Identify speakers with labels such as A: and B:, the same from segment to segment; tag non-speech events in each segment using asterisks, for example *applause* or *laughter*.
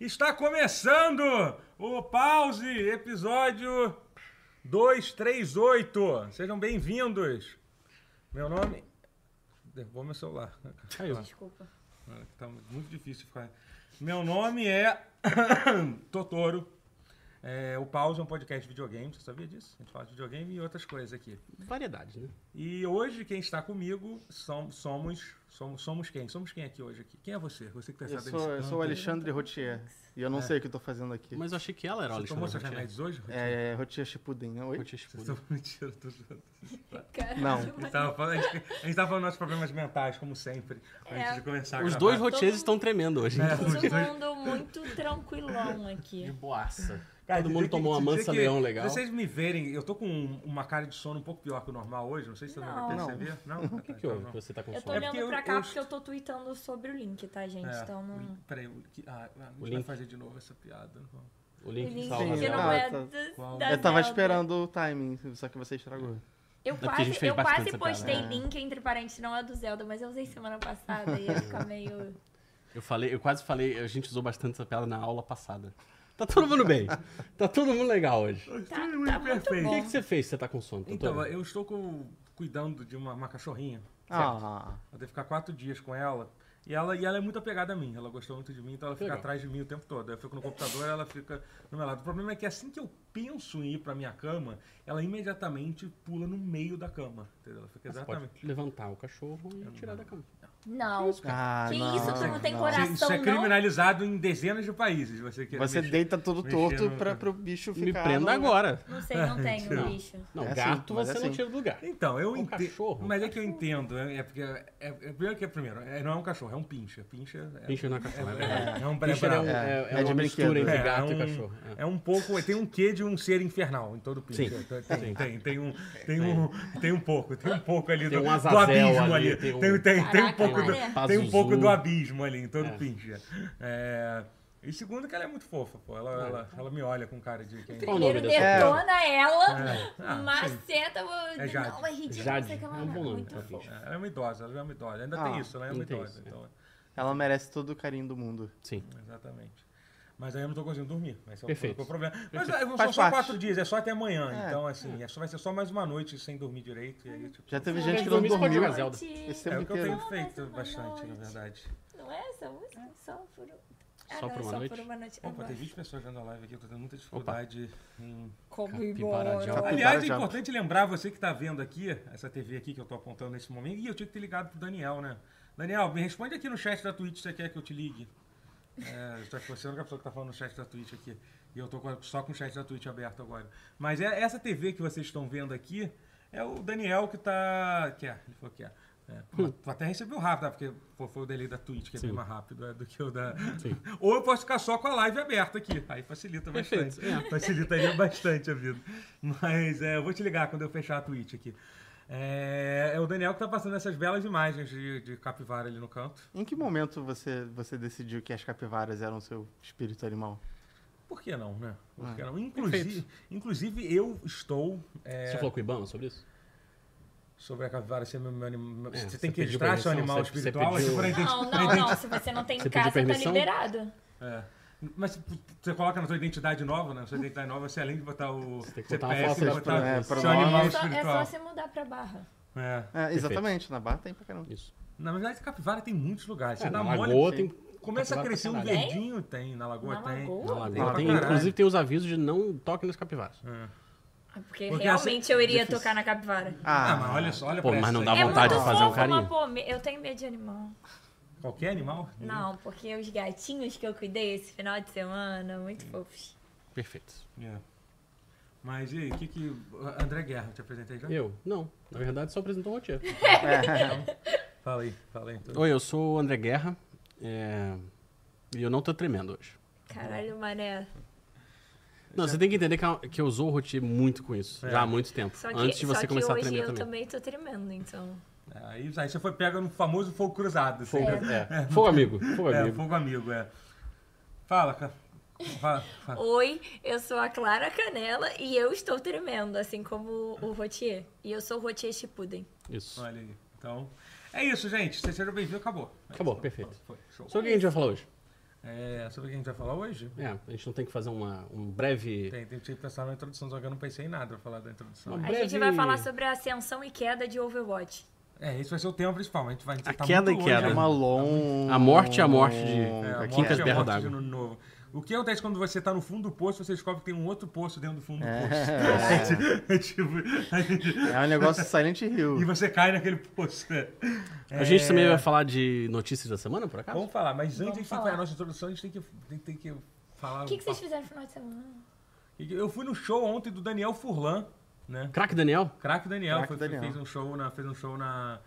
A: Está começando o Pause, episódio 238. Sejam bem-vindos. Meu nome. Derrubou meu celular. Caiu.
B: Desculpa.
A: Tá muito difícil ficar. Meu nome é *coughs* Totoro. É, o Pause é um podcast de videogame, você sabia disso? A gente fala de videogame e outras coisas aqui.
C: Variedade, né?
A: E hoje quem está comigo som- somos, somos. Somos quem? Somos quem aqui hoje? Aqui? Quem é você? Você que tá
D: Eu
A: sabendo
D: sou, eu
A: isso?
D: sou o Alexandre Rotier. E eu não sei o que eu tô fazendo aqui.
C: É. Mas eu achei que ela era o
A: Você tomou seus
C: Alexandre
A: remédios
C: Rotier.
A: hoje? Rodrigo?
D: É, Rotier Chipudin, né? Oi?
C: Rotier Chipudo.
A: Vocês estão mentindo, tô zoando.
B: Cara,
D: Não.
B: eu-
A: Ele tava falando- a gente a gente tava falando dos problemas mentais, como sempre, antes
B: É.
A: de começar a
C: Os
A: gravar.
C: dois Rotiers estão tremendo hoje.
A: É,
C: *laughs*
A: os
B: Todo
A: dois-
B: mundo muito tranquilão aqui.
C: boaça.
A: Cara,
C: Todo
A: dizer
C: mundo
A: que-
C: tomou uma
A: dizer
C: mansa
A: que-
C: leão legal.
A: Se vocês me verem, eu tô com um- uma cara de sono um pouco pior que o normal hoje, não sei se você vai
B: Não.
A: perceber. Não?
C: *laughs* O que, que houve que você tá com
B: Eu tô
C: sono?
A: porque
B: olhando
A: eu-
B: pra cá
A: eu-
B: porque eu tô tweetando sobre o link, tá, gente? Então não.
A: Peraí, É, o que- ah, a gente
C: O
A: vai
C: link.
A: fazer de novo essa piada. não vamos.
C: O
B: O
C: link,
B: link
C: salva
B: que
D: Zelda.
B: não é
D: Ah, tá.
B: da-
A: Qual?
B: da
D: Eu tava
B: Zelda.
D: esperando o timing, só que você
C: É.
D: estragou.
B: Eu
C: porque a gente
B: quase,
C: fez
B: eu
C: bastante
B: quase
C: essa piada,
B: postei
D: né?
B: link entre parênteses, não é do Zelda, mas eu usei semana passada e ia ficar meio.
C: Eu falei, eu quase falei, a gente usou bastante essa piada na aula passada. Tá todo mundo bem. tá todo mundo legal hoje.
B: Tá,
A: Sim,
B: tá
A: muito
B: muito
A: perfeito.
C: O que, que
B: bom.
C: você fez se você tá com sono,
A: Então,
C: doutor?
A: eu estou com- cuidando de uma, uma cachorrinha.
D: Ah,
A: Eu tenho que ficar quatro dias com ela. E ela, e ela é muito apegada a mim, ela gostou muito de mim, então ela fica
C: Legal.
A: atrás de mim o tempo todo. Eu fico no computador, ela fica no meu lado. O problema é que assim que eu penso em ir pra minha cama, ela imediatamente pula no meio da cama. Entendeu? Ela fica
C: Você pode
A: exatamente.
C: levantar o cachorro e tirar da cama.
B: Não. tipo,
D: ah,
B: Que
D: não.
B: isso, tu não tem
D: não.
B: coração.
A: Isso- Isso é
B: não?
A: criminalizado em dezenas de países. Você, quer
D: Você
A: mexer-
D: deita todo
A: mexer
D: torto
A: no-
D: pra, pro bicho ficar...
C: Me prenda
D: no-
C: agora.
B: Não sei, não tenho,
C: Não.
B: bicho.
C: Não,
D: É assim,
C: gato
D: mas
C: você
D: é
C: não
D: assim.
C: tira do lugar.
A: Então, eu
C: um
A: entendo.
C: cachorro,
A: Mas é que eu entendo. É é porque. É, é- primeiro que é primeiro. é- não é um cachorro, é um pincher. Pincher é.
C: Pincher não é cachorro, é verdade.
A: É, é um
C: Pincher é, um,
A: brabo.
C: é,
D: É,
C: é
D: é de
C: uma
D: brinquedo.
C: mistura entre
A: É, é
C: gato e
A: um-
C: cachorro. É.
A: É um pouco, tem um quê de um ser infernal em todo o Pincher.
C: Sim.
A: Tem,
C: Sim.
A: tem, tem, tem um, tem um, tem um pouco, tem um pouco ali
C: Tem
A: do,
C: um
A: do
C: Azazel
A: abismo
C: ali,
A: ali.
C: tem um-
A: Tem, tem, tem um
B: Caraca,
A: pouco do,
B: mané.
A: tem um pouco
C: Pazuzu.
A: do abismo ali em todo
C: É.
A: o Pincher. É, e segundo que ela é muito fofa, pô. Ela, ela, ela me olha com cara de quem.
C: Qual o nome
B: Primeiro
C: dessa
D: pessoa?
B: detona ela,
A: É. Ah, sim.
B: maceta.
A: É Jade.
B: Não, é ridículo.
C: Jade.
B: sei que ela
C: É um bom nome,
B: muito
C: tá
B: fofo.
C: bom.
A: É, Ela é uma idosa, ela já é uma idosa. Ainda
D: Ah,
A: tem isso, ela é uma
C: ainda tem
A: idosa.
C: isso, é.
A: Então,
D: Ela merece todo o carinho do mundo.
C: Sim.
A: exatamente. Mas aí eu não tô conseguindo dormir. Esse é o-
C: Perfeito.
A: é o problema. Mas ah, são
D: Faz
A: só
D: parte.
A: quatro dias, é só até amanhã.
D: É.
A: Então, assim, é só, vai ser só mais uma noite sem dormir direito. E aí, tipo,
D: Já teve
C: Quer
D: gente que não
B: é
C: dormir, você pode
D: dormiu
C: jogar Zelda.
D: esse
A: É
D: tempo
A: o que eu tenho
D: inteiro.
B: Não,
A: feito
B: mas uma
A: bastante, na
B: noite.
A: verdade.
B: Não é essa música? Só por, ah,
C: Só
B: não,
C: por
B: é
C: uma
B: só
C: noite?
B: por uma noite.
A: Opa, tem
B: Agora.
A: 20 pessoas vendo a live aqui, eu tô tendo muita dificuldade em...
B: Como
C: Capibara de
B: embora.
C: água.
A: Aliás, é
D: já-
A: importante lembrar você que tá vendo aqui, essa TV aqui que eu tô apontando nesse momento. Ih, eu tinha que ter ligado pro Daniel, né? Daniel, me responde aqui no chat da Twitch se você quer que eu te ligue. É, só que você é a única pessoa que tá falando no chat da Twitch aqui. E eu tô com- só com o chat da Twitch aberto agora. Mas é, essa TV que vocês estão vendo aqui é o Daniel que tá. Que é, ele falou que é. É, mas tu até recebeu rápido, tá? porque pô, foi o delay da Twitch que é bem
C: Hum. Sim.
A: mais rápido é, do que o da.
C: Sim.
A: *laughs* Ou eu posso ficar só com a live aberta aqui. Aí facilita
C: Perfeito, é.
A: bastante. Facilitaria bastante a vida. Mas é, eu vou te ligar quando eu fechar a Twitch aqui. É, é o Daniel que tá passando essas belas imagens de, de capivara ali no canto.
D: Em que momento você, você decidiu que as capivaras eram seu espírito animal?
A: Por que não, né? Por
D: Ah,
A: que não? Inclusive, inclusive eu estou é,
C: Você falou com o Ibama sobre isso?
A: sobre a capivara ser meu, meu animal.
C: É,
A: você
C: você
A: tem que
C: pediu
A: registrar seu
C: permissão,
A: animal
C: você- você
A: espiritual.
C: pediu-
A: é por identi-
B: Não,
A: por
B: não,
A: identi-
B: não. Se você não tem
C: Você
B: em
C: pediu
B: casa, tá
C: permissão?
B: liberado.
A: É. Mas você coloca na sua identidade nova, né? Na sua identidade nova, você além de botar o
C: Você tem que botar uma
A: CPF,
C: foto das
A: botar
D: pessoas. É,
A: seu
D: pronome.
A: animal
B: É só, é
A: espiritual.
B: só se mudar pra barra.
A: É.
D: É, exatamente, na barra tem pra caramba.
C: Isso.
A: Na verdade, capivara tem muitos lugares. Você
C: É,
A: dá
C: na
A: mole,
C: lagoa
A: tem-
C: tem
A: Começa a
C: capivara
A: crescer um
C: pra caralho.
A: verdinho, tem. Na lagoa
B: Na
A: tem.
B: lagoa?
C: Na
A: Tem
C: lagoa. Tem,
A: pra caralho.
C: inclusive tem os avisos de não toque nos capivaras.
A: É.
B: Ah, Porque,
A: Porque
B: realmente eu iria tocar na capivara.
A: Ah,
D: Ah,
A: mas olha só, olha
C: Pô,
A: pra
C: mas
A: essa
C: não dá
A: aí.
B: é
C: vontade
B: muito
C: de fazer um
B: fofo,
C: carinho. Hum.
B: mas, pô, me- eu tenho medo de animal.
A: Qualquer animal?
B: Não, porque os gatinhos que eu cuidei esse final de semana, muito fofos.
C: Perfeito.
A: É. Mas e aí, o que que... André Guerra, eu te apresentei já?
C: Eu? Não. Na verdade, só apresentou o roteiro.
A: Fala aí, fala aí. Então.
C: Oi, eu sou o André Guerra. é, E eu não tô tremendo hoje.
B: Caralho, mané.
C: Não, você tem que entender que a- que eu usou o roteiro muito com isso.
A: É.
C: Já há muito tempo.
B: Só que,
C: antes de
B: só
C: você
B: que
C: começar a
B: hoje
C: tremer
B: eu
C: também.
B: também tô tremendo, então.
A: É, Aí, aí você foi pega no famoso fogo cruzado. assim, né?
C: É. Fogo amigo. Fogo
A: É,
C: amigo.
A: fogo amigo, é. Fala, cara. Fala, fala.
B: Oi, eu sou a Clara Canela e eu estou tremendo, assim como o Rotier. E eu sou o Rotier Chipuden.
C: Isso.
A: Olha aí. Então, é isso, gente. Vocês sejam bem-vindos. Acabou.
C: Acabou, perfeito.
A: Foi, foi, show.
C: Sobre o que a gente vai falar hoje?
A: É, sobre o que a gente vai falar hoje?
C: É, a gente não tem que fazer uma, um breve.
A: Tem, tem que pensar na introdução, só que eu não pensei em nada pra falar da introdução.
C: Uma
B: A
C: breve-
B: gente vai falar sobre a ascensão e queda de Overwatch.
A: É, esse vai ser o tema principal. A gente vai a gente tá
C: queda
A: muito
C: e queda.
D: É
A: longe, né?
D: uma longa.
C: A morte é a morte de-
A: É, a
C: Quinta
A: morte é a
C: Terra
A: morte
C: d'Água.
A: de Nuno Novo. O que acontece quando você tá no fundo do poço, você descobre que tem um outro poço dentro do fundo do
D: É,
A: poço. É *laughs* tipo, a gente-
D: é um negócio Silent
A: e
D: Hill.
A: você cai naquele poço. né?
C: A gente
A: É,
C: também vai falar de notícias da semana, por acaso?
A: Vamos falar, mas antes
B: Vamos
A: de gente tem que
B: falar.
A: fazer a nossa introdução, a gente tem que, tem, tem que falar... um
B: O que, que vocês fizeram no final de semana?
A: Eu fui no show ontem do Daniel Furlan, né?
C: Crack Daniel?
A: Craque Daniel,
D: Craque
A: foi,
D: Daniel.
A: Fez, um show na, fez um show na.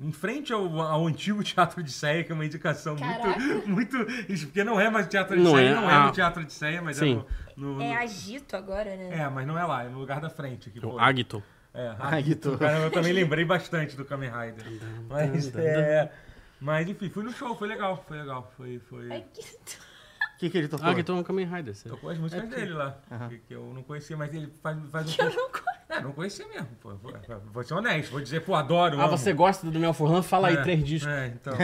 A: Em frente ao, ao antigo *laughs* Teatro de Séia, que é uma indicação muito,
B: Caraca.
A: *laughs* muito. isso, Porque não é mais Teatro de
C: Não
A: Séia,
C: é,
A: não é
C: ah,
A: no Teatro de Séia, mas
C: sim.
A: é no. no-
B: É agito agora, né?
A: é, mas não é lá, é no lugar da frente. Que,
C: O
A: pô,
C: Agito.
A: é,
D: Ah, Guito.
A: Cara, eu também lembrei bastante do Kamen Rider. Mas, é, mas enfim, fui no show, foi legal, foi legal. Foi, foi...
B: Ai, que... *laughs*
D: O que, que ele tocou?
C: Agito é um Kamen Rider. você-
A: Tocou as
D: É
A: músicas dele lá, que, que eu não conhecia, mas ele faz, faz um
B: Eu
A: pouco.
B: não conheço.
A: É, não conhecia mesmo. Pô, vou, é, vou ser honesto, vou dizer, pô, adoro.
C: Ah,
A: amo.
C: você gosta do Daniel Furlan? Fala
A: É,
C: aí três discos.
A: É, então.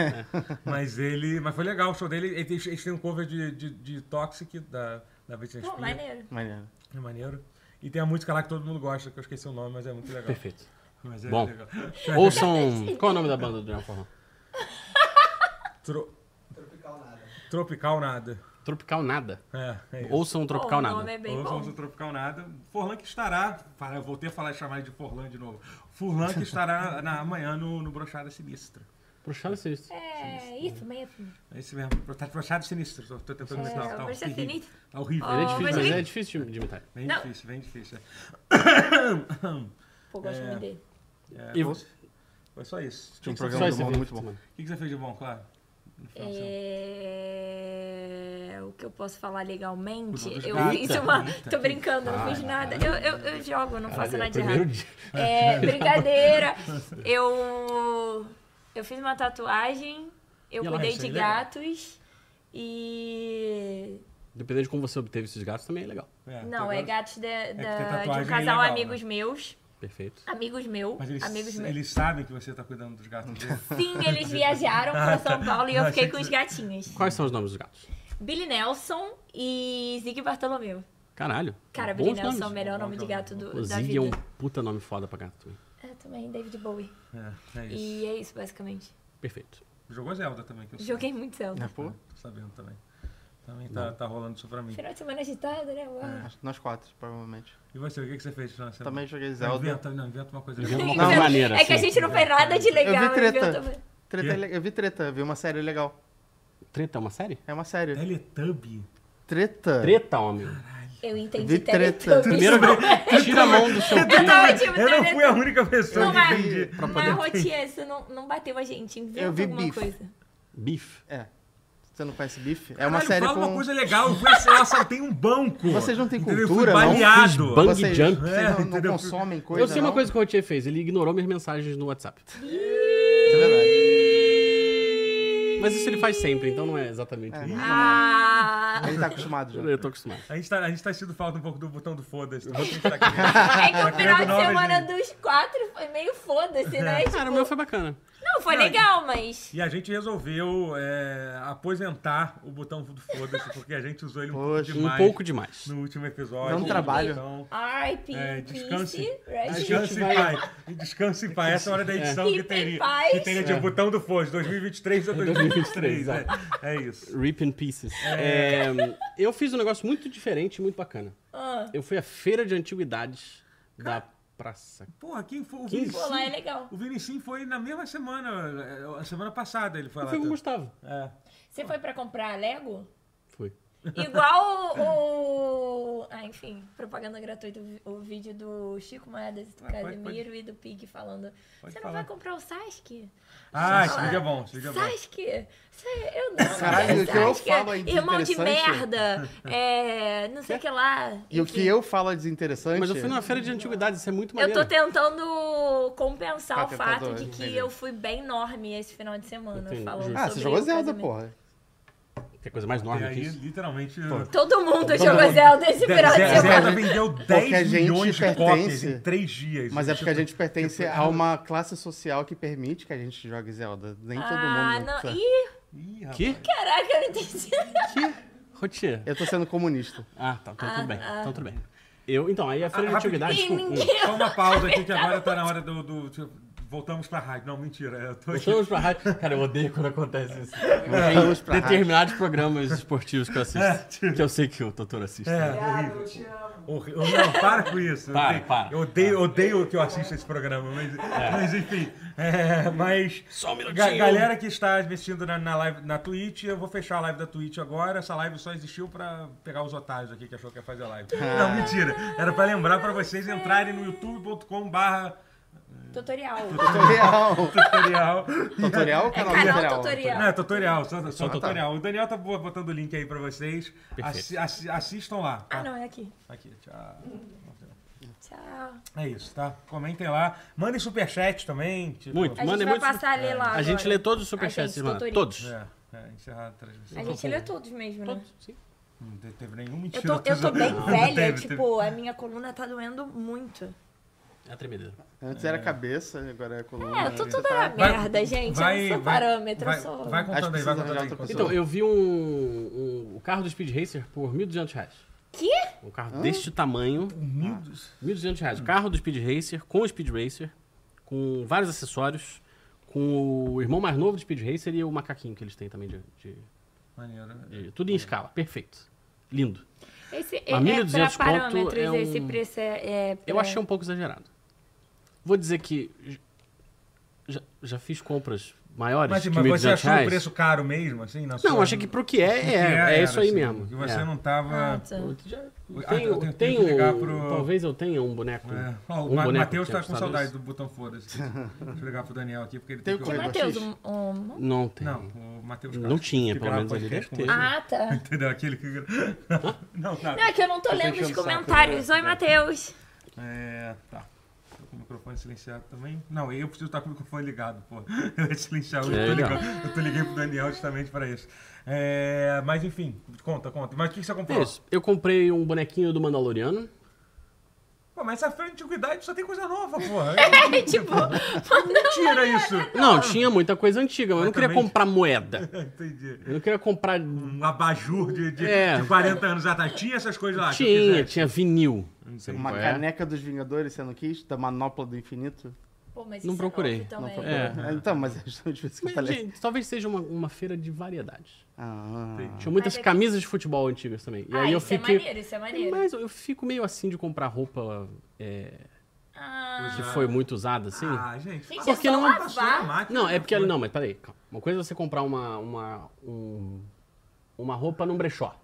A: Mas ele. Mas foi legal o show dele. Ele tem, eles têm um cover de, de, de Toxic da, da Britney
B: Pô,
A: Spears.
B: maneiro.
D: Maneiro.
A: É maneiro. E tem a música lá que todo mundo gosta, que eu esqueci o nome, mas é muito legal.
C: Perfeito.
A: Mas é
C: Bom.
A: legal.
C: Ouçam. Qual é o nome da banda do Daniel Furlan?
A: Tro- Tropical Nada.
C: Tropical Nada.
A: É, é isso.
C: Ouçam Tropical
B: Pô, O
C: Nada.
B: nome é bem
A: Ouçam
B: bom.
A: o Tropical Nada. Forlan que estará. Fala, Eu voltei a falar e chamar ele de Forlan de novo. Furlan que estará na, amanhã no, no Brochada Sinistra.
C: Brochada Sinistra.
A: um
B: É, isso mesmo.
A: É isso mesmo. Bro- Brochada Sinistra. Tô, tô tentando
B: É,
A: imitar, tá
B: Brochada
A: horrível.
B: Sinistra.
A: Tá horrível.
C: Ele é
B: Oh,
C: difícil,
B: mas
C: mas
D: né?
B: ele-
C: é difícil de- de imitar.
A: Bem
B: Não.
A: difícil, bem difícil.
B: Pô, gosto
A: É.
B: muito dele.
A: É,
C: E-
A: bom, foi só isso.
D: Tinha um
A: O que que você
D: programa
A: fez?
D: do
C: esse
D: bom,
C: fim
D: muito
C: de
D: bom.
C: semana.
A: O que que você fez de bom, claro? No final de semana. um
B: É... O que eu posso falar legalmente?
A: Os outros
B: Eu
A: gatos.
B: fiz uma.
A: Eita, Ah,
B: Tô
A: que
B: brincando, não fiz nada. Eu, eu, eu jogo, não faço nada de errado.
C: dia.
A: *laughs*
B: É, brincadeira. Eu. Eu fiz uma tatuagem, eu
C: E ela
B: cuidei
A: recebe
B: de
A: legal.
B: gatos e.
C: Dependendo de como você obteve esses gatos, também é legal.
A: É,
B: Não,
A: agora-
B: é gatos da-
A: que tem
B: da- de
A: tatuagem
B: um
A: é
B: casal
A: legal, né?
B: amigos meus.
C: Perfeito.
B: Amigos meus.
A: Mas eles,
B: amigos meus.
A: eles sabem que você tá cuidando dos
D: *laughs*
A: gatos deles.
B: Sim, eles
A: *laughs*
B: viajaram pra São Paulo e eu fiquei com os gatinhos.
C: Quais são os nomes dos gatos?
B: Billy Nelson e Zig Bartolomeu.
C: Caralho.
B: Cara,
C: bons
B: Billy Nelson é o
C: nomes.
B: melhor
A: Bom
B: nome de
A: nome,
B: gato do,
C: O
B: da
C: Zig é um
B: vida.
C: puta nome foda pra gato. também.
B: É, também David Bowie.
A: É, é isso.
B: E é isso, basicamente.
C: Perfeito.
A: Jogou Zelda também, que eu sei.
B: Joguei muito Zelda.
D: É, pô,
A: Tô sabendo também. Também tá, tá rolando isso pra mim.
B: Final de semana agitado, né? Uau.
A: Ah.
D: acho que nós quatro, provavelmente.
A: E você, o que que você fez? Fran? Você
D: Também joguei
A: não,
D: Zelda.
A: inventa, não, inventa uma coisa.
C: Inventa uma
D: Não,
C: coisa
D: mas-
C: maneira.
B: é que a
C: assim.
B: gente não fez nada de legal.
D: Eu vi treta.
B: né? Eu tô-
D: Treta
A: Quê?
D: é le- eu vi treta, eu vi uma série legal.
C: Treta é uma série?
D: É uma série.
A: Teletubby.
D: Treta.
C: Treta, homem.
B: Eu entendi
D: Vi treta.
B: treta. é-
C: Primeiro, tira a mão do seu
B: Eu
C: cu.
B: tava tipo,
A: Eu não
B: tá-
A: fui a única pessoa
B: Não,
A: que
B: mas-
A: entendi.
D: pra poder-
B: Mas, Rotier, isso não, não bateu a gente. Inventa
D: Eu vi
B: alguma
D: bife.
B: coisa.
C: Bife.
D: É. Você não conhece Biff? É uma
A: Caralho,
D: série
A: fala
D: com...
A: uma coisa legal. Eu, fui, ass- eu assaltei um banco.
D: Vocês não têm
A: Entendeu?
D: cultura,
A: Eu fui
D: não?
A: baleado.
C: Bang
D: vocês,
C: jump.
D: vocês
A: É,
D: não- não,
A: entendeu?
D: consomem coisa,
C: Eu sei uma
D: não?
C: coisa que o Rotier fez. Ele ignorou minhas mensagens no WhatsApp.
D: Isso é verdade.
C: Mas isso ele faz sempre, então não é exatamente isso.
B: Ah!
D: *laughs* Ele tá acostumado já.
C: Eu tô acostumado.
A: A gente, tá, a gente tá sentindo falta um pouco do botão do foda-se. Eu vou tentar aqui.
D: *laughs*
B: É que o final
A: criando
B: de
A: novas
B: semana
A: linhas.
B: dos quatro foi meio foda-se, né?
C: Cara, o meu foi bacana.
B: Não, foi
D: é
B: legal, mas.
A: E a gente resolveu é, aposentar o botão do foda-se, porque a gente usou ele um pouco
D: Poxa, um
A: demais.
C: Um pouco demais.
A: No último episódio.
D: Dá um trabalho.
A: Então,
B: R.I.P.
A: é, descanse.
B: Peace, rest in
A: Descanse em
C: vai-
A: paz. Descanse em paz. Essa é hora da edição que
B: Fique em
A: teria.
B: paz.
A: Que teria de o botão do foda-se, 2023 a 2023. é, é isso.
C: Rip in Pieces. É, eu fiz um negócio muito diferente, e muito bacana.
B: Ah.
C: Eu fui à feira de antiguidades da praça.
A: Porra, quem foi? O
C: Quem-
A: Vinicinho-
B: Pô, lá é legal.
A: O Vinicim foi na mesma semana, é, a semana passada ele foi
C: Eu
A: lá.
C: fui com o
A: tá?
C: Gustavo.
A: É.
B: Você foi pra comprar Lego?
C: Fui.
B: Igual o. o- Ah, enfim, propaganda gratuita. o vi- O vídeo do Chico Moedas, do
A: Ah, pode-
B: Casemiro e do Pig falando:
A: Pode
B: Você não
A: falar.
B: vai comprar o Sasuke?
A: Ah, esse
B: Fala,
A: vídeo é bom, esse vídeo é bom.
B: Sasuke? Sa- Eu não.
D: Caralho,
B: quero
D: o que eu
B: Sasuke,
D: falo é
B: Irmão de
D: interessante. *laughs*
B: merda. É. Não sei o que lá.
D: E o
B: enfim.
D: que eu falo é desinteressante...
C: Mas eu fui numa feira de antiguidades, isso é muito
B: Eu
C: maneiro.
B: tô tentando compensar
D: Ah,
B: o
D: tentar
B: fato
D: dois,
B: de que
D: entendi.
B: eu fui bem enorme esse final de semana.
C: Entendi.
B: Falando
C: Justo.
D: Ah, você
B: sobre
D: jogou
B: o
D: Zelda,
B: casamento.
D: porra.
C: Tem coisa mais
A: E
C: enorme que
A: aí,
C: isso.
A: literalmente.
B: Todo mundo jogou Zelda esse final de
A: Zé- Zelda
B: semana.
A: vendeu
D: Porque a
A: 10
D: gente
A: milhões de cópias
D: pertence-
A: em 3 dias.
D: Mas é porque a gente pertence a uma classe social que permite que a gente jogue Zelda. Nem todo
B: Ah,
D: mundo. tá.
B: não.
D: sabe?
B: Ih,
A: Ih, rapaz.
C: Que?
B: Caraca, eu não entendi.
C: Que? Rotier.
D: Eu tô sendo comunista.
C: Ah, tá. Então
B: Ah,
C: tudo bem.
B: ah.
C: Então tudo bem. Eu, então, aí a feira de
A: rapidinho.
C: antiguidades.
B: Ih,
C: com- com-
B: ninguém-
A: Só uma pausa aqui que agora tá na hora do. do- do- voltamos pra rádio. Não, mentira. Eu tô aqui.
C: Voltamos pra rádio. Cara, eu odeio quando acontece isso.
D: Voltamos pra
C: Tem determinados programas esportivos que eu assisto.
A: É, tipo-
C: Que eu sei que o Totoro assiste.
A: É, horrível. Horrível. Não, para com isso.
C: Para,
A: eu odeio,
C: para.
A: Eu odeio, odeio que eu assista esse programa, mas, mas enfim. É, mas.
C: Só um minutinho.
A: ga- galera que está assistindo na, na live na Twitch, eu vou fechar a live da Twitch agora. Essa live só existiu pra pegar os otários aqui que achou que ia fazer live. Não, mentira. Era pra lembrar pra vocês entrarem no youtube.com/barra
B: Tutorial.
D: Tutorial.
A: tutorial.
D: *laughs* Tutorial ou
B: É
D: canal,
B: canal
D: tutorial?
B: tutorial.
A: Não, é tutorial, só, só
C: Ah, tá.
A: tutorial. O Daniel tá bo- botando o link aí pra vocês. Assi- assi- assistam lá. tá?
B: Ah, não, é aqui.
A: Aqui, tchau.
B: Tchau.
A: É isso, tá? Comentem lá. Mandem superchat também. Tipo,
C: Muito.
B: A gente
C: Mandem
B: vai
C: muito-
B: passar a ler lá
C: A gente lê
B: agora.
C: todos os
B: A
C: superchats,
B: gente,
C: mano.
B: Totori.
C: Todos.
A: É, é encerrar a transmissão.
B: A gente lê todos mesmo, né?
C: Todos, sim.
A: Não te- teve nenhum
B: Eu
A: mentira.
B: tô, eu tô *laughs* bem
A: *laughs* Não
B: velha,
A: teve, teve.
B: tipo, a minha coluna tá doendo muito.
C: É a tremedeira.
D: Antes era cabeça, agora é coluna.
B: É, eu tô toda
D: tá
B: na
A: Vai-
B: merda, gente. eu não sou
A: vai-
B: parâmetro,
A: vai,
B: eu sou.
A: Vai contando
D: Acho que
A: aí, vai
D: precisa
A: contando aí.
D: arranjar outra
A: contando.
C: Então, eu vi um, um- o carro do Speed Racer por 1.200 reais.
B: Quê?
C: Um carro deste tamanho,
A: Meu Deus.
C: 1.200 reais. O carro do Speed Racer, com o Speed Racer, com vários acessórios, com o irmão mais novo do Speed Racer e o macaquinho que eles têm também de- de,
A: Maneiro. né?
C: E Tudo em escala, perfeito. Lindo.
B: Esse,
C: Mas 1.200
B: é pra
C: conto
B: parâmetros,
C: é um-
B: esse preço é. é
C: Eu
B: pra-
C: achei um pouco exagerado. Vou dizer que j- já, já fiz compras maiores
A: Mas,
C: que
A: mas
C: 1.200
A: você achou
C: reais.
A: o preço caro mesmo, assim? Na
C: Não,
A: sua...
C: achei que pro que é,
A: que
C: é,
A: era,
C: é isso aí
A: assim,
C: mesmo.
A: Que você
C: é.
A: não tava...
B: Ah, tá.
C: Eu já
A: Ah,
C: tenho-
A: eu tenho que
C: tenho-
A: ligar pro-
C: Talvez eu tenha um boneco.
A: É. Ó,
C: um
A: o Ma
C: boneco
A: Matheus
C: que
A: tá
C: tinha
A: com
C: custado
A: saudade
C: isso.
A: do botão
C: *laughs*
A: foda-se. Deixa eu ligar pro Daniel aqui, porque ele
D: Tem
A: tem,
D: o
A: que
B: Tem
D: correio.
A: ouvir.
B: Matheus, um,
D: X?
B: um-
C: Não tem.
A: Não, o Matheus
C: Não
A: Castro,
C: tinha,
A: que
C: pelo
A: grava
C: menos ele
A: podcast
C: deve
A: com
C: ter. né?
A: você.
B: Ah, tá.
A: *laughs* Entendeu? Aquele que... *laughs* Não,
B: Não, é
A: nada.
B: que eu não tô
D: Tô
B: lendo os
D: enchendo o saco,
B: comentários. Oi, Matheus.
A: É, tá. Tô com o microfone silenciado também. Não, eu preciso estar com o microfone ligado, pô. *laughs* Eu ia silenciar, eu,
C: É,
A: tô
C: legal.
A: ligando, eu tô liguei pro Daniel justamente pra isso. É, mas enfim, conta, conta. Mas o que que você comprou?
C: É isso. Eu comprei um bonequinho do Mandaloriano.
A: Pô, mas essa feira de antiguidade só tem coisa nova, pô.
B: *laughs* É tipo,
C: *laughs*
A: Tira isso. *laughs*
C: Não, tinha muita coisa antiga, mas eu não queria
A: Ah. também-
C: comprar moeda.
A: Entendi.
C: Eu não queria comprar
A: Um abajur de, de,
C: É.
A: de 40 anos atrás. Tinha essas coisas lá. Ah, que eu
C: Tinha,
A: quisesse.
C: tinha vinil.
D: Uma
C: Qual é?
D: caneca dos Vingadores, você não quis? Da Manopla do Infinito?
B: Pô, mas
C: Não
B: isso é
C: procurei,
B: novo também.
D: Não foi?
C: É.
D: Então, mas é justamente isso que
C: Mas,
D: eu falei.
C: gente, talvez seja uma, uma feira de variedades.
D: Ah,
C: Tinha muitas
B: Mas é que-
C: camisas de futebol antigas também. E
B: Ah,
C: aí eu
B: isso é
C: fiquei.
B: maneiro, isso é maneiro.
C: mas eu fico meio assim de comprar roupa é,
B: Ah,
C: que foi muito usada, assim.
A: Ah, gente.
B: Gente,
A: passa-
C: Porque
B: é só
C: não-
A: passou na
B: lavar.
A: máquina,
C: Não, é
A: já
C: porque.
A: foi.
C: Não, mas peraí, calma. Uma coisa é você comprar uma. Uma, um- uma roupa num brechó.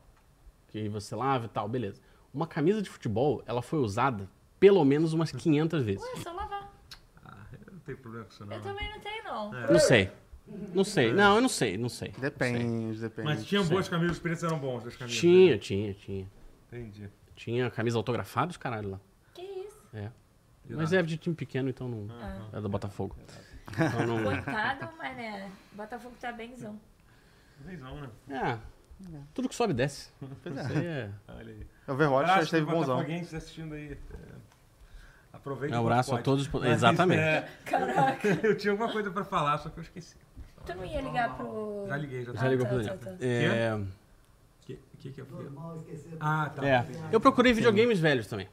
C: Que você lava e tal, beleza. Uma camisa de futebol, ela foi usada pelo menos umas 500 vezes.
B: É só lavar.
A: Ah, eu não tenho problema com isso, não. É.
B: Eu também não tenho, não.
C: Não sei. Não sei. Não, eu não sei, não sei.
D: depende, depende.
A: Mas tinham boas camisas, os preços eram bons. As camisas.
C: Tinha, tinha, tinha.
A: Entendi.
C: Tinha camisa autografada, os caralho lá.
B: Que isso? Ah,
C: É. Mas é de time pequeno, então não. É do Botafogo. Então
B: *laughs*
C: não.
B: Coitado, mané. Botafogo tá benzão.
A: Talvez não, né?
C: É. Tudo que sobe desce. Isso aí é.
A: Olha aí.
D: Overwatch já
A: Abraço
D: esteve
A: pros
D: bonzão.
A: botafoguenses assistindo aí. É, Aproveita.
C: Um abraço a
A: enquanto
C: todos.
A: pode.
C: os-
A: Mas,
C: Exatamente.
A: é, *laughs*
B: Caraca.
A: eu tinha alguma coisa pra falar, só que eu esqueci.
B: Tu não ia ligar pro.
A: Já liguei, já.
C: Já ligou pro
B: Ah, tá,
C: Daniel.
B: tá, tá.
C: É,
A: O que, que, que é aquilo? Ah, tá.
C: é. Eu procurei videogames velhos também.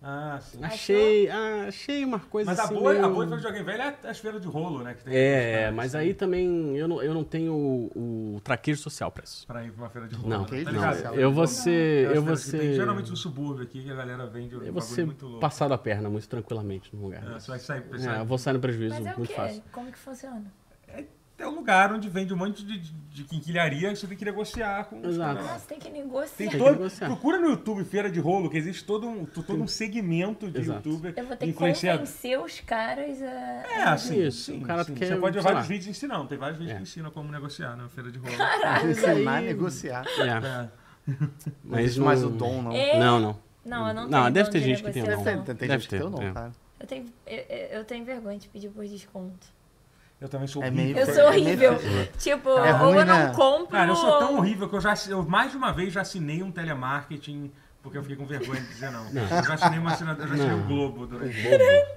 A: Ah, sim.
C: Achei. ah, achei uma coisa
A: Mas a
C: assim.
A: boa, a
C: meio-
A: boa de videogame velho é as feiras de rolo, né? Que tem
C: É, é, mas aí também eu não, eu não tenho o, o traquejo social pra isso.
A: Pra ir pra uma feira de rolo.
C: Não,
A: né? tá ligado?
C: não. Eu vou ser.
A: Aquelas
C: Eu vou
A: feiras que tem
C: ser.
A: geralmente no subúrbio aqui, que a galera vende um
C: Eu vou
A: bagulho
C: ser
A: muito louco.
C: passado a perna muito tranquilamente no lugar.
A: É, você vai sair, vai
C: É,
A: sair-
C: eu vou sair no prejuízo
B: Mas é o
C: muito
B: quê?
C: fácil.
B: Como que funciona?
A: É um lugar onde vende um monte de, de quinquilharia que você tem que negociar com os
C: Exato.
A: caras.
B: Nossa, tem que negociar.
A: Tem
C: que
A: todo-
C: negociar.
A: procura no YouTube Feira de Rolo, que existe todo um, todo um segmento de
C: Exato.
A: youtuber
B: Eu vou ter que um
A: influenciador.
B: convencer os caras a.
A: É, assim,
C: Isso,
A: sim,
C: o cara
A: sim.
C: quer,
A: Você pode ver
C: sei
A: vários
C: lá.
A: vídeos ensinando. Tem vários vídeos
C: É.
A: que ensinam como negociar na feira de rolo.
D: Ensinar a Ah, negociar.
C: É,
A: É.
C: mas não...
D: Mas o dom não.
B: É.
C: Não, não.
B: Não, eu não tenho.
C: Não, deve
B: dom
C: ter
B: de
C: gente que tem
B: negociação.
C: dom.
D: Tem, tem
C: Deve
D: gente
C: ter,
D: que eu não,
C: é.
D: cara.
B: Eu tenho, eu, eu tenho vergonha de pedir por desconto.
A: Eu também sou
D: É
A: horrível.
D: meio-
B: Eu
D: Foi-
B: sou
D: é meio
B: horrível. Tipo,
D: É
B: ou
D: ruim,
B: eu não
D: né?
B: compro.
A: Cara, eu sou tão
B: ou-
A: horrível que eu já assi- eu mais de uma vez já assinei um telemarketing Porque eu fiquei com vergonha de dizer não. Eu já assinei uma assinatura, eu já assinei o Globo durante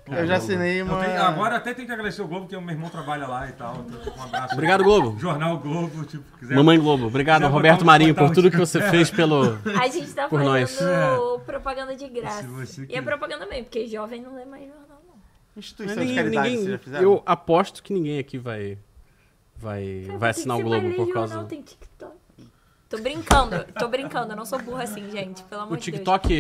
D: Eu já assinei
A: É, Eu
D: uma.
A: tenho- agora até tem que agradecer o Globo, porque o meu irmão trabalha lá e tal. Então, tipo, um abraço.
C: Obrigado, Globo.
A: Jornal Globo, tipo, quiser.
C: Mamãe Globo, obrigado,
A: Já botar
C: Roberto
A: um-
C: Marinho,
A: botar
C: por
A: um-
C: tudo que você fez *laughs* pelo.
B: A gente tá
C: Por
B: fazendo
C: nós. É.
B: propaganda de graça.
A: Se você
B: E é
A: quiser.
B: propaganda mesmo, porque jovem não lê mais jornal, não.
D: Instituição de caridade, vocês já fizeram?
C: eu aposto que ninguém aqui vai. Vai,
B: Cara,
C: vai
B: por que
C: assinar o
B: que você vai
C: Globo
B: ler
C: por
B: jornal?
C: causa.
B: Tem TikTok. Tô brincando, tô brincando, eu não sou burra assim, gente, pelo amor
C: O
B: de
C: TikTok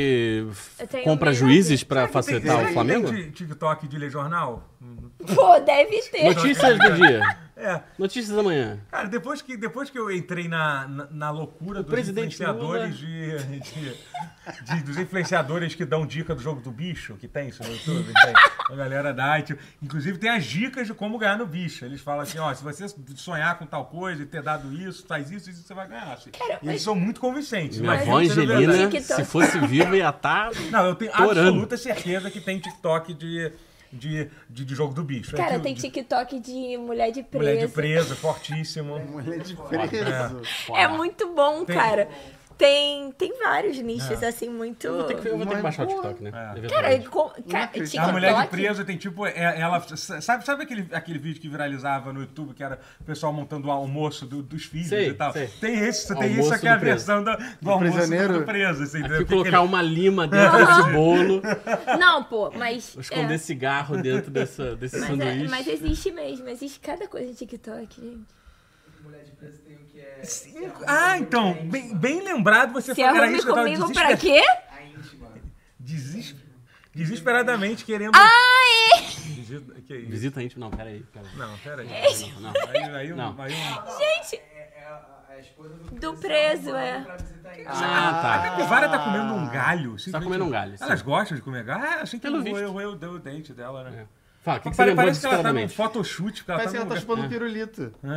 B: Eu tenho
C: compra
B: um
C: juízes
B: milhão de-
C: pra
A: Tem- tem-
C: facilitar Tá, o
A: tem
C: Flamengo?
A: ti- TikTok de ler jornal?
B: Deus. Pô, deve ter.
C: Notícias do dia.
A: É.
C: Notícias da manhã.
A: Cara, depois que, depois que eu entrei na, na, na loucura dos
C: presidente
A: influenciadores de, de- de- Dos influenciadores que dão dica do jogo do bicho, que tem isso no YouTube, tem. A galera dá. e, tipo, inclusive tem as dicas de como ganhar no bicho. Eles falam assim, ó, se você sonhar com tal coisa e ter dado isso, faz isso, isso você vai ganhar. assim.
B: Cara,
A: E eles são muito convincentes.
C: Minha
A: mas
C: avó
A: isso não é verdade.
C: Angelina,
B: TikTok.
C: se fosse viva, ia tá- estar.
A: Não, eu tenho
C: Torando.
A: absoluta certeza que tem TikTok de, de, de, de jogo do bicho.
B: Cara,
A: Aquilo
B: tem
A: de
B: TikTok de mulher de presa.
A: Mulher de preso, fortíssimo.
D: Mulher de preso.
B: É muito bom,
A: Tem-
B: cara. Tem, tem vários nichos, assim, muito.
C: É. Eu vou ter que, eu vou ter que
D: Mas,
C: baixar o
D: porra.
C: TikTok, né?
B: Cara, é-
C: Eventualmente.
B: com... ca-
D: acredito.
C: Ah,
A: A mulher de
B: TikTok?
A: presa tem tipo, é- ela. Sabe, sabe aquele, aquele vídeo que viralizava no YouTube, que era o pessoal montando o almoço do- dos filhos
C: Sei,
A: e tal?
C: sei.
A: Tem esse, tem
C: Almoço
A: isso aqui é a
C: do preso.
A: versão do, do, almoço
D: prisioneiro.
A: do preso. Assim,
C: Aqui
A: entendeu? Tem
C: colocar uma lima dentro desse bolo,
B: Não, pô, mas. é,
C: esconder cigarro dentro dessa, desse
B: Mas, é-
C: sanduíche.
B: mas existe mesmo, existe cada coisa de TikTok, gente.
E: Mulher de preso tem o que é.
A: aquele- Ah, então, bem, bem lembrado, você
B: Se
A: falou era
B: arrume
A: isso que eu tava
B: comigo
A: desesper-
B: pra quê?
E: A íntima.
A: desis- desesperadamente querendo.
B: Ai!
A: Desi- Que é isso?
C: Visita íntima. Não, peraí. peraí.
A: Não, peraí.
C: Não,
A: Aí, aí, um-
C: Não. Tá.
A: aí um-
B: Gente!
E: É, é a, a esposa do
B: Do preso,
E: arrumando
B: é.
E: pra visitar a íntima.
C: Ah,
A: A capivara tá comendo um galho. simplesmente.
C: comendo um galho, sim.
A: Elas gostam de comer galho. Ah, assim que
C: Pelo
A: eu,
C: visto.
A: eu, eu dei o dente dela, né?
C: É. Fala, o que, que você
A: Pare-
C: lembrou
A: parece que ela tá num
C: desesperadamente?
A: photoshoot. porque Ela
D: Parece que
A: tá
D: ela
A: num
D: tá
A: lugar-
D: chupando pirulito.
A: É.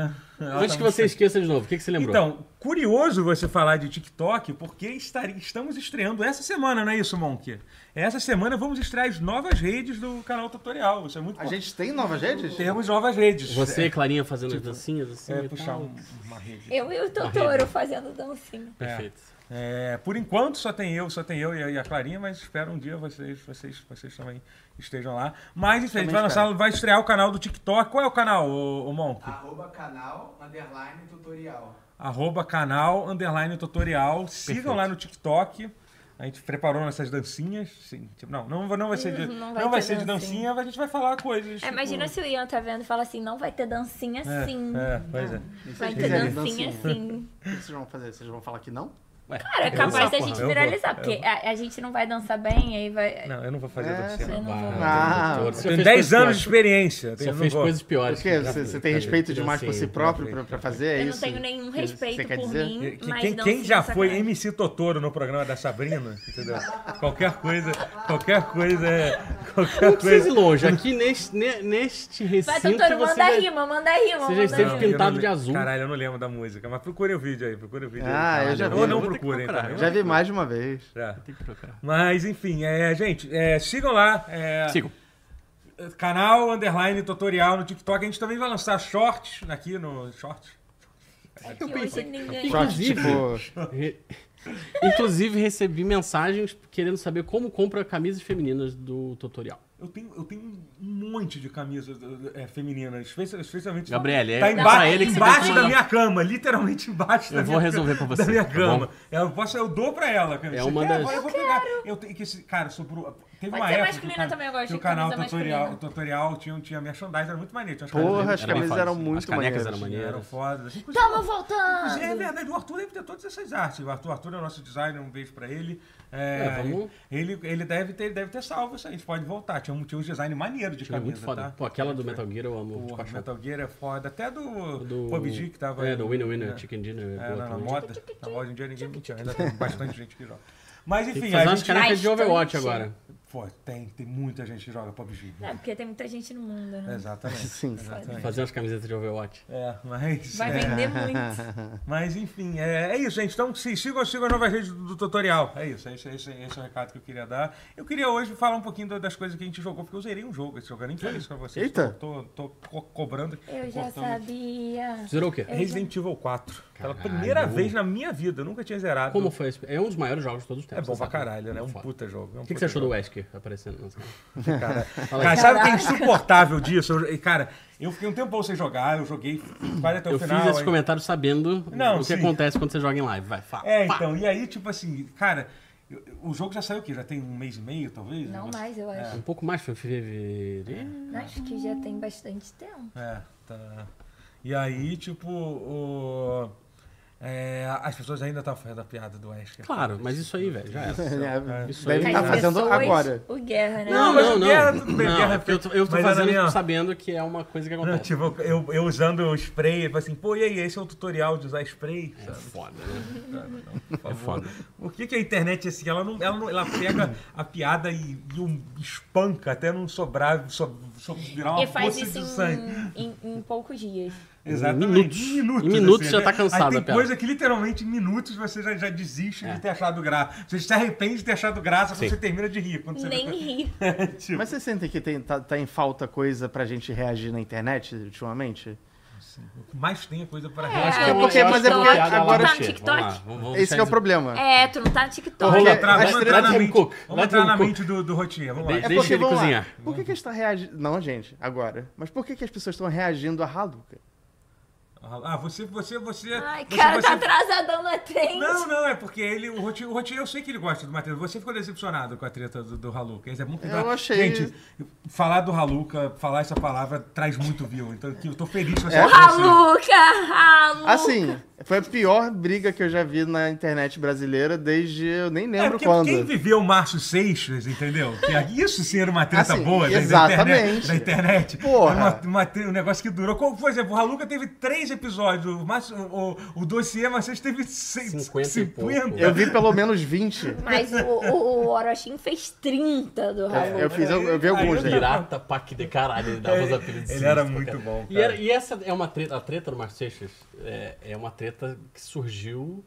A: Ela
C: Antes
A: tá
C: que
A: num-
C: você esqueça de novo, o que, que você lembrou?
A: Então, curioso você falar de TikTok, porque estaria, estamos estreando essa semana, não é isso, Monk? Essa semana vamos estrear as novas redes do canal tutorial. Isso é muito
D: A
A: bom.
D: gente tem novas redes?
A: Temos novas redes.
C: Você, Clarinha, fazendo as dancinhas assim.
A: É,
C: e
A: é, puxar
D: Tá
C: tal.
A: um- uma rede.
B: Eu e o Totoro fazendo dancinha.
C: Perfeito.
A: É, por enquanto só tem eu, só tem eu e a, e a Clarinha, mas espero um dia vocês, vocês, vocês também estejam lá. Mas enfim, a gente
D: Também
A: vai, lançar,
D: espero.
A: vai estrear o canal do TikTok. Qual é o canal, o, Monk?
E: Arroba canal underline tutorial.
A: Arroba canal, underline tutorial. Sigam lá no TikTok. A gente preparou nossas dancinhas. Sim, tipo, não, não, vai- não vai ser de,
B: Não
A: não
B: vai
A: vai
B: ter
A: ser de
B: dancinha.
A: dancinha, mas a gente vai falar coisas.
B: É,
A: tipo-
B: imagina se o Ian tá vendo e fala assim: não vai ter dancinha
A: É,
B: sim.
A: É, pois é.
D: E se
B: Vai
D: vocês
B: ter
D: fizerem
B: dancinha sim.
D: O que vocês vão fazer? Vocês vão falar que não?
C: Ué,
B: Cara, é
C: eu vou-
B: capaz da gente
A: eu vou,
B: viralizar,
A: eu
B: porque a, a gente não vai dançar bem, aí vai.
A: Não, eu não vou fazer
D: É,
A: dancinha.
D: sim.
A: não.
B: Eu não vou.
D: Ah,
C: doutor, você
A: Tenho
C: fez
A: 10
C: coisas
A: anos de
C: piores.
A: experiência. eu
C: Você
A: não
C: fez
A: vou.
C: coisas piores.
D: Porque
C: Já
D: você,
C: fiz,
D: você tem
C: cara,
D: respeito demais
C: assim,
D: por si próprio pra, pra fazer? É
B: Eu não
D: isso
B: tenho nenhum
D: que
B: respeito
D: você quer
B: por
D: dizer?
A: Que-
B: mim,
A: que-
B: mas
A: Quem,
B: dancinha
A: quem já
B: é
A: foi
B: sacanagem.
A: MC Totoro no programa da Sabrina, entendeu? Qualquer coisa, qualquer coisa, é- qualquer
C: Não precisa
A: coisa.
C: ir longe. Aqui neste, ne- neste
B: Vai,
C: recinto
B: Totoro,
C: você
B: manda
C: já-
B: rima, manda rima,
C: você já
B: manda
C: esteve
B: rima.
A: eu
C: pintado
A: é, não
C: de
A: le-
C: azul.
A: Caralho, eu não lembro da música, mas procurem o vídeo aí, procurem o vídeo
D: Ah,
A: aí.
D: eu já vi.
A: Ou não
C: Vou ter que
A: procurem
C: procurar,
A: também.
C: eu
D: Já vi mais de uma vez.
A: Já.
C: Tem que procurar.
A: Mas, enfim, é, gente, é, sigam lá. é,
C: Sigam.
A: Canal, underline, tutorial no TikTok. A gente também vai lançar shorts aqui no... Shorts?
B: É que hoje ninguém.
C: Só-
D: Short,
C: *laughs*
D: tipo,
C: Re- Inclusive, recebi mensagens querendo saber como compra camisas femininas do tutorial.
A: Eu tenho, eu tenho um monte de camisas é, femininas, espe- especialmente.
C: Gabriele, é
A: tá
C: pra
A: emba
C: ele que você tem
A: embaixo
C: que
A: da
C: mandar.
A: minha cama, literalmente embaixo
C: Eu
A: da
C: vou
A: minha,
C: resolver pra
A: *laughs*
C: você,
A: Da minha
C: tá
A: cama. É,
C: bom?
A: eu, posso, eu dou pra ela. Cara.
C: É
A: Você
C: uma
A: quer?
C: das-
A: Agora Eu vou pegar. Eu tenho que esse, cara, sobre o- teve
B: Pode
A: uma
B: ser
A: época.
B: masculina
A: que o can-
B: também, eu gosto
A: que
B: de
A: o canal
B: camisa
A: tutorial,
B: masculina.
A: tutorial tinha, tinha merchandise, era muito maneiro. Tinha umas
D: Porra,
A: camisas
D: as camisas
C: foda.
D: eram
C: As
D: muito
C: canecas
D: maneiras.
C: eram
A: que eram
C: maneiras.
A: fodas. Inclusive,
B: Tamo
A: Inclusive, É
B: voltando!
A: verdade, o Arthur deve ter todas essas artes. O Arthur, Arthur é o nosso designer, um beijo pra ele.
C: É,
A: É,
C: vamos-
A: ele, ele deve ter, deve ter salvo isso aí, a gente pode voltar. Tinha, um, tinha uns design maneiro de
C: Foi
A: camisa,
C: é muito foda.
A: tá?
C: Pô, aquela do Metal Gear eu amo de
A: Porra,
C: paixão.
A: Metal Gear é foda. Até do,
C: Do...
A: PUBG que tava...
C: É, do Winner Winner
A: é,
C: Chicken Dinner.
A: é,
C: É,
A: na,
C: boa
A: na
C: também.
A: moda. Na moda, um dia ninguém mentiu. Ainda tem bastante gente que joga. Mas,
C: Tem que
A: enfim,
C: fazer
A: a
C: umas
A: gente...
C: canecas de
B: Bastante.
C: Overwatch agora.
A: Pô, tem, tem muita gente que joga PUBG.
B: É, porque tem muita gente no mundo, né?
A: Exatamente.
D: Sim.
A: Exatamente.
C: Fazer umas camisetas de Overwatch.
A: É, mas.
B: Vai
A: é,
B: vender muito.
A: Mas enfim, é, é isso, gente. Então se sigam, sigam as novas redes do, do tutorial. É isso, é isso, é isso, é esse é o recado que eu queria dar. Eu queria hoje falar um pouquinho do- das coisas que a gente jogou, porque eu zerei um jogo esse jogo, eu nem falei isso pra vocês.
D: Eita.
A: Tô, tô, tô co- cobrando.
C: É,
B: Eu já
A: cortando.
B: sabia.
C: Zerou o quê?
A: Resident Evil 4. Pela
C: Caralho.
A: primeira vez na minha vida, eu nunca tinha zerado.
C: Como foi? esse- É um dos maiores jogos de todos os
A: É
C: tempos.
A: bom
C: você
A: pra
C: sabe,
A: caralho, né? É um
C: Foda.
A: puta jogo. é um
C: O que, que
A: puta
C: você achou do
A: jogo.
C: Wesker aparecendo? nas- *laughs*
A: Cara,
C: Fala aí.
A: cara sabe o que é insuportável disso? Eu- cara, eu fiquei um tempão sem jogar, eu joguei quase até o
C: Eu
A: final.
C: fiz esse
A: aí-
C: comentário sabendo
A: Não,
C: o que
A: sim.
C: acontece quando você joga em live. Vai, fala.
A: É, então, e aí, tipo assim, cara, eu- eu- o jogo já saiu o quê? Já tem um mês e meio, talvez?
B: Não
A: Um negócio-
B: mais, eu acho.
C: Um pouco mais, foi fevereiro.
B: Acho que já tem bastante tempo.
A: É, tá. E aí, tipo, o- é, as pessoas ainda estavam fazendo a piada do Wesker.
C: Claro, mas isso aí, velho, já era. Isso
D: Deve
C: aí.
D: estar
B: As
D: É, tá fazendo
B: pessoas-
D: agora.
B: O Guerra, né?
A: *laughs* Não, mas o Guerra, tudo bem, Guerra
C: é porque eu tô, eu tô
A: mas a
C: fazendo
A: minha-
C: sabendo que é uma coisa que
A: Não,
C: acontece.
A: *laughs* tipo, eu, eu usando o spray, ele falou assim, pô, e aí, esse é o tutorial de usar spray?
C: É foda, né?
A: Cara, não, por
C: É
A: favor.
C: foda.
A: O que, que a internet, assim, ela, não, ela, não- ela pega a piada e, e um- espanca até não sobrar, so, so- virar uma
B: E faz
A: poça
B: isso
A: de sangue.
B: em, em- em poucos dias.
A: Exatamente.
C: minutos.
A: Em minutos,
C: Em minutos já
A: né?
C: tá cansado
A: Aí tem
C: da piada. É.
A: coisa que literalmente em minutos você já, já desiste de ter achado graça. Você se arrepende de ter achado graça quando
C: Sim.
A: você termina de rir. Quando você
B: Nem
A: vê-
B: ri.
A: *laughs* tipo,
D: Mas você sente que tem, tá, tá em falta coisa pra gente reagir na internet ultimamente?
A: o que mais tem é coisa pra
B: É,
A: rir.
B: é
C: uma-
B: porque-
C: eu acho
D: mas é
C: que uma
D: porque
C: piada
D: agora-
C: lá
B: Tá no
C: no Vamos
B: TikTok?
C: lá, vamos- vamos
D: Esse que é o
C: deixar
D: problema.
B: É, tu não tá no TikTok.
A: Vamos
D: Olha,
A: entrar,
D: as
A: vamos entrar na
C: três-
A: mente,
C: Cook,
A: vamos
C: vai
A: entrar na
C: Cook.
A: mente do, do Rotier. Vamos lá.
C: Deixa
D: É
C: ele
D: porque, vamos lá,
C: cozinhar.
D: por que que está reagindo... Não, gente, agora. Mas por que que as pessoas estão reagindo a Haluca?
A: Ah, você, você, você.
B: Ai,
A: você-
B: cara,
A: você-
B: tá atrasadão na trend.
A: Não, não, é porque ele, o Rotier, o Rotier, eu sei que ele gosta do Matheus. Você ficou decepcionado com a treta do, do Haluca. Isso é muito
D: Eu achei-
A: Gente, falar do Haluca, falar essa palavra traz muito view. Então que eu tô feliz com essa
D: É?
B: Raluca, Raluca.
D: Assim, foi a pior briga que eu já vi na internet brasileira desde... Eu nem
A: É
D: lembro
A: porque
D: quando.
A: quem viveu Márcio Seixas, entendeu?
D: *laughs*
A: Que isso sim era uma treta
D: Assim,
A: boa né, da- da internet.
D: exatamente.
A: Da internet.
D: Porra.
A: Era uma- uma tre- um negócio que durou. Como, por exemplo, o Haluca teve três episódios. O, Márcio, o, o dossiê Márcio teve seis-
C: 50 e
A: 50.
C: pouco.
D: Eu vi pelo menos 20.
B: Mas o, o, o Orochinho fez 30
D: É,
B: do Raluca.
D: Eu, fiz, eu, eu vi alguns,
A: Aí eu
D: né?
C: Pirata pac de caralho, ele dava os apelidos.
A: É, Ele era
C: sinistros pra
A: muito
C: caralho.
A: bom,
C: E,
A: cara.
C: era- e essa é uma treta, a treta do Marcos Seixas é, é uma treta que surgiu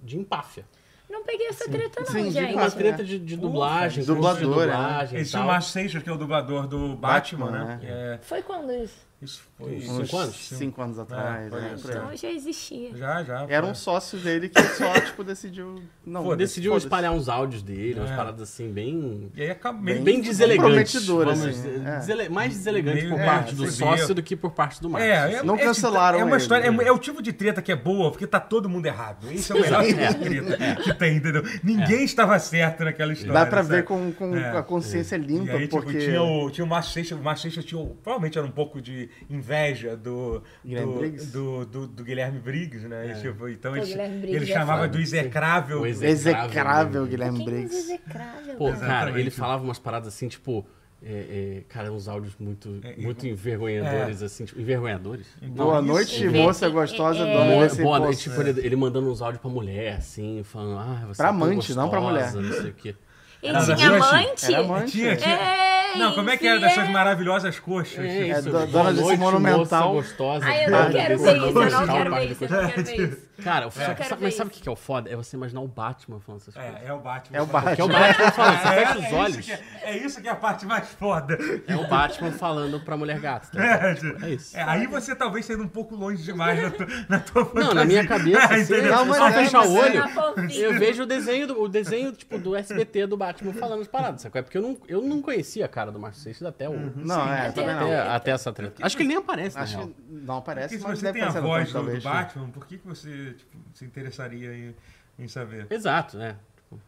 C: de empáfia.
B: Não peguei essa treta, não,
D: Sim, de
B: gente.
C: Uma
D: fato.
C: treta de, de dublagem, curso de
D: Dubladora, né?
C: dublagem e
A: é Esse é o
C: tal.
A: Márcio Seixas, que é o dublador do Batman,
D: Batman,
A: né? É,
B: Foi quando isso?
A: isso foi.
C: Uns cinco anos?
D: Cinco anos atrás.
A: foi
D: né,
A: isso,
D: por aí.
B: Então já existia.
A: Já, já.
D: Era
A: foi.
D: um sócio dele que só, tipo, decidiu... Não,
A: Foda-se,
C: Decidiu
D: foda-se.
C: espalhar uns áudios dele, umas
A: É.
C: paradas assim, bem.
D: um
A: E aí acabou.
C: Bem,
A: meio-
C: deselegantes.
D: comprometedor,
C: vamos
D: assim,
C: dizer,
D: é.
C: desele- mais deselegante
A: Meio-
C: por
A: é,
C: parte do
A: fudeu.
C: sócio do que por parte do Marcos.
A: É, é,
D: Não
A: é-
D: cancelaram
A: É uma
D: ele. né?
A: história, é, é o tipo de treta que é boa, porque tá todo mundo errado. Isso é o melhor tipo de treta que tem, entendeu? Ninguém estava certo naquela história.
D: É. Dá pra
A: sabe?
D: ver com, com
A: É.
D: a consciência
A: E
D: limpa,
A: aí, tipo,
D: porque...
A: tinha o, tinha o Márcio Seixas, o Márcio Seixas tinha, o- provavelmente era um pouco de inveja do,
D: Guilherme
A: do,
D: Briggs? É.
A: do, do- do Guilherme Briggs, né? E, tipo, então
B: Pô,
A: ele,
B: Guilherme Briggs
A: ele
B: é
A: chamava
B: foda.
A: do execrável.
C: O
A: do-
C: execrável.
D: Execrável Guilherme
B: Quem
D: Briggs.
B: desexecrável.
C: Pô,
B: cara.
C: cara, ele
A: Exatamente.
C: falava umas paradas assim, tipo. é, é, cara, uns áudios muito,
A: É,
C: muito envergonhadores, assim, tipo, envergonhadores?
D: Boa noite,
B: isso.
D: moça gostosa,
B: É,
D: dona
C: Boa,
D: desse
C: boa
D: poço. é.
C: noite, tipo, ele, ele mandando uns áudios pra mulher, assim, falando, ah, você
D: Pra
C: é tão
D: amante, não pra
C: gostosa, Não sei o quê.
B: E
A: Não,
B: tinha
A: mas-
B: amante?
D: Era amante.
A: Tinha, tinha.
B: É,
A: Não, como é que era
B: enfim,
A: dessas maravilhosas coxas?
C: É
A: tipo,
C: isso,
D: do-
C: boa
D: dona desse
C: noite,
D: monumental.
C: Moça gostosa,
B: Ai, eu
C: cara,
B: não quero
C: desse
B: ver isso, eu não
C: monumental,
B: quero
A: É,
C: cara,
B: ver isso, eu não quero ver isso.
C: Cara, só que-
B: quero
C: sabe-
B: ver
C: mas sabe o
B: isso.
C: que que é o foda? É você imaginar o Batman falando essas coisas.
A: É, é o Batman.
D: É o Batman.
C: Que é o Batman falando, você fecha os
A: É isso,
C: olhos.
A: que é, é isso que é a parte mais foda.
C: É o Batman falando pra mulher gata. tá ligado?
A: É,
C: Tipo, é isso.
A: é, aí você talvez sendo um pouco longe demais
C: *laughs*
A: na, tu, na tua fantasia.
C: Não, na minha cabeça,
A: *laughs* É,
C: assim,
A: entendeu?
D: Não, mas
C: só
D: é,
C: fechar o
D: mas
C: olho,
B: Na fanfic.
C: eu vejo o desenho, do, o desenho tipo, do SBT do Batman falando as paradas, sacou? É porque eu não, eu não conhecia a cara do Márcio Seixas até o...
D: Não, é, também não.
C: Até, até essa treta. Acho que ele nem aparece, na
D: Acho
C: real.
D: que não aparece,
A: Porque se
D: mas
A: você
D: deve tá
A: tem a
D: aparecer no
A: voz do,
D: fundo,
A: do
D: talvez.
A: Batman, por que, que você tipo, se interessaria em, em saber?
C: Exato, né? Tipo,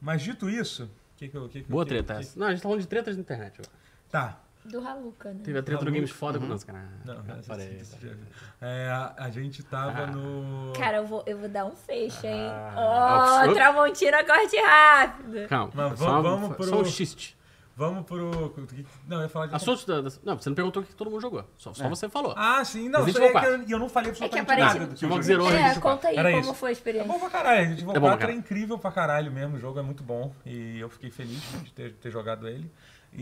A: Mas dito isso... Que que eu, que que eu-
C: Boa
A: que-
C: treta
A: que-
C: essa. Não, a gente tá falando de tretas na internet agora.
A: Tá.
B: Do Raluca, né?
C: Teve a treta do Games Foda com o cara.
A: Não,
C: cara,
A: essa-
C: parei,
A: essa-
C: parei.
A: é, a- a gente tava
C: Ah.
A: no...
B: Cara, eu vou, eu vou dar um fecho, hein?
C: Ah.
A: é
B: Ó, oh, Tramontina, corte rápido.
C: Calma,
A: Mas
C: só,
A: vamos
C: um-
A: pro-
C: só um xiste.
A: Vamos pro. Não, eu ia falar de.
C: Assuntos da, da- Não, você não perguntou o que todo mundo jogou. Só, só você falou.
A: Ah, sim, não,
C: Resident
A: isso aí é que
C: Evil
A: eu, e eu não falei absolutamente
B: aparentemente-
A: nada do que eu
C: Vamos
A: joguei.
C: zerou, né?
B: É,
C: Resident
B: conta aí
A: né, Era
B: como
A: isso.
B: foi
A: É
B: a experiência.
A: bom pra caralho, Resident Evil
C: É bom pra
A: 4 é
C: caralho.
A: incrível pra caralho mesmo, o jogo é muito bom e eu fiquei feliz de ter, ter jogado ele.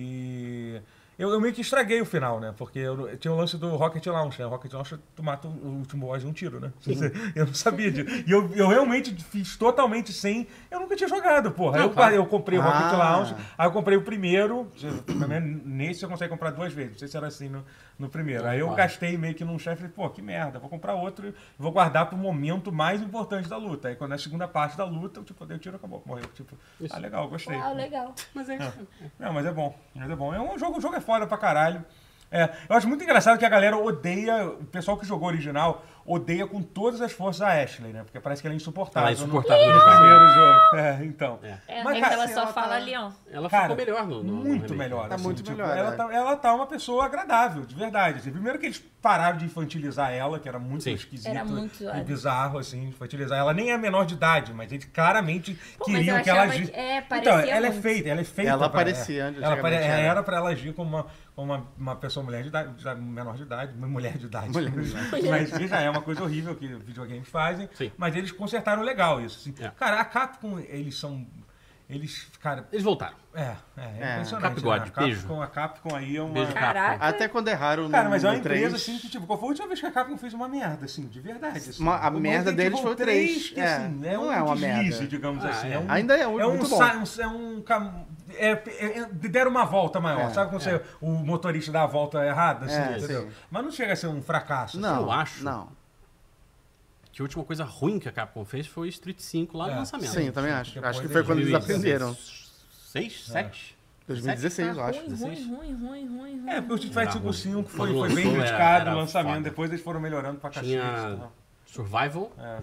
A: E eu, eu meio que estraguei o final, né? Porque eu, eu tinha o lance do Rocket Launch, né? O Rocket Launch tu mata o último boss de um tiro, né? *laughs* Eu não sabia de, E eu, eu realmente fiz totalmente sem. Eu nunca tinha jogado, porra. eu,
C: claro.
A: eu comprei o Rocket
D: Ah.
A: Launch, aí eu comprei o primeiro. *clears throat* pelo menos Nesse eu consegue comprar duas vezes. Não sei se era assim no, no primeiro. Aí eu
C: Claro.
A: gastei meio que num chefe falei, pô, que merda, vou comprar outro e vou guardar pro momento mais importante da luta. Aí quando é a segunda parte da luta, eu tipo, dei o tiro, acabou, morreu. Tipo, ah, legal, gostei.
B: Ah, legal.
C: Mas é isso.
A: Não, mas é bom. Mas é bom. É um jogo, o jogo é foda pra caralho. É, eu acho muito engraçado que a galera odeia, o pessoal que jogou original odeia com todas as forças a Ashley, né? Porque parece que ela é insuportável.
C: Ela é
A: no-
C: insuportável.
A: No, primeiro jogo. É, então.
C: É.
B: É,
A: Mas,
B: mas
A: cara,
B: ela só
D: ela
B: fala
D: tá-
B: Leon.
C: Ela
A: Cara,
C: ficou melhor no. no- no
A: muito
C: remake. né?
A: melhor.
D: Tá
A: assim,
D: muito
A: tipo,
D: melhor,
A: Ela
D: é.
A: tá, ela tá uma pessoa agradável, de verdade. assim. Primeiro que eles pararam de infantilizar ela, que era muito
C: Sim.
A: esquisito
B: Era muito
A: e
B: zoado.
A: bizarro, assim, infantilizar. Ela nem é menor de idade, mas eles claramente
B: Pô, mas
A: queriam
B: eu
A: que ela
B: achava
A: agisse.
B: que- é,
A: então,
B: parecia
A: ela é
B: muito.
A: feita, ela é feita.
D: Ela
A: pra-
D: parecia,
A: é.
D: antigamente
A: ela pare-
D: era.
A: Era pra ela agir como uma, como uma, uma pessoa mulher de idade, de- menor de idade, *laughs* mulher de idade. né?
D: Mulher de
B: idade.
A: mas já é uma coisa horrível que videogames fazem.
C: Sim.
A: Mas eles consertaram legal isso. assim.
C: É.
A: Cara, a Capcom, eles são. Eles, cara,
C: Eles voltaram.
A: é, é, é
D: É.
A: impressionante.
C: Capgod,
A: né? a Capcom,
C: beijo.
A: A Capcom aí é uma...
C: Beijo, Capcom.
B: Caraca.
D: Até quando erraram
A: Cara,
D: no,
A: mas é uma
D: no três,
A: empresa, assim, que, tipo, qual foi a última vez que a Capcom fez uma merda, assim, de verdade? assim?
D: Uma- a
A: O
D: merda
A: Resident
D: deles
A: Evil
D: foi o três,
A: que,
D: é.
A: assim, é
D: Não
A: um
D: é uma
A: deslize,
D: merda.
A: digamos
C: Ah,
A: assim.
C: é.
A: um-
D: Ainda é um-
A: um
D: muito bom.
A: sa- um- É um... cam- é- é- é- deram uma volta maior.
D: É,
A: Sabe quando você- o motorista dá a volta errada, assim,
D: É,
A: entendeu?
D: sim.
A: Mas não chega a ser um fracasso.
D: Não,
C: Eu acho.
D: Não.
C: Que a última coisa ruim que a Capcom fez foi o Street 5 lá
A: É.
C: no lançamento.
D: Sim, eu também
A: sim,
D: acho.
A: depois
D: Acho que
A: eles
D: foi quando eles
A: juízes.
C: é
D: aprenderam.
C: 6, 7?
D: 2016, eu
B: Tá
D: acho.
B: ruim, ruim, ruim, ruim, ruim, ruim.
A: assim. É, porque o Street Fighter
C: Era ruim.
A: 5 foi,
C: Quando
A: foi bem
C: lançou, era-
A: criticado
C: era
A: o lançamento.
C: foda.
A: Depois eles foram melhorando pra cacete. né?
C: Tinha Survival
A: É.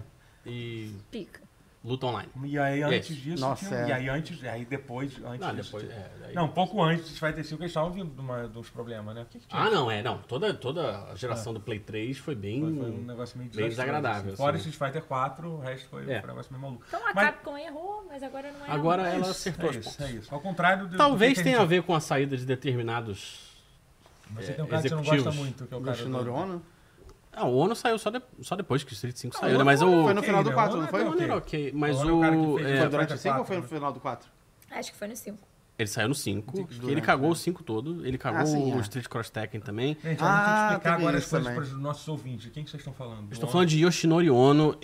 C: e
B: Pica.
C: Luta Online.
A: E aí antes
C: Yes.
A: disso,
D: Nossa,
A: tinha- um-
D: é.
A: e aí antes, e aí depois, antes
C: Não,
A: disso,
C: depois.
A: tinha-
C: é, aí-
A: Não, pouco antes dos Fighter 5 eles estavam vindo de uma- dos problemas, né? O que, que tinha?
C: Ah, não, é, não. Toda, toda a geração do Play 3 foi
A: É.
C: bem.
A: Foi, foi um negócio meio
C: Bem
A: desastroso,
C: desagradável,
A: assim. Fora
C: assim.
A: Street Fighter 4, o resto foi
C: É.
A: um negócio meio maluco.
B: Então a
A: Mas-
B: Capcom errou, mas agora não é.
C: Agora ela
A: Isso,
C: acertou
A: é
C: as
A: isso,
C: pontas.
A: é isso. Ao contrário do.
C: Talvez
A: do que
C: tenha a
A: gente-
C: ver com a saída de determinados.
A: Mas você
C: é,
A: tem um cara que você não gosta
C: executivos.
A: muito, que é o cara.
D: Do Shinorono.
C: Ah, o Ono saiu só, de- só depois que o Street 5
A: Não,
C: saiu,
A: Ah, o
C: né? Mas
A: Ono
C: o.
D: Foi no final do
A: né?
D: 4,
A: O
D: não
A: Ono
C: Foi
D: foi?
C: o
A: ok.
C: Ono, ok. Mas
A: O Ono é o cara que
C: o.
A: fez
C: é,
D: Foi
A: Fighter
D: durante o 5 ou foi no
A: né?
D: final do 4?
B: Acho que foi no 5.
C: ele saiu no 5.
D: Fica
C: que Ele
D: durando,
C: cagou
D: né?
C: o 5 todo. Ele cagou
D: Ah, sim,
C: o
D: é.
C: Street Cross Tekken também.
A: Gente, a gente tem
D: Ah,
A: que explicar
D: teve
A: agora as
D: isso
A: coisas
D: também.
A: para os nossos ouvintes. De quem que vocês estão falando?
C: Estou falando de Yoshinori Ono,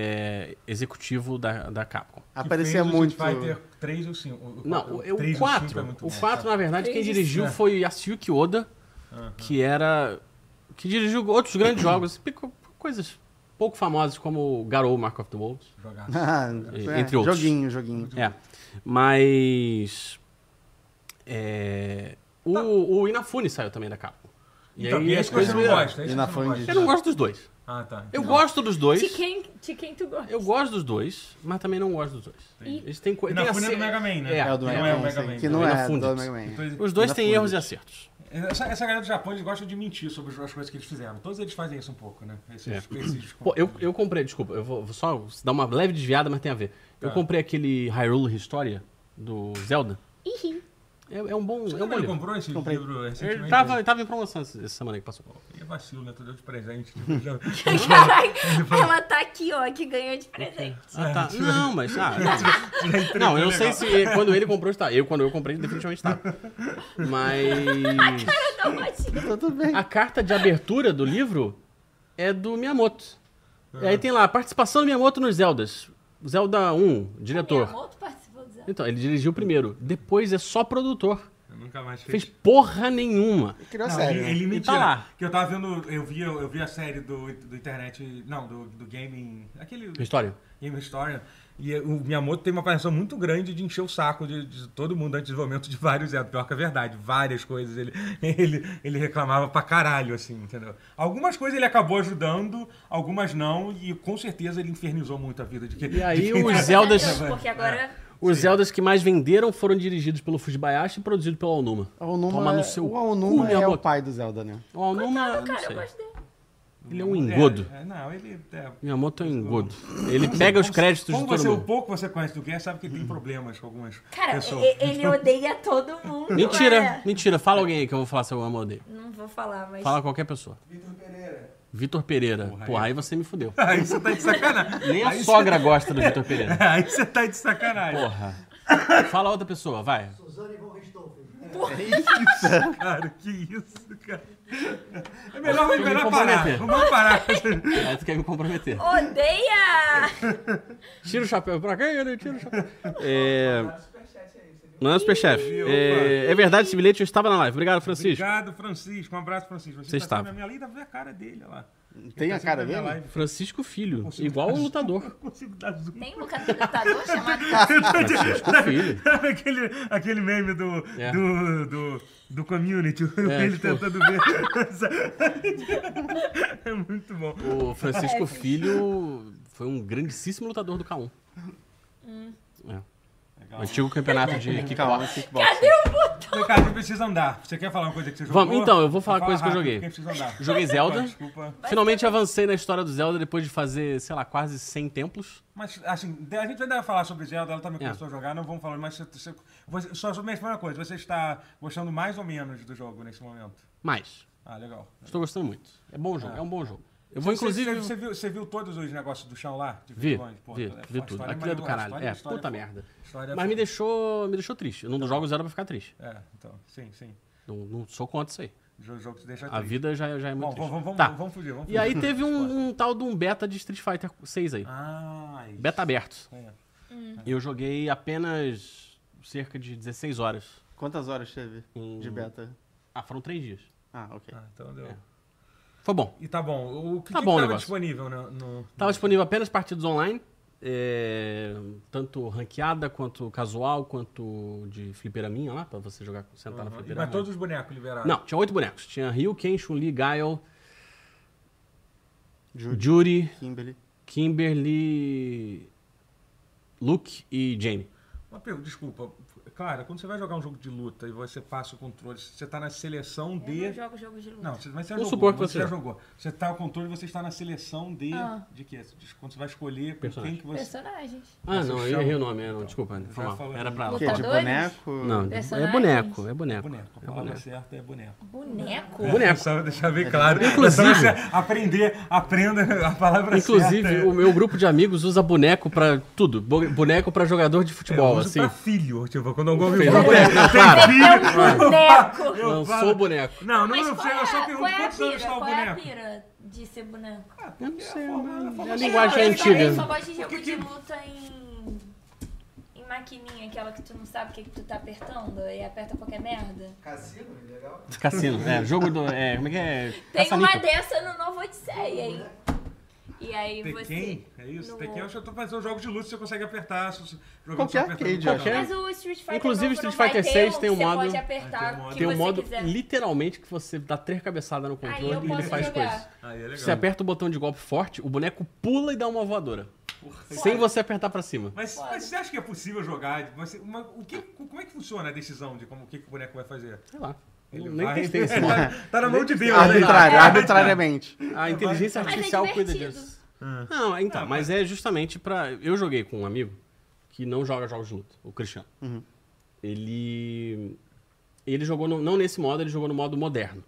C: ex-executivo da, da Capcom.
D: Aparecia muito.
A: Street Fighter 3 ou 5.
C: Não, o,
A: três e
C: 4.
A: cinco é muito
C: o
A: bom,
C: 4,
A: tá?
C: na verdade, quem
B: Três e
C: dirigiu
A: cinco.
C: foi Yasuyuki Oda, que era. que dirigiu outros
A: *coughs*
C: grandes jogos, pico- coisas pouco famosas como Garou, Mark of the Wolves.
A: Jogar.
D: *laughs* Ah,
C: E- entre outros.
D: Joguinho, joguinho.
A: Uhum.
C: É. Mas. é, o, o Inafune saiu também da Capcom. E
A: Tá. Então,
C: aí
A: e
C: as
A: esse que você
C: coisas.
A: não gosta. esse
D: E na
A: que você não
D: Fund.
A: gosta.
C: Eu não gosto dos dois.
A: Ah, tá.
C: Eu gosto dos dois.
B: De quem, de quem tu gosta?
C: Eu gosto dos dois, mas também não gosto dos dois.
B: Ih.
C: Eles têm co-
A: E
C: tem
A: na Fúria
C: acer-
A: do Mega Man, né?
C: É,
D: É o do
A: Não
D: Mega
A: é o
D: Man,
A: Mega
D: sim,
A: Man,
D: Que
A: né?
D: não
C: Ele
D: é,
C: não funde.
A: *laughs*
D: do Mega Man.
A: Então,
C: Os dois
D: Na
C: têm
D: Fúria.
C: erros e acertos.
A: Essa, essa galera do Japão, eles gostam de mentir sobre as coisas que eles fizeram. Todos eles fazem isso um pouco, né? Esses,
C: É.
A: esses-
C: Pô, eu, eu comprei, desculpa, eu vou vou só dar uma leve desviada, mas tem a ver. Eu
A: Tá.
C: comprei aquele Hyrule Historia do Zelda.
B: Ih,
A: *laughs*
C: É, é um bom.
A: Você
C: É um bom
A: também
C: livro.
A: comprou esse
D: Comprei.
A: livro recentemente? né?
C: Ele tava, ele tava em promoção essa, essa semana que passou.
A: E é vacilo, né? Tu deu de presente. *laughs*
B: Caraca, ela tá aqui, ó, que ganhou de presente.
A: *laughs*
C: Ah, tá. Não, mas. Ah, não. não, eu não sei se quando ele comprou está. Eu, quando eu comprei, definitivamente está. Mas.
B: *laughs* Não, mas-
D: Tá tudo bem.
C: A carta de abertura do livro é do Miyamoto. E
A: É.
C: aí tem lá, participação do Miyamoto nos Zeldas. Zelda 1,
B: Minha
C: diretor.
B: moto participou do Zé.
C: Então, ele dirigiu o primeiro. Depois é só produtor.
A: Eu nunca mais
C: Fez
A: fiz.
C: porra nenhuma.
D: Criou
A: Não,
D: sério.
A: ele, ele
C: E tá
A: mentiu.
C: lá.
A: Que eu tava vendo, eu vi, eu vi a série do, do internet, não, do, do gaming, aquele
C: História.
A: Game Story. E o Miyamoto tem uma pressão muito grande de encher o saco de, de todo mundo antes do desenvolvimento de vários Zelda. Pior que é verdade, várias coisas ele, *laughs* ele, ele reclamava pra caralho, assim, entendeu? Algumas coisas ele acabou ajudando, algumas não, e com certeza ele infernizou muito a vida de quem.
C: E aí
A: *laughs* de quem-
C: os Zeldas,
B: Porque
A: É.
B: agora. tá
C: os Zeldas que mais venderam foram dirigidos pelo Fujibayashi e produzidos pelo Aonuma.
D: O Onuma,
C: Toma no
D: é-
C: seu
D: o
C: cu,
D: Onuma é
C: Miyamoto.
D: o pai do Zelda, né?
C: O Aonuma,
B: Não,
C: não
B: cara, eu
C: sei.
B: gosto dele.
C: Ele é um engodo.
A: É, é, não, ele. É,
C: Miyamoto é um engodo. Ele pega os créditos de
A: como
C: todo
A: você, o
C: mundo.
A: pouco que você conhece do Guerra, sabe que ele tem problemas com algumas
B: Cara, é,
A: pessoas.
B: e- ele odeia todo mundo.
C: Mentira,
B: cara.
C: mentira. Fala alguém aí que eu vou falar se eu amo ou odeio.
B: Não vou falar, é. mas. é.
C: Fala qualquer pessoa.
E: Vitor Pereira.
C: Vitor Pereira.
A: Porra,
C: Porra,
A: aí-
C: aí você me fudeu.
A: *laughs* Aí você tá de sacanagem.
C: Nem
A: Aí
C: a
A: você-
C: sogra gosta do Vitor Pereira.
A: *laughs* Aí você tá de sacanagem.
C: Porra. Fala outra pessoa, vai.
F: Suzane von Richthofen.
A: Cara, que isso, cara. É melhor,
C: Vou me
A: melhor parar.
C: comprometer.
A: Vamos parar.
C: Aí tu quer me comprometer.
B: Odeia!
C: Tira o chapéu pra quem? Eu não tiro o chapéu. É,
E: Tá no superchat aí, você viu?
C: não é superchef. É, é verdade, esse bilhete eu estava na live. Obrigado, Francisco.
A: Obrigado, Francisco. Um abraço, Francisco. Você,
C: Você
A: tá
C: estava.
A: sempre na minha lei, dá pra ver a cara dele, olha lá.
D: Tem
A: Tá
D: a
A: sempre
D: cara
A: na minha
D: dele?
A: live.
C: Francisco Filho,
A: Consigo
C: igual o
A: dar-
C: lutador.
A: Consigo dar zoom.
B: Tem
A: *laughs*
B: um lutador chamado Francisco.
C: Francisco Filho.
A: aquele, aquele meme do,
C: É.
A: do, do, do community,
C: É,
A: ele
C: tipo-
A: tentando ver. *laughs* é muito bom.
C: O Francisco Filho foi um grandíssimo lutador do K1. É.
A: Legal.
C: Antigo campeonato de
D: Calma,
C: kickbox.
D: kickbox.
A: Ricardo, não precisa andar. Você quer falar uma coisa que você jogou?
C: Vamos, então, eu vou falar
A: Fala
C: coisa que eu
A: rápido,
C: joguei.
A: porque precisa andar.
C: Joguei Zelda.
A: Desculpa.
C: Finalmente avancei na história do Zelda depois de fazer, sei lá, quase 100 templos.
A: Mas, assim, a gente ainda vai falar sobre Zelda, ela também
C: É.
A: começou a jogar, não vamos falar, mas você, você, você, só só me responde uma coisa, você está gostando mais ou menos do jogo nesse momento?
C: Mas,
A: Ah, legal.
C: estou gostando muito. É bom jogo, é um bom jogo. Eu vou,
A: Você-
C: inclusive...
A: Você, você viu, você viu todos os negócios do chão lá? De
C: Vi,
A: Bitcoin? Pô,
C: vi,
A: é-
C: vi
A: a
C: tudo.
A: história
C: Aquilo é
A: maravilhosa,
C: do
A: a
C: caralho.
A: história- a
C: É,
A: história
C: puta
A: foda.
C: merda.
A: A história é
C: Mas me
A: foda.
C: deixou, me deixou triste. Eu não jogo Zelda pra ficar triste.
A: É, então, sim, sim.
C: Não, não sou contra isso aí.
A: O jogo te deixa
C: A
A: Tá triste.
C: vida já, já é muito
A: Bom,
C: triste.
A: vamos, vamos,
C: Tá.
A: vamos fugir, vamos
C: E
A: fugir.
C: aí teve um, um tal de um beta de Street Fighter 6 aí.
A: Ah, isso.
C: Beta aberto.
A: É.
C: E eu joguei apenas cerca de 16 horas.
D: Quantas horas teve de beta?
C: Ah, foram 3 dias.
D: Ah, ok.
A: Ah, então deu.
C: Foi bom.
A: E tá bom. O que,
C: É. Tá
A: que
C: bom o
A: tava
C: negócio. Tá,
A: disponível no... no-
C: Tava disponível apenas partidas online. é, tanto ranqueada, quanto casual, quanto de fliperaminha lá, pra você jogar, sentar na
A: E
C: fliperaminha.
A: Uhum. Mas todos os bonecos liberados.
C: Não, tinha oito bonecos. Tinha Ryu, Ken, Chun-Li, Gael,
D: Judy,
C: Judy,
D: Kimberly.
C: Kimberly, Luke e Jamie.
A: Uma pergunta, desculpa. Clara, quando você vai jogar um jogo de luta e você passa o controle, você tá na seleção de...
B: Eu não jogo jogo de luta.
A: Não, você, mas você já jogou.
C: Vamos supor que
A: mas
C: você
A: já
C: já-
A: jogou. Você tá o controle, você está na seleção de...
B: Ah.
A: De quê? De- Quando você vai escolher com
C: Personagem.
A: quem que você...
B: Personagens.
C: Ah,
A: Você
C: não, eu
A: chama-
C: errei o nome, é, não, desculpa, foi
A: já
C: mal.
A: falou.
C: Era pra
D: O
C: lá.
D: quê? De
B: Lutadores?
D: boneco?
C: Não, é
B: Personagens?
C: boneco, é boneco.
A: Boneco. A palavra certa é boneco. É
B: Boneco.
C: Boneco.
A: Só pra deixar bem claro.
C: Inclusive-
A: É só você aprender, aprenda a palavra
B: é
A: certa.
C: Inclusive, o meu grupo de amigos usa boneco pra tudo. Bo- Boneco pra jogador de futebol,
A: Eu uso
C: assim.
A: pra filho. Tipo, quando alguém me
C: Fez *laughs*
A: fala,
C: um boneco, não, claro. *laughs*
B: Boneco.
A: eu
C: Lançou
A: falo-
C: o boneco.
A: Não, não,
B: Mas
A: não,
B: qual
A: eu
B: é,
A: só
B: qual
A: pergunto
B: é a
A: quantos anos
B: pira?
A: está o
B: Qual é a
A: boneco.
B: pira de ser boneco?
C: Eu não sei,
A: mas
C: a linguagem é
B: eu só-
C: antiga.
B: Eu só gosto de jogo
A: que
B: de
A: que-
B: luta em... Em maquininha, aquela que tu não sabe o que, que tu tá apertando e aperta qualquer merda.
E: Cassino, legal?
C: Cassino, é, jogo do... É, como é que é?
B: Tem uma
C: Caça-níquel.
B: dessa no Novo Odisseia, hein? E aí
A: Tekken?
B: você...
A: É isso?
B: no-
A: Tekken, eu já tô fazendo jogos de luta, você consegue apertar. se- se- jogando
D: Qualquer
A: só apertando o
D: arcade, eu
A: botão.
C: acho.
B: Mas o Street Fighter
C: Inclusive,
B: novo não
C: Street Fighter
B: vai ter
C: 6
B: um
C: tem
B: que
C: um modo-
B: Você pode
A: Vai ter um
B: apertar o
A: modo-
B: que
C: Tem um
B: você
C: modo,
B: quiser.
C: literalmente, que você dá três cabeçadas no
B: Aí eu
C: controle e ele
B: posso
C: faz coisas.
B: jogar.
A: Aí é legal.
D: Ah.
C: Você aperta o botão de golpe forte, o boneco pula e dá uma voadora. Sem você apertar pra cima.
A: Mas, mas você acha que é possível jogar? Você- uma- o que, como é que funciona a decisão de como, o que, que o boneco vai fazer?
C: Sei lá. Eu
A: Ele
C: nem
A: vai-
C: testei
A: *laughs*
C: esse modo. é-
A: Tá- tá na mão de Deus. né?
D: *laughs* Arbitrário, arbitrariamente.
C: A inteligência
B: Mas é
C: artificial cuida
B: divertido.
C: disso.
D: Ah.
C: Não,
A: Ah,
C: então, mas é justamente pra. Eu joguei com um amigo que não joga jogos de luta, o Cristiano.
D: Uhum.
C: Ele. Ele jogou, no- não nesse modo, ele jogou no modo moderno.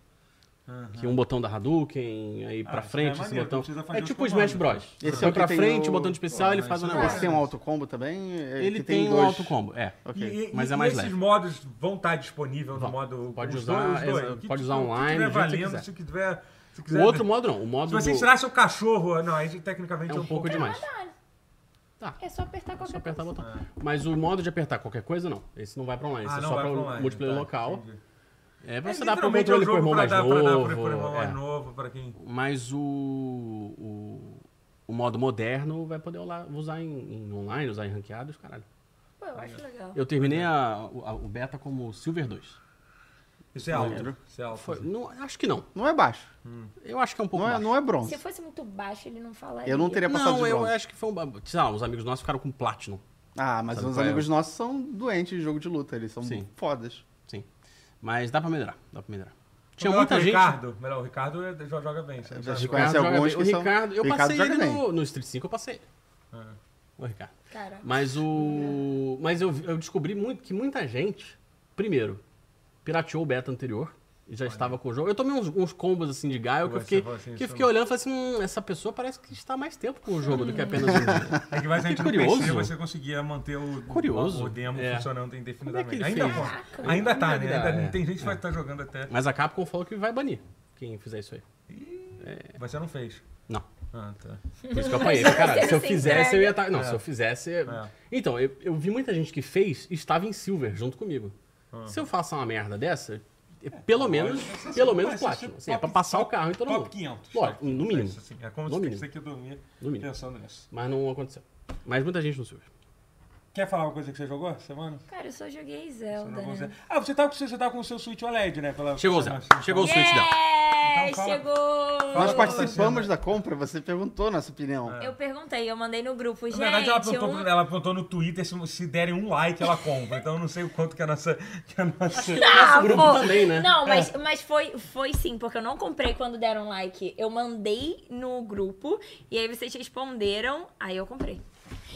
C: Que um botão da Hadouken, aí
A: isso
C: pra
A: é
C: frente, esse
A: maneiro,
C: botão.
A: não precisa fazer
C: É
A: os
C: tipo o
A: comandos.
C: Smash Bros.
D: Esse é
C: Foi
D: o que
C: pra
D: tem
C: frente,
D: o-
C: o botão de especial, ele faz o negócio.
D: Esse tem um autocombo também? É,
C: Ele
D: que
C: tem, um
D: dois-
C: autocombo, é.
A: E,
D: Ok.
A: e-
C: Mas é
A: e
C: mais
A: esses
C: leve.
A: modos vão estar disponíveis no
C: Vão.
A: modo.
C: Pode
A: os
C: usar,
A: dois- os dois?
C: exa-
A: O que-
C: pode
A: o
C: usar
A: que
C: online,
A: tiver
C: do jeito que
A: valendo,
C: quiser.
A: se tiver- se
C: O
A: quiser-
C: outro modo não, o modo.
A: Se você então,
C: do-
A: ensinar seu cachorro. Não, aí tecnicamente
C: É um pouco demais. Tá.
B: É só apertar qualquer
C: Só apertar o
B: coisa.
C: botão.
A: Ah.
C: Mas o modo de apertar qualquer coisa, não. Esse não vai pra online. Esse é só pra
A: o
C: multiplayer local. É pra você dar pro
A: tá, literalmente é um
C: controle pro
A: jogo
C: irmão
A: pra
C: mais
A: dar pra dar pro- pro
C: novo.
A: irmão mais
C: é.
A: novo, pra quem.
C: Mas o, o, o modo moderno vai poder ola- usar em, em online, usar em ranqueados, caralho.
B: Pô, eu acho legal.
C: Eu terminei a- o-
D: é.
C: a- o beta como Silver 2.
A: Isso é alto. Isso é alto.
C: Foi- não, acho que não.
D: Não é baixo.
C: Eu acho que é um pouco
D: Não é,
C: baixo.
D: não é
B: Se
D: bronze.
B: fosse muito baixo, ele não falaria.
D: Eu não teria passado
C: Não,
D: de
C: eu
D: bronze.
C: acho que foi um... ba- Sei lá, uns amigos nossos ficaram com Platinum.
D: Ah, mas
C: Sabe
D: uns
C: qual é?
D: amigos nossos são doentes de jogo de luta. Eles são
C: Sim.
D: fodas.
C: Sim. Mas dá pra melhorar, dá pra melhorar. Tinha
A: Melhor que
C: muita
A: é o
C: gente.
A: Ricardo. Melhor, o Ricardo é- jo- joga bem. você não
D: A gente
A: sabe?
D: conhece
C: Ricardo joga
D: alguns
C: bem.
D: que
C: o
D: são...
C: Ricardo, eu
D: Ricardo
C: passei
D: joga
C: ele
D: bem.
C: no, no Street 5, eu passei.
A: É.
C: O Ricardo.
B: Caraca.
C: Mas o. Mas eu, eu descobri muito que muita gente, primeiro, pirateou o beta anterior e já estava com o jogo. Eu tomei uns, uns combos assim de Gaio que eu
A: Você
C: fiquei,
A: falou assim,
C: que eu
A: isso
D: é
C: fiquei olhando e falei assim: hum, essa pessoa parece que está mais tempo com o jogo
D: Hum.
C: do que apenas um
D: *laughs*
C: dia.
A: É que mais
C: Que
A: gente
C: curioso.
A: no PC você conseguia manter o,
C: Curioso.
A: o demo
C: É.
A: funcionando indefinidamente.
C: ele
A: ainda,
C: fez?
A: bom.
B: Caraca.
A: ainda tá,
C: Ainda
A: né? Ainda,
C: dá, é.
A: Tem gente que vai estar jogando até.
C: Mas a Capcom falou que vai banir quem fizer isso aí.
A: Mas você não fez.
C: Não.
A: Ah, tá.
C: Por isso que eu apanhei.
B: Mas
C: Caralho,
B: você
C: se eu
B: se
C: fizesse,
B: entrega.
C: eu ia estar. Não,
A: É.
C: se eu fizesse.
A: É.
C: Então, eu, eu vi muita gente que fez e estava em Silver junto comigo.
A: Ah.
C: Se eu faço uma merda dessa, é pelo menos,
A: Mas isso
C: pelo
A: assim,
C: menos
A: mas isso
C: Platinum.
A: é
C: Assim, é pra
A: top-
C: passar o
A: top-
C: carro em todo
A: top
C: mundo.
A: 500.
C: Lógico, no
A: É,
C: mínimo.
A: isso, assim, é como
C: No
A: se
C: mínimo.
A: você que dormir
C: No mínimo.
A: pensando nisso.
C: Mas não aconteceu. Mas muita gente não Silver.
A: Quer falar alguma coisa que você jogou essa semana?
B: Cara, eu só joguei
A: Você não
B: Zelda,
A: consegue-
B: né?
A: Ah, você tá, com, o seu- você tá com o seu Switch OLED, né? Pela,
C: Chegou o
A: pela-
C: Zelda. Chegou o
A: então-
C: Switch dela.
B: É,
A: Então fala.
B: chegou!
A: Fala
D: Nós
A: Oh.
D: participamos da compra, você perguntou nossa opinião.
C: É.
B: Eu perguntei, eu mandei no grupo, gente.
A: Na verdade, ela apontou,
B: um...
A: ela apontou no Twitter se, se derem um like, ela compra. Então eu não sei o quanto que a nossa. Que a
C: *laughs*
A: nossa...
B: Ah,
C: grupo
B: pô.
C: também, né?
B: Não, mas, mas foi, foi sim, porque eu não comprei quando deram like. Eu mandei no grupo e aí vocês responderam, aí eu comprei.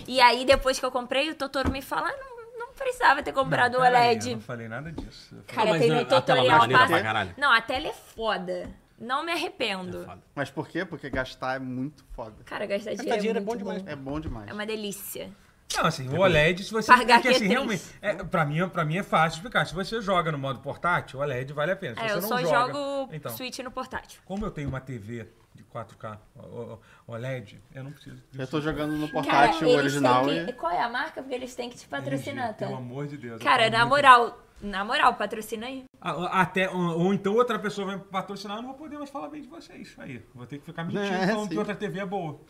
B: E aí, depois que eu comprei, o Totoro me fala, "Ah, não, não precisava ter comprado o
A: Peraí, Eu
B: OLED.
A: não falei nada disso. Eu falei-
B: Cara,
C: mas
B: teve
C: não,
B: um
C: a tela
B: tutorial
C: maneira
B: passa-
C: pra caralho. É
B: Não, a tela é foda. Não me arrependo.
C: Foda.
D: Mas por quê? Porque gastar é muito foda.
B: Cara, gastar dinheiro,
C: Gastar dinheiro é
B: muito
C: bom demais.
D: É bom demais.
B: É uma delícia.
A: Não, assim, o OLED, se você.
B: Pagar
A: é que, assim,
B: que é
A: realmente. É, pra, mim, pra mim é fácil explicar. Se você joga no modo portátil, o OLED vale a pena. Se
B: É,
A: você
B: eu
A: não
B: só
A: joga,
B: jogo
A: Então,
B: Switch no portátil.
A: como eu tenho uma TV de 4K o- o- o- OLED, eu não preciso.
D: Eu tô jogando no
B: Cara,
D: portátil
B: eles
D: original
B: têm que...
D: e...
B: Qual é a marca? Porque eles têm que te patrocinar,
A: LG,
B: tá?
A: Pelo amor de Deus. eu
B: Cara,
A: quero
B: na
A: muito-
B: moral, na moral, patrocina aí.
A: A- Até, ou, ou então outra pessoa vai me patrocinar, eu não vou poder mais falar bem de vocês. Aí, vou ter que ficar mentindo
D: É,
A: falando
D: sim.
A: que outra TV é boa.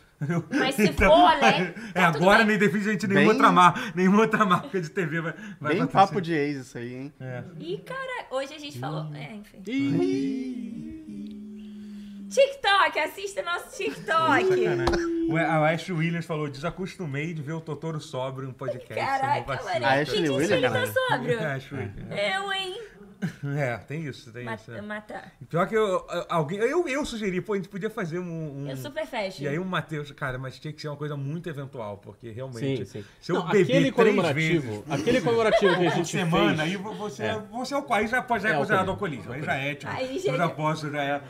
B: Mas se for OLED,
A: *laughs* É,
B: tá tudo
A: agora
B: bem.
A: nem definitivamente nenhuma,
D: Bem-
A: outra mar... nenhuma outra marca de TV vai, vai
D: Bem
A: patrocinar.
D: papo de ex isso aí, hein?
A: É.
B: Ih, cara, hoje a gente falou. É, enfim.
C: Ih,
B: TikTok, assista nosso TikTok.
A: Sacanagem. Né? Ué, A Ashley Williams falou: desacostumei de ver o Totoro sobre um podcast. eu
B: Caraca,
A: vou
B: mano.
A: vacilar."
D: A
B: O que que
D: Ashley
B: isso
D: Williams,
B: ele tá
D: galera.
B: sóbrio?
A: É, Ashley.
B: Eu, hein?
A: É, tem isso, tem
B: Ma-
A: isso. é.
B: Matar.
A: Pior que eu, eu- alguém, eu, eu sugeri, pô, a gente podia fazer um. um-
B: Eu super fecho.
A: E aí o Matheus, cara, mas tinha que ser uma coisa muito eventual, porque realmente.
C: Sim, sim.
A: Se eu
C: Não,
A: bebi
C: aquele
A: três
C: comemorativo,
A: vezes
C: aquele comemorativo que a
A: por
C: gente
A: semana,
C: fez.
A: aí você é, você é o aí já, pode- já é,
C: É,
A: considerado
C: alcoolismo.
A: alcoolismo. Aí já é, tipo,
B: Aí já
A: eu já
B: é.
A: posso, já é.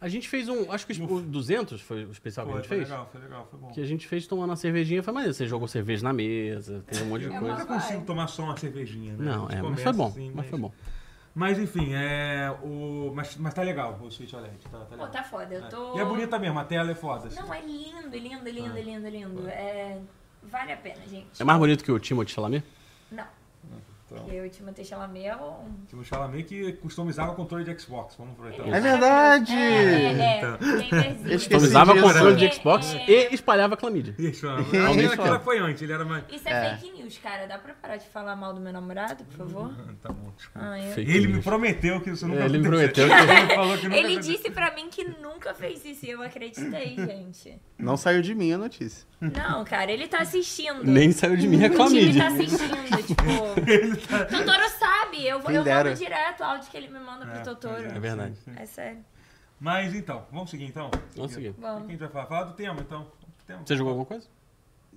C: A gente fez um, acho que o o 200 foi o especial que a
A: Pô,
C: gente
A: foi
C: fez.
A: legal, foi legal, foi bom.
C: Que a gente fez tomando uma cervejinha, foi maneiro. Você jogou cerveja na mesa, teve um monte de
A: Eu
C: coisa.
A: nunca consigo tomar só uma cervejinha, né?
C: Não,
A: A gente
C: é, mas
A: começa
C: foi bom,
A: assim,
C: mas foi bom.
A: Mas enfim, é. O... Mas, mas tá legal o Switch OLED. Tá, tá
B: Pô,
A: legal.
B: tá foda. Eu tô.
A: E é Ah, bonita mesmo, a tela é foda. assim.
B: Não, é lindo, lindo, lindo, lindo, lindo. É. Vale a pena, gente.
C: É mais bonito que o Timothée Chalamet?
B: Não.
A: Então.
B: Eu e o Timothée Chalamet é um...
A: Tipo, o Chalamet que customizava o controle de Xbox. Vamos aproveitar.
D: É verdade!
B: É, é,
A: Então.
B: é.
D: Esqueci.
B: Gamerzinho.
C: Customizava
D: disso.
C: controle de
B: É,
C: Xbox
B: é.
C: e espalhava clamídia.
A: *laughs*
C: *laughs*
A: Isso, é,
D: Alguém
A: ele
D: falou.
A: era apoiante, ele era mais.
B: Isso é,
D: É.
B: fake news, cara. Dá pra parar de falar mal do meu namorado, por favor?
A: Ah, Tá bom.
B: Ah, eu-
C: Fake
A: Ele me
C: news.
A: prometeu que isso nunca
C: É, Ele me
A: aconteceu.
C: prometeu que...
A: Ele falou que nunca
B: Ele
A: aconteceu.
B: disse pra mim que nunca fez isso e eu acreditei, gente.
D: Não saiu de mim a notícia.
B: Não, cara, ele tá assistindo.
C: Nem saiu de mim a
B: o time tá
C: clamídia.
B: assistindo, tipo. Totoro sabe, eu,
D: Quem
B: eu
D: dera.
B: mando direto o áudio que ele me manda pro
A: É,
B: Totoro.
C: É verdade.
B: É sério.
A: Mas então, vamos seguir então?
C: Vamos seguir.
A: O que a
B: Bom,
A: gente vai falar? Fala do tema então. O tema.
C: Você jogou alguma coisa?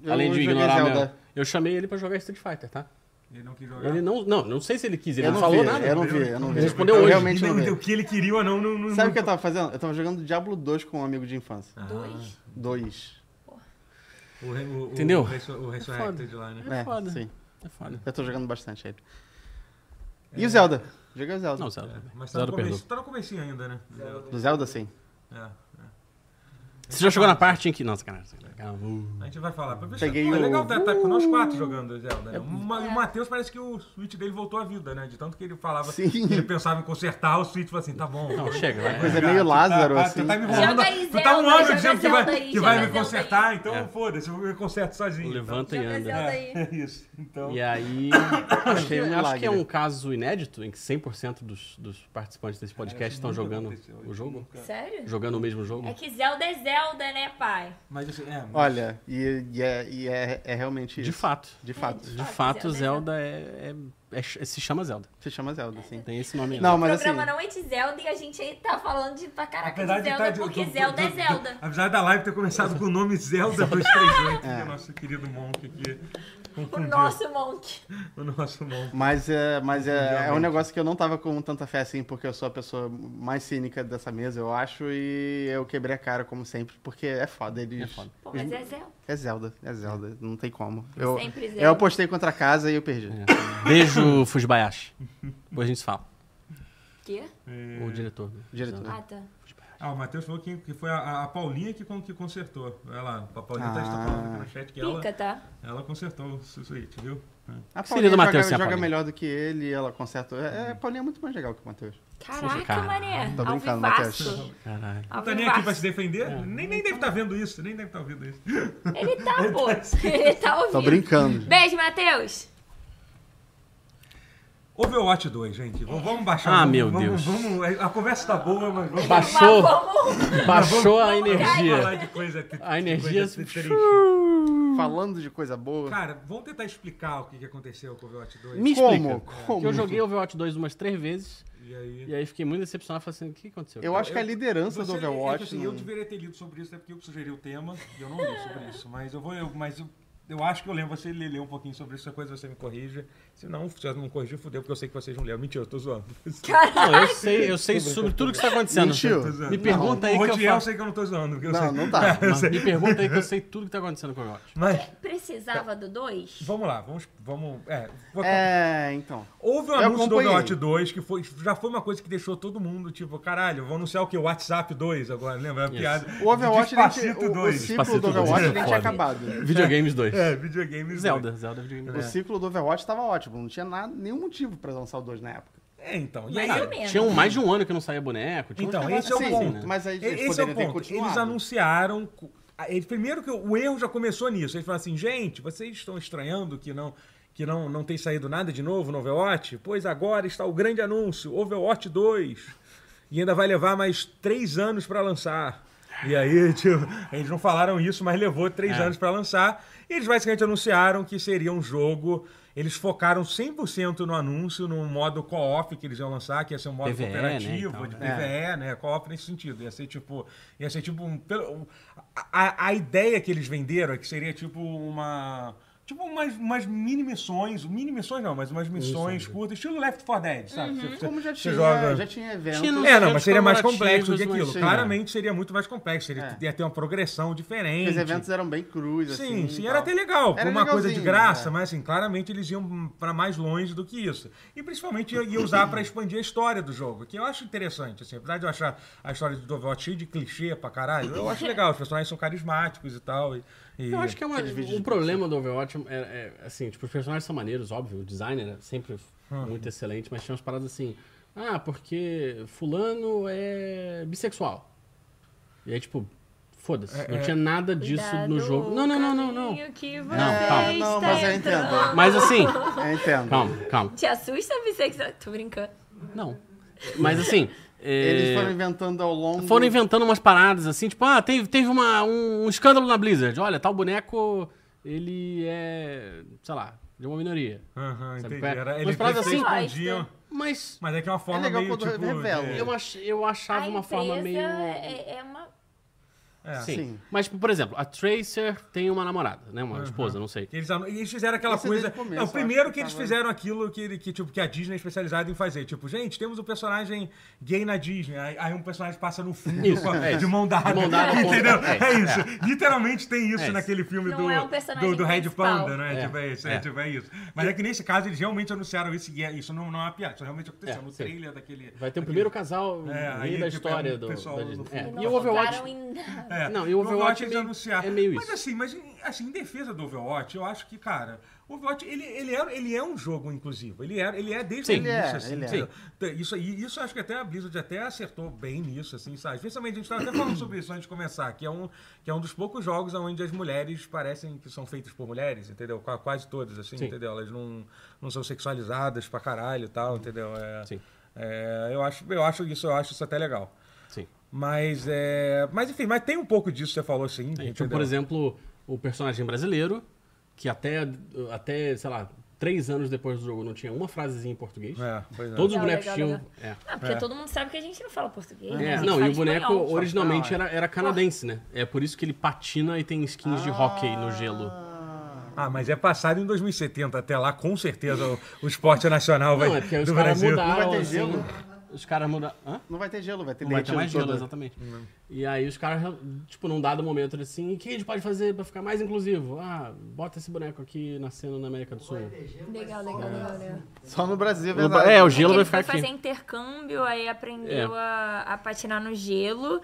D: Eu
C: Além de
D: joguei
C: ignorar
D: Zelda.
C: meu... Eu chamei ele pra jogar Street Fighter, tá?
A: Ele não quis jogar.
C: Ele não... Não, não sei se ele quis. Ele
D: Eu
C: não,
D: não
C: falou
D: vi,
C: nada.
D: eu não vi, eu não vi.
C: Ele respondeu
D: eu
C: hoje.
D: realmente não
A: Não, o
D: vi.
A: que ele queria ou não, não, não. Ah,
D: Sabe o que eu tava fazendo? Eu tava jogando Diablo 2 com um amigo de infância.
B: dois.
D: Ah, Dois.
A: O, o, o,
C: Entendeu?
A: O, Resu- o Resurrected lá, né?
C: É
D: É,
C: foda.
D: sim.
C: É foda.
D: Eu tô jogando bastante ele. E o Zelda? Joguei o Zelda.
C: Não, Zelda.
A: Mas tá
C: Zelda
A: no,
C: perdoa.
A: começo, tá no comecinho ainda, né?
D: Do Zelda, sim.
A: É.
C: Você já chegou na parte em que... Nossa, cara. Calma. Uh.
A: A gente vai falar. Pra
D: Peguei
A: Pô, é
D: o-
A: legal tá, tá com nós quatro jogando Zelda. Né? O Ma- O Matheus parece que o Switch dele voltou à vida, né? De tanto que ele falava
D: Sim.
A: que ele pensava em consertar, o Switch falou assim, tá bom.
C: Não, chega. vai.
D: Coisa
A: Cara,
D: é meio
A: tu
D: Lázaro,
A: tá,
D: assim.
A: Tu tá me enrolando.
B: Joga aí,
A: Tu tá um
B: Zelda,
A: ano
B: joga
A: dizendo que
B: Zelda
A: vai,
B: aí,
A: que vai
B: joga
A: me
B: Zelda
A: consertar, então
C: É.
A: foda-se, eu me conserto sozinho. então.
C: Levanta e
B: Joga
C: anda.
B: Zelda aí.
A: É isso. Então.
C: E aí, *coughs* acho que,
D: Achei um
C: acho que é
D: milagre.
C: um caso inédito em que 100% dos, dos participantes desse podcast estão
A: nunca
C: jogando
A: aconteceu,
C: o
A: isso
C: jogo,
A: nunca.
B: Sério?
C: jogando o mesmo
B: É
C: jogo.
B: que Zelda é Zelda, né, pai?
A: Mas assim, é, mas-
D: Olha, e, e é, e é, é realmente
C: De
D: isso.
C: fato.
D: De fato.
C: De fato, Zelda é, é é- se chama Zelda.
D: Se chama Zelda, sim.
C: Tem esse nome aí.
D: Não,
B: O
D: mas assim.
B: programa não é de Zelda e a gente aí tá falando de pra caraca
A: Apesar
B: de
A: de
B: Zelda,
A: tá de-
B: porque
A: do- do-
B: Zelda é
A: do-
B: Zelda.
A: Apesar da live ter começado com o nome Zelda
C: *laughs*
A: 238, que é nosso querido Monk aqui.
B: O
A: Confundiu
B: nosso Monk.
A: o nosso Monk.
D: Mas, é, mas é, é um
A: Realmente.
D: negócio que eu não tava com tanta fé assim, porque eu sou a pessoa mais cínica dessa mesa, eu acho, e eu quebrei a cara, como sempre, porque é foda. Eles... É
C: foda.
B: Pô, mas é Zelda.
D: É Zelda, é Zelda, não tem como. Eu,
B: Sempre Zelda.
D: eu apostei contra a casa e eu perdi.
C: É. Beijo, Fujibayashi. Depois a gente se fala.
B: Quê?
A: É.
C: O diretor. né?
D: Diretor.
B: Ah, tá.
A: Ah, o Matheus falou que, que foi a, a Paulinha que, con- que consertou. Ela, a Paulinha tá, está
D: Ah.
A: falando aqui no chat que ela,
B: Pica, tá?
A: ela consertou o Switch, viu?
D: A
C: seria do
D: Paulinha
C: Matheus sem
D: joga,
C: a
D: joga
C: Paulinha?
D: melhor do que ele, ela conserta. É, é, a Paulinha é muito mais legal que o Matheus.
B: Caraca,
C: Cara,
B: mané.
D: tô
B: Ao
D: brincando,
B: vivaço.
C: Caralho.
A: Não
B: Ao
A: tá nem aqui pra se
B: vivaço.
A: defender,
C: É.
A: nem, nem deve estar vendo isso, nem deve estar vendo isso.
B: Ele tá,
A: *laughs*
B: pô. *laughs* Ele tá ouvindo.
D: Tô brincando.
B: Beijo, Matheus.
A: Overwatch 2, gente, vamos, vamos baixar.
C: Ah,
A: vamos-
C: meu
A: vamos-
C: Deus.
A: vamos- a conversa tá boa, mas vamos...
C: Baixou Achou?
B: Mas vamos-
C: Baixou a
A: Vamos
C: energia.
A: falar de coisa tri-
C: A
A: de
C: energia é um
A: coisa
C: se-
A: triste.
D: *laughs* Falando de coisa boa.
A: Cara, vamos tentar explicar o que, que aconteceu com o Overwatch 2.
C: Me
D: como?
C: explica.
D: Como?
C: Eu joguei Overwatch 2 umas três vezes
A: E aí...
C: e aí fiquei muito decepcionado. Falei assim, o que aconteceu?
D: Eu acho que a
A: Eu-
D: liderança do
A: Você- é que,
D: Overwatch.
A: assim, Eu
D: não-
A: deveria ter lido sobre isso, até porque eu que sugeri o tema e eu não li sobre isso. Mas eu vou. Eu, mas eu, eu acho que eu lembro, você lê um pouquinho sobre isso, depois você me corrija. Se não, se você não corrigir, fudeu, porque eu sei que vocês não leram. Mentira, eu tô zoando.
C: Não, eu sei, *laughs* eu sei sobre tudo que está acontecendo.
D: Mentiu.
C: Me
D: Tá
C: pergunta aí
A: o
C: que eu
A: Rodiel, eu
C: faço.
A: sei que eu não tô zoando. porque eu
D: Não,
C: assim.
A: sei.
C: *laughs*
D: não tá.
C: Mas Me pergunta aí que eu sei tudo que tá acontecendo com o Overwatch.
A: Mas
B: Precisava do dois?
A: vamos lá, vamos. vamos é, vou-
D: É, então.
A: Houve um
D: eu
A: anúncio do
D: acompanhei.
A: Overwatch 2 que foi, já foi uma coisa que deixou todo mundo tipo, caralho, vou anunciar o que? WhatsApp 2 agora, lembra? É uma
C: Isso.
A: piada.
D: O Overwatch, ele tinha-
A: Despacito
D: o, o
A: 2.
D: ciclo
C: Despacito
D: do
C: dois.
D: Overwatch
C: É
D: ele tinha
C: foda.
D: acabado.
C: Videogames 2.
A: É, videogame
C: Zelda, Zelda videogame
D: O
C: 2.
D: ciclo do Overwatch tava ótimo, não tinha nada, nenhum motivo pra lançar o 2 na época.
A: É, então. E aí,
B: Mais ou menos.
C: Tinha um- mais de um ano que não saía boneco. Tinha
A: Então,
C: um
A: esse é o ponto.
C: né?
D: Mas aí eles
A: Esse é o
D: poderiam ter
A: ponto.
D: continuado.
A: Eles anunciaram. a- ele- Primeiro que o o erro já começou nisso. Eles falaram assim, gente, vocês estão estranhando que não que não, não tem saído nada de novo no Overwatch? Pois agora está o grande anúncio, Overwatch 2. E ainda vai levar mais três anos para lançar. E aí, *laughs* tipo, eles não falaram isso, mas levou três anos para lançar. E eles basicamente anunciaram que seria um jogo. Eles focaram 100% no anúncio, no modo co-op que eles iam lançar, que ia ser um modo
C: PVE, né,
A: cooperativo,
C: então,
A: de
C: né?
A: PVE, né? Co-op nesse sentido. Ia ser tipo. Ia ser tipo um. pelo- A, a- a ideia que eles venderam é que seria tipo uma. Tipo umas, umas mini missões, mini missões não, mas umas missões curtas, estilo Left 4 Dead, sabe? Você- você-
D: Uhum, Como já
A: você
D: tinha,
A: joga-
D: já tinha evento.
C: Tinha no-
A: É, não, mas seria mais
C: comemorativos,
A: complexo do que
C: mas
D: assim.
A: aquilo.
C: sim.
A: Claramente seria muito mais complexo. Seria,
D: É.
A: Ia ter uma progressão diferente.
D: Os eventos eram bem crus,
A: Sim,
D: assim.
A: sim,
D: e
A: era
D: tal.
A: até legal, por
D: Era
A: uma coisa de
D: legalzinho,
A: graça,
D: é.
A: mas assim, claramente eles iam pra mais longe do que isso. E principalmente ia, ia usar pra expandir a história do jogo, que eu acho interessante, assim, apesar de eu achar a história do Overwatch cheia de clichê pra caralho, eu acho legal, os personagens são carismáticos e tal. E, e-
C: Eu acho que é uma, o problema do Overwatch é, é, assim, tipo, os personagens são maneiros, óbvio, o designer é sempre muito excelente, mas tinha umas paradas assim, ah, porque fulano é bissexual. E aí, tipo, foda-se, não tinha nada disso no jogo. Não, não, não, não, não. Não, calma.
D: É, Não, mas eu entendo.
C: Mas assim,
D: Eu entendo.
C: calma, calma.
B: Te assusta a bissexual? Tô brincando.
C: Não. Mas assim, é,
D: Eles foram inventando ao longo...
C: foram inventando umas paradas assim, tipo, ah, teve, teve uma, um, um escândalo na Blizzard. Olha, tal boneco, ele é, sei lá, de uma minoria.
A: Aham,
C: Sabe
A: entendi.
C: qual é?
A: Era,
C: Mas
A: eles
C: parada
A: eles
C: assim-
A: respondiam,
C: Mas
A: mas é que é uma forma
D: legal
A: meio
D: quando
A: tipo...
D: revela.
A: de-
D: É.
C: eu, ach, eu achava
B: A
C: uma forma
B: empresa
C: meio.
B: É, é uma...
A: é.
C: Sim.
D: Sim.
C: Mas, tipo, por exemplo, a Tracer tem uma namorada, né? Uma esposa, não sei.
A: Que Eles, anu- e eles fizeram aquela
D: Esse é
A: coisa.
D: desde o começo,
A: não,
D: eu
A: primeiro
D: acho
A: que,
D: que
A: eles
D: tava-
A: fizeram aquilo que, ele- que, tipo, que a Disney é especializada em fazer. Tipo, gente, temos um personagem gay na Disney. Aí, aí um personagem passa no fundo
C: Isso,
A: com a-
C: é isso.
A: de mão dada.
C: De mão dada, ponto.
A: *laughs* entendeu?
C: É isso,
A: É, isso. Literalmente tem isso
C: É isso.
A: naquele filme
B: Não
A: do,
B: é um personagem
A: do, do Red
B: principal.
A: Panda, né?
C: É,
A: Tipo, é isso, é,
C: é.
A: tipo, é isso. Mas é que nesse caso eles realmente anunciaram isso e é- isso não, não é uma piada. Isso realmente aconteceu
C: É,
A: no
C: sim.
A: trailer daquele.
C: Vai ter o
A: daquele-
C: primeiro casal
A: É,
C: rei
A: aí, tipo,
C: da
A: é
C: história
A: um
C: do,
A: pessoal
C: da
A: no
C: Disney.
A: fundo.
C: É,
B: não
C: E o Overwatch.
B: focaram em nada.
A: É,
C: Não, e o
A: no
C: Overwatch é
A: eles
C: meio-
A: anunciaram.
C: é meio
A: mas
C: isso.
A: assim, mas em- assim, em defesa do Overwatch, eu acho que, cara, o Overwatch, ele, ele, é, ele é um jogo inclusivo. Ele é, ele é desde
C: Sim.
A: o início,
D: Ele é,
A: assim.
D: ele é.
A: entendeu? Tem- Isso, aí- isso acho que até a Blizzard até acertou bem nisso, assim, sabe? Especialmente, a gente estava até falando sobre isso antes de começar, que é, um, que é um dos poucos jogos onde as mulheres parecem que são feitas por mulheres, entendeu? Qua- Quase todas, assim,
C: Sim.
A: entendeu? Elas não, não são sexualizadas pra caralho e tal, entendeu? É,
C: Sim.
A: é, eu, acho, eu acho isso, eu acho isso até legal.
C: Sim.
A: Mas é. Mas enfim, mas tem um pouco disso que você falou
C: Então,
A: assim.
C: Tipo, por exemplo, o personagem brasileiro, que até, até sei lá, três anos depois do jogo não tinha uma frasezinha em português.
A: É, pois é.
C: Todos os
B: Legal,
C: bonecos
B: legal,
C: tinham. É.
B: Ah, porque
A: É.
B: todo mundo sabe que a gente não fala português.
C: É,
B: né? A gente
C: não, e
B: fala
C: o boneco
B: espanhol.
C: originalmente
D: Só
C: era, era canadense, né? É por isso que ele patina e tem skins de hockey no gelo.
A: Ah, mas é passado em 2070. Até lá, com certeza, o, o esporte nacional vai
C: Não, é porque os
A: do
C: caras
A: Brasil.
C: mudaram.
D: Não vai ter
C: assim,
D: gelo?
C: Os caras mudaram. Hã?
D: Não vai ter gelo, vai ter
C: Não vai ter
D: derretido
C: mais gelo,
D: todo.
C: exatamente. E aí os caras, tipo, num dado momento eles assim, o que a gente pode fazer pra ficar mais inclusivo? Ah, bota esse boneco aqui nascendo na América do Sul.
B: Legal, legal, legal, legal.
D: Só no Brasil, é
C: No
D: verdade.
C: Ba- é, o
B: Porque
C: gelo vai
B: ele
C: ficar
B: foi fazer
C: aqui.
B: intercâmbio, aí aprendeu
C: É.
B: a, a patinar no gelo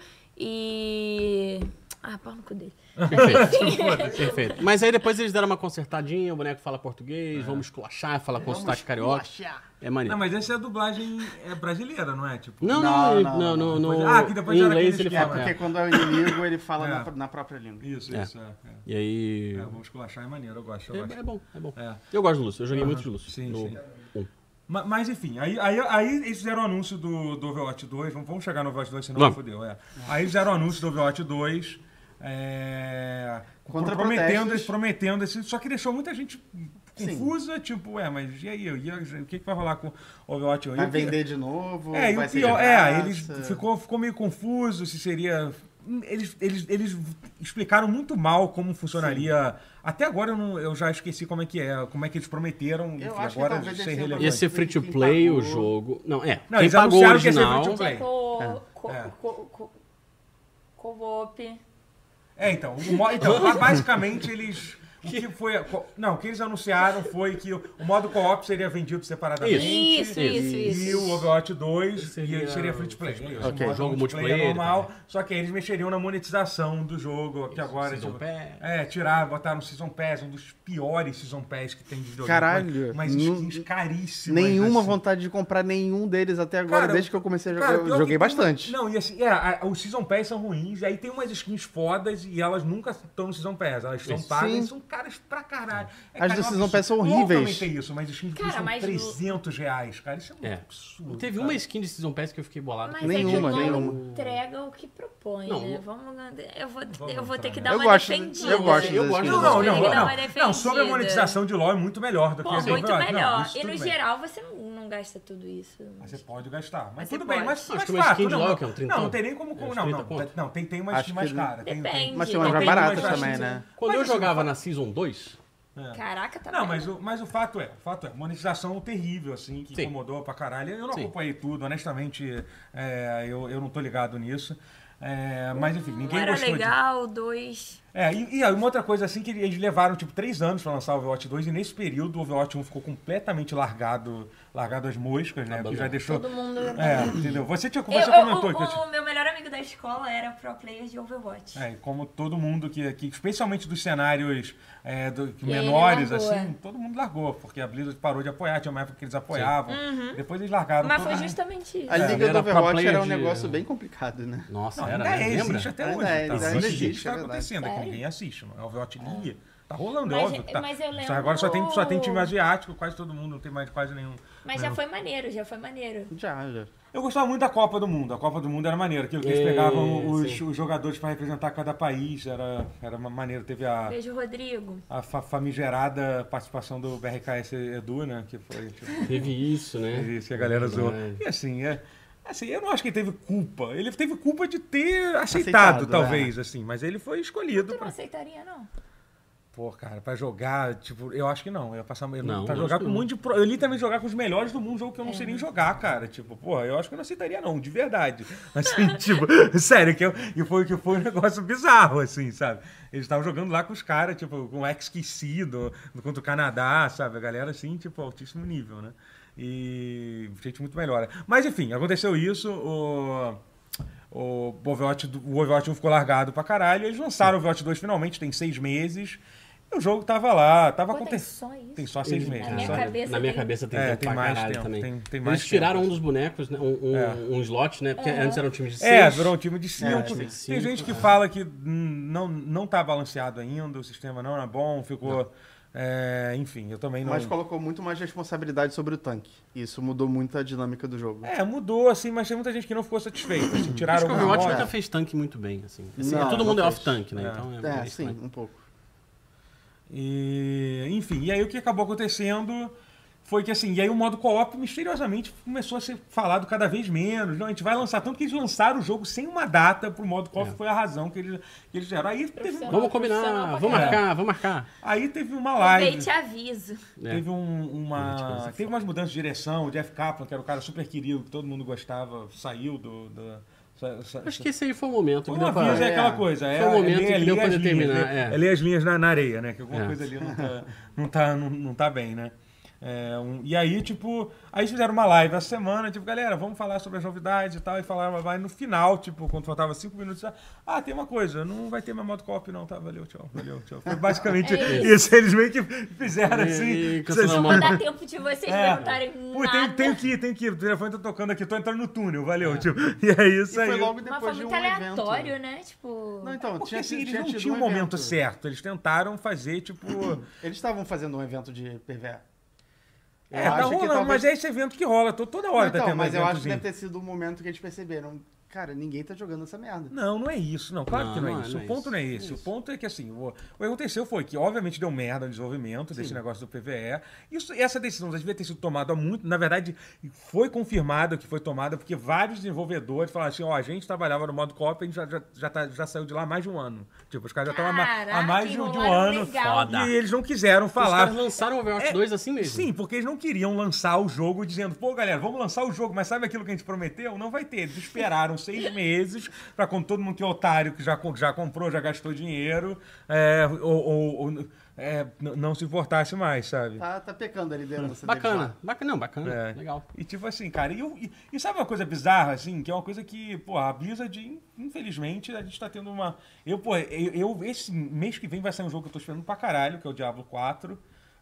B: e. Ah, pau no cu dele.
C: *laughs* Perfeito. Perfeito. Mas aí depois eles deram uma consertadinha, o boneco fala português, vamos esculachar, fala com sotaque carioca. É maneiro.
A: Não, mas essa é a dublagem é brasileira, não é? Tipo,
C: Não, não,
D: Não,
C: não, não.
D: não, não.
C: no-
A: Depois- ah, que depois
C: em
A: era
C: inglês
A: aquele
C: ele
D: É,
A: esquema.
C: fala.
D: porque
C: é.
D: quando é o inimigo, ele fala
A: É.
D: na, na própria língua.
A: Isso,
C: É.
A: isso. É, é.
C: E aí.
A: É, vamos culachar é maneiro, eu gosto. Eu
C: É,
A: gosto.
C: é bom, é bom.
A: É.
C: Eu gosto do Lúcio, eu joguei
A: Aham.
C: muito de Lúcio.
A: Sim,
C: no
A: sim.
C: um.
A: Ma- Mas enfim, aí, aí, aí eles fizeram o anúncio do, do Overwatch 2. Vamos, vamos chegar no Overwatch 2, senão
C: Vamos.
A: fodeu. É. Aí fizeram o anúncio do Overwatch 2. É,
D: Contra
A: prometendo,
D: protestos.
A: esse- prometendo esse. Só que deixou muita gente
D: Sim.
A: confusa, tipo, ué, mas e aí? E aí, o que, que vai rolar com o Overwatch 1? E
D: Vai
A: o que-
D: vender de novo?
A: É, e
D: vai
A: o
D: ser
A: pior,
D: de
A: é,
D: graça.
A: eles ficou, ficou meio confuso se seria. Eles, eles, eles explicaram muito mal como funcionaria. Até agora eu, não- eu já esqueci como é que é, como é que eles prometeram.
D: Eu
A: enfim,
D: acho que
A: agora
D: talvez
A: sem
D: eles tenham
A: relevância.
C: Ia ser free to play o jogo. Não, é.
A: Não,
C: quem
A: eles
C: pagou o
A: anunciaram que ia ser
C: original.
A: free to play.
B: é Co- co-
A: É.
B: co- co- Co-op.
A: É, então, o mo- então ba- basicamente eles. O que foi. a co- Não, o que eles anunciaram foi que o o modo co-op seria vendido separadamente.
B: Isso, isso,
A: E
B: isso.
A: o Overwatch 2
C: Seria
A: seria, seria free to play. é isso.
D: Ok,
A: O modo
C: jogo multiplayer,
A: normal, só que aí eles mexeriam na monetização do jogo, que agora.
C: Season Pass.
A: É, tirar, botaram o Season Pass, um dos piores Season Pass que tem de videogame.
D: Caralho,
A: Mas
D: não-
A: skins caríssimas.
D: Nenhuma
A: assim.
D: vontade de comprar nenhum deles até agora,
A: Cara,
D: desde que eu comecei a jogar.
A: Cara, pior
D: eu
A: que
D: joguei
A: tem
D: bastante.
A: uma- Não, e assim, é, a- os Season Pass são ruins, aí tem umas skins fodas e elas nunca estão no Season Pass. Elas são pagas
D: Sim.
A: e são caras pra caralho. É,
D: As do
A: é um
D: Season
A: absurdo.
D: Pass são horríveis.
A: Loucamente é isso, mas skins
B: Cara,
A: são
B: mas no-
A: 300 reais, cara. Isso é muito
C: É.
A: absurdo.
C: Teve
A: cara.
C: uma skin de Season Pass que eu fiquei bolado.
B: Mas
C: porque-
D: Nenhuma,
B: é que não
D: nenhuma.
B: entrega é o que propõe,
C: Não,
B: né?
C: o-
B: Vamos, eu vou,
A: Vamos
B: eu vou ter
A: entrar,
B: que
A: né?
B: dar
D: Eu
B: uma
D: gosto-
B: defendida.
D: eu gosto
C: Eu
D: das
C: gosto
A: Não, não,
D: skins.
B: Tem que
A: não,
B: dar uma
A: não.
B: defendida.
A: Não, sobre a monetização de LoL é muito melhor do que
B: Pô,
A: a do
B: muito
A: Overwatch. Não,
B: melhor.
A: isso
B: E no
A: tudo bem.
B: geral você não, não gasta tudo isso.
A: Mas você pode gastar. Mas,
B: Mas você
A: tudo bem,
B: pode.
A: mas,
C: Acho
A: mas
C: que uma skin
A: fato,
C: de
A: não,
C: LOL,
A: não.
C: que é um
A: não,
C: 30,
A: não tem nem como...
C: é uns
A: não,
C: 30
A: não,
C: conto.
A: não, tem, tem uma
D: Acho
A: skin mais
D: que-
A: cara. Tem,
B: Depende.
A: tem.
D: Mas tem
B: Não,
D: umas mais
B: tem
D: baratas
A: umas
D: também,
A: baixinhas,
D: né?
C: Quando eu
A: Mas, assim,
C: jogava na Season 2,
B: Caraca, tá
A: Não,
B: bom.
A: mas o, mas o fato é, o fato é, monetização terrível, assim, que
C: Sim.
A: incomodou pra caralho. Eu não
C: Sim.
A: acompanhei tudo, honestamente, é, eu, eu não tô ligado nisso. É, mas enfim,
B: Um
A: ninguém
B: era
A: gostou disso.
B: legal, dois.
A: É, e, e aí uma outra coisa assim que eles levaram tipo três anos pra lançar o Overwatch 2 e nesse período o Overwatch 1 ficou completamente largado, largado às moscas, né? Que já
C: Abandonado.
A: deixou.
B: Todo mundo.
A: É, entendeu? Você tinha
B: Eu-
A: você
B: eu-
A: comentou
B: o,
A: que eu tinha-
B: o meu melhor amigo da escola era pro player de Overwatch.
A: É, e como todo mundo que, que especialmente dos cenários é, do- que
B: E ele
A: menores,
B: largou,
A: assim,
B: é.
A: todo mundo largou, porque a Blizzard parou de apoiar, tinha uma época que eles apoiavam, depois eles largaram. Ah,
B: Uhum. Mas
A: todo
B: foi
A: mundo.
B: justamente isso.
D: A
C: É,
D: Liga
C: era
D: do
C: pra
D: Overwatch
C: player
D: era um
C: de-
D: negócio bem complicado, né?
C: nossa,
A: Não, ainda
C: era, né?
A: é,
C: lembra?
A: existe até
D: Ainda
A: hoje.
D: é,
A: tá?
D: ainda
A: Existe,
D: existe,
A: isso tá
D: é verdade.
A: acontecendo, é que
B: Sério?
A: ninguém assiste. mano. É o VOT League. Tá rolando, é
B: Mas-
A: óbvio. que tá.
B: mas eu
A: Só
B: lembro-
A: Agora só tem, só tem time asiático, quase todo mundo, não tem mais quase nenhum.
B: Mas
A: é.
B: já foi maneiro, já foi maneiro.
D: Já, já.
A: Eu gostava muito da Copa do Mundo. A Copa do Mundo era maneiro. Aquilo que eles
C: É,
A: pegavam os,
C: sim.
A: os jogadores para representar cada país. Era, era uma maneiro. Teve a,
B: Beijo, Rodrigo.
A: a fa- famigerada participação do BRKS Edu, né? Que foi tipo,
C: Teve isso, né?
A: isso que a galera zoou.
C: Verdade.
A: E assim, é. Assim, eu não acho que ele teve culpa. Ele teve culpa de ter aceitado,
D: Aceitado,
A: talvez, assim. Mas ele foi escolhido.
B: Tu não
A: pra-
B: aceitaria, não?
A: Pô, cara, pra jogar, tipo, eu acho que não. Eu ia passar. Eu
C: Não,
A: não, pra
C: acho
A: jogar
C: que
A: com um
C: não.
A: monte de. Pro, eu literalmente jogar com os melhores do mundo, um jogo que eu não sei nem jogar, cara. Tipo, porra, eu acho que eu não aceitaria, não, de verdade. *laughs* Assim, tipo, *laughs* sério, que, eu, e foi, que foi um negócio bizarro, assim, sabe? Eles estavam jogando lá com os caras, tipo, com o XQC do, do, contra o Canadá, sabe? A galera, assim, tipo, altíssimo nível, né? E. Gente muito melhor. né? Mas, enfim, aconteceu isso. O. O Overwatch, do- o Overwatch 1 ficou largado pra caralho. Eles lançaram o Overwatch 2 finalmente, tem seis meses. E o jogo tava lá, tava
B: Pô, tem
A: acontecendo.
B: só isso.
A: Tem só seis meses.
B: Na
C: é,
B: minha
A: só-
B: cabeça-
C: na minha
B: tem-
C: cabeça tem,
A: É,
C: tempo
A: tem
C: pra
A: mais
C: caralho
A: tempo,
C: também.
A: tem- tem mais
C: Eles tiraram
A: tempo.
C: um dos bonecos, né? Um, um,
A: É.
C: um slot, né? Porque antes era um time de seis.
A: É, virou um time de cinco.
D: É,
A: tem
D: time
C: de cinco,
A: gente que
C: é.
A: fala que hum, não, não tá balanceado ainda, o sistema não era bom, ficou. é, enfim, eu também não.
D: Mas colocou muito mais responsabilidade sobre o tanque. Isso mudou muito a dinâmica do jogo.
A: É, mudou, assim, mas tem muita gente que não ficou satisfeita. assim, tiraram
C: Acho que o Overwatch tá
A: alguma-
C: nunca fez tanque muito bem, assim. Assim,
D: Não,
C: todo
D: não
C: mundo é
D: fez.
C: off-tank, né?
A: É.
C: Então é,
D: É,
C: meio
D: sim,
C: estranho.
D: um pouco.
A: E, enfim, e aí o que acabou acontecendo foi que assim, e aí o modo co-op misteriosamente começou a ser falado cada vez menos. Não, a gente vai lançar, tanto que eles lançaram o jogo sem uma data pro modo co-op,
C: É.
A: foi a razão que eles, que eles deram. Aí teve,
B: Profissional.
C: Vamos
B: Profissional
C: combinar,
B: pra
C: vamos
A: caralho.
C: marcar, vamos marcar.
A: aí teve uma
B: Aproveite
A: live.
B: te aviso.
C: É.
A: Teve um-
C: Gente,
A: uma.
C: coisa foda.
A: teve umas mudanças de direção. O Jeff Kaplan, que era o cara super querido, que todo mundo gostava, saiu do. do sa- sa-
C: Acho que esse aí foi o momento que
A: Foi um
C: deu
A: aviso,
C: pra...
A: é
D: é,
A: aquela coisa. É,
C: foi um momento
A: é, ler-
C: que deu
A: ler
C: pra
A: as
C: determinar,
A: linhas, né?
C: é.
A: É ler as linhas na, na areia, né? Que alguma
C: É.
A: coisa ali não tá, não tá, não, não tá bem, né? É, um- e aí, tipo, aí eles fizeram uma live essa semana, tipo, galera, vamos falar sobre as novidades e tal, e falaram, vai no final, tipo, quando faltava cinco minutos, ah, tem uma coisa, não vai ter mais modo cop não, tá, valeu, tchau, valeu, tchau. Foi
C: *laughs*
A: basicamente
B: É
A: isso. eles meio que fizeram
C: E-
A: assim.
C: É, e cancelou
A: vocês-
C: a
B: Não dá tempo de vocês
A: É.
B: perguntarem
A: Pô,
B: nada.
A: tenho, tenho que ir, tenho que ir. O telefone tá tocando aqui, tô entrando no túnel, valeu. Tipo, *laughs* e é
D: E
A: isso aí.
D: foi logo
B: Mas
D: depois
B: foi
D: de
B: muito
D: um evento.
B: aleatório, né? Tipo...
D: Não, então,
A: Porque
D: tinha,
A: assim,
D: tido-
A: eles
D: tinha
A: não
D: tido
A: tinham
D: um
A: um momento
D: evento.
A: certo. Eles tentaram fazer, tipo.
D: Eles estavam fazendo um evento de PVA.
A: é,
D: Eu
A: tá
D: acho que
A: rolando,
D: talvez-
A: mas é esse evento que rola. to- Toda hora tá
D: então,
A: tendo um
D: mas eu acho que
A: eventozinho.
D: deve ter sido o momento que eles perceberam, cara, ninguém tá jogando essa merda.
A: Não, não é isso. Não, claro
C: Não,
A: que não,
C: não é-
A: é isso.
C: não é
A: o ponto
C: isso.
A: não é esse. O ponto é que, assim, o, o que aconteceu foi que, obviamente, deu merda no desenvolvimento desse negócio do PVE. Isso, essa decisão já devia ter sido tomada há muito. Na verdade, foi confirmada que foi tomada, porque vários desenvolvedores falaram assim: ó, a gente trabalhava no modo co-op, a gente já, já, já, tá- já saiu de lá há mais de um ano. Tipo, os caras já estavam há ma- há
B: Caraca,
A: mais de um, de um
B: enrolaram
A: ano.
B: legal.
C: Foda.
A: E eles não quiseram
C: Os
A: falar.
C: caras lançaram o Overwatch
A: É,
C: 2 assim mesmo.
A: Sim, porque eles não queriam lançar o jogo dizendo, pô, galera, vamos lançar o jogo, mas sabe aquilo que a gente prometeu? Não vai ter. Eles
C: *laughs*
A: esperaram seis meses pra quando todo mundo que é otário, que já, co- já comprou, já gastou dinheiro, é, ou, ou- ou, é, n- não se importasse mais, sabe?
D: Tá, tá pecando a liderança
C: Bacana,
D: deles
C: bacana, não, bacana,
A: É.
C: legal.
A: E tipo assim, cara, e, eu- e- e sabe uma coisa bizarra, assim, que é uma coisa que, pô, a Blizzard, in- infelizmente, a gente tá tendo uma. Eu, pô, eu, eu- esse mês que vem vai sair um jogo que eu tô esperando pra caralho, que é o Diablo 4.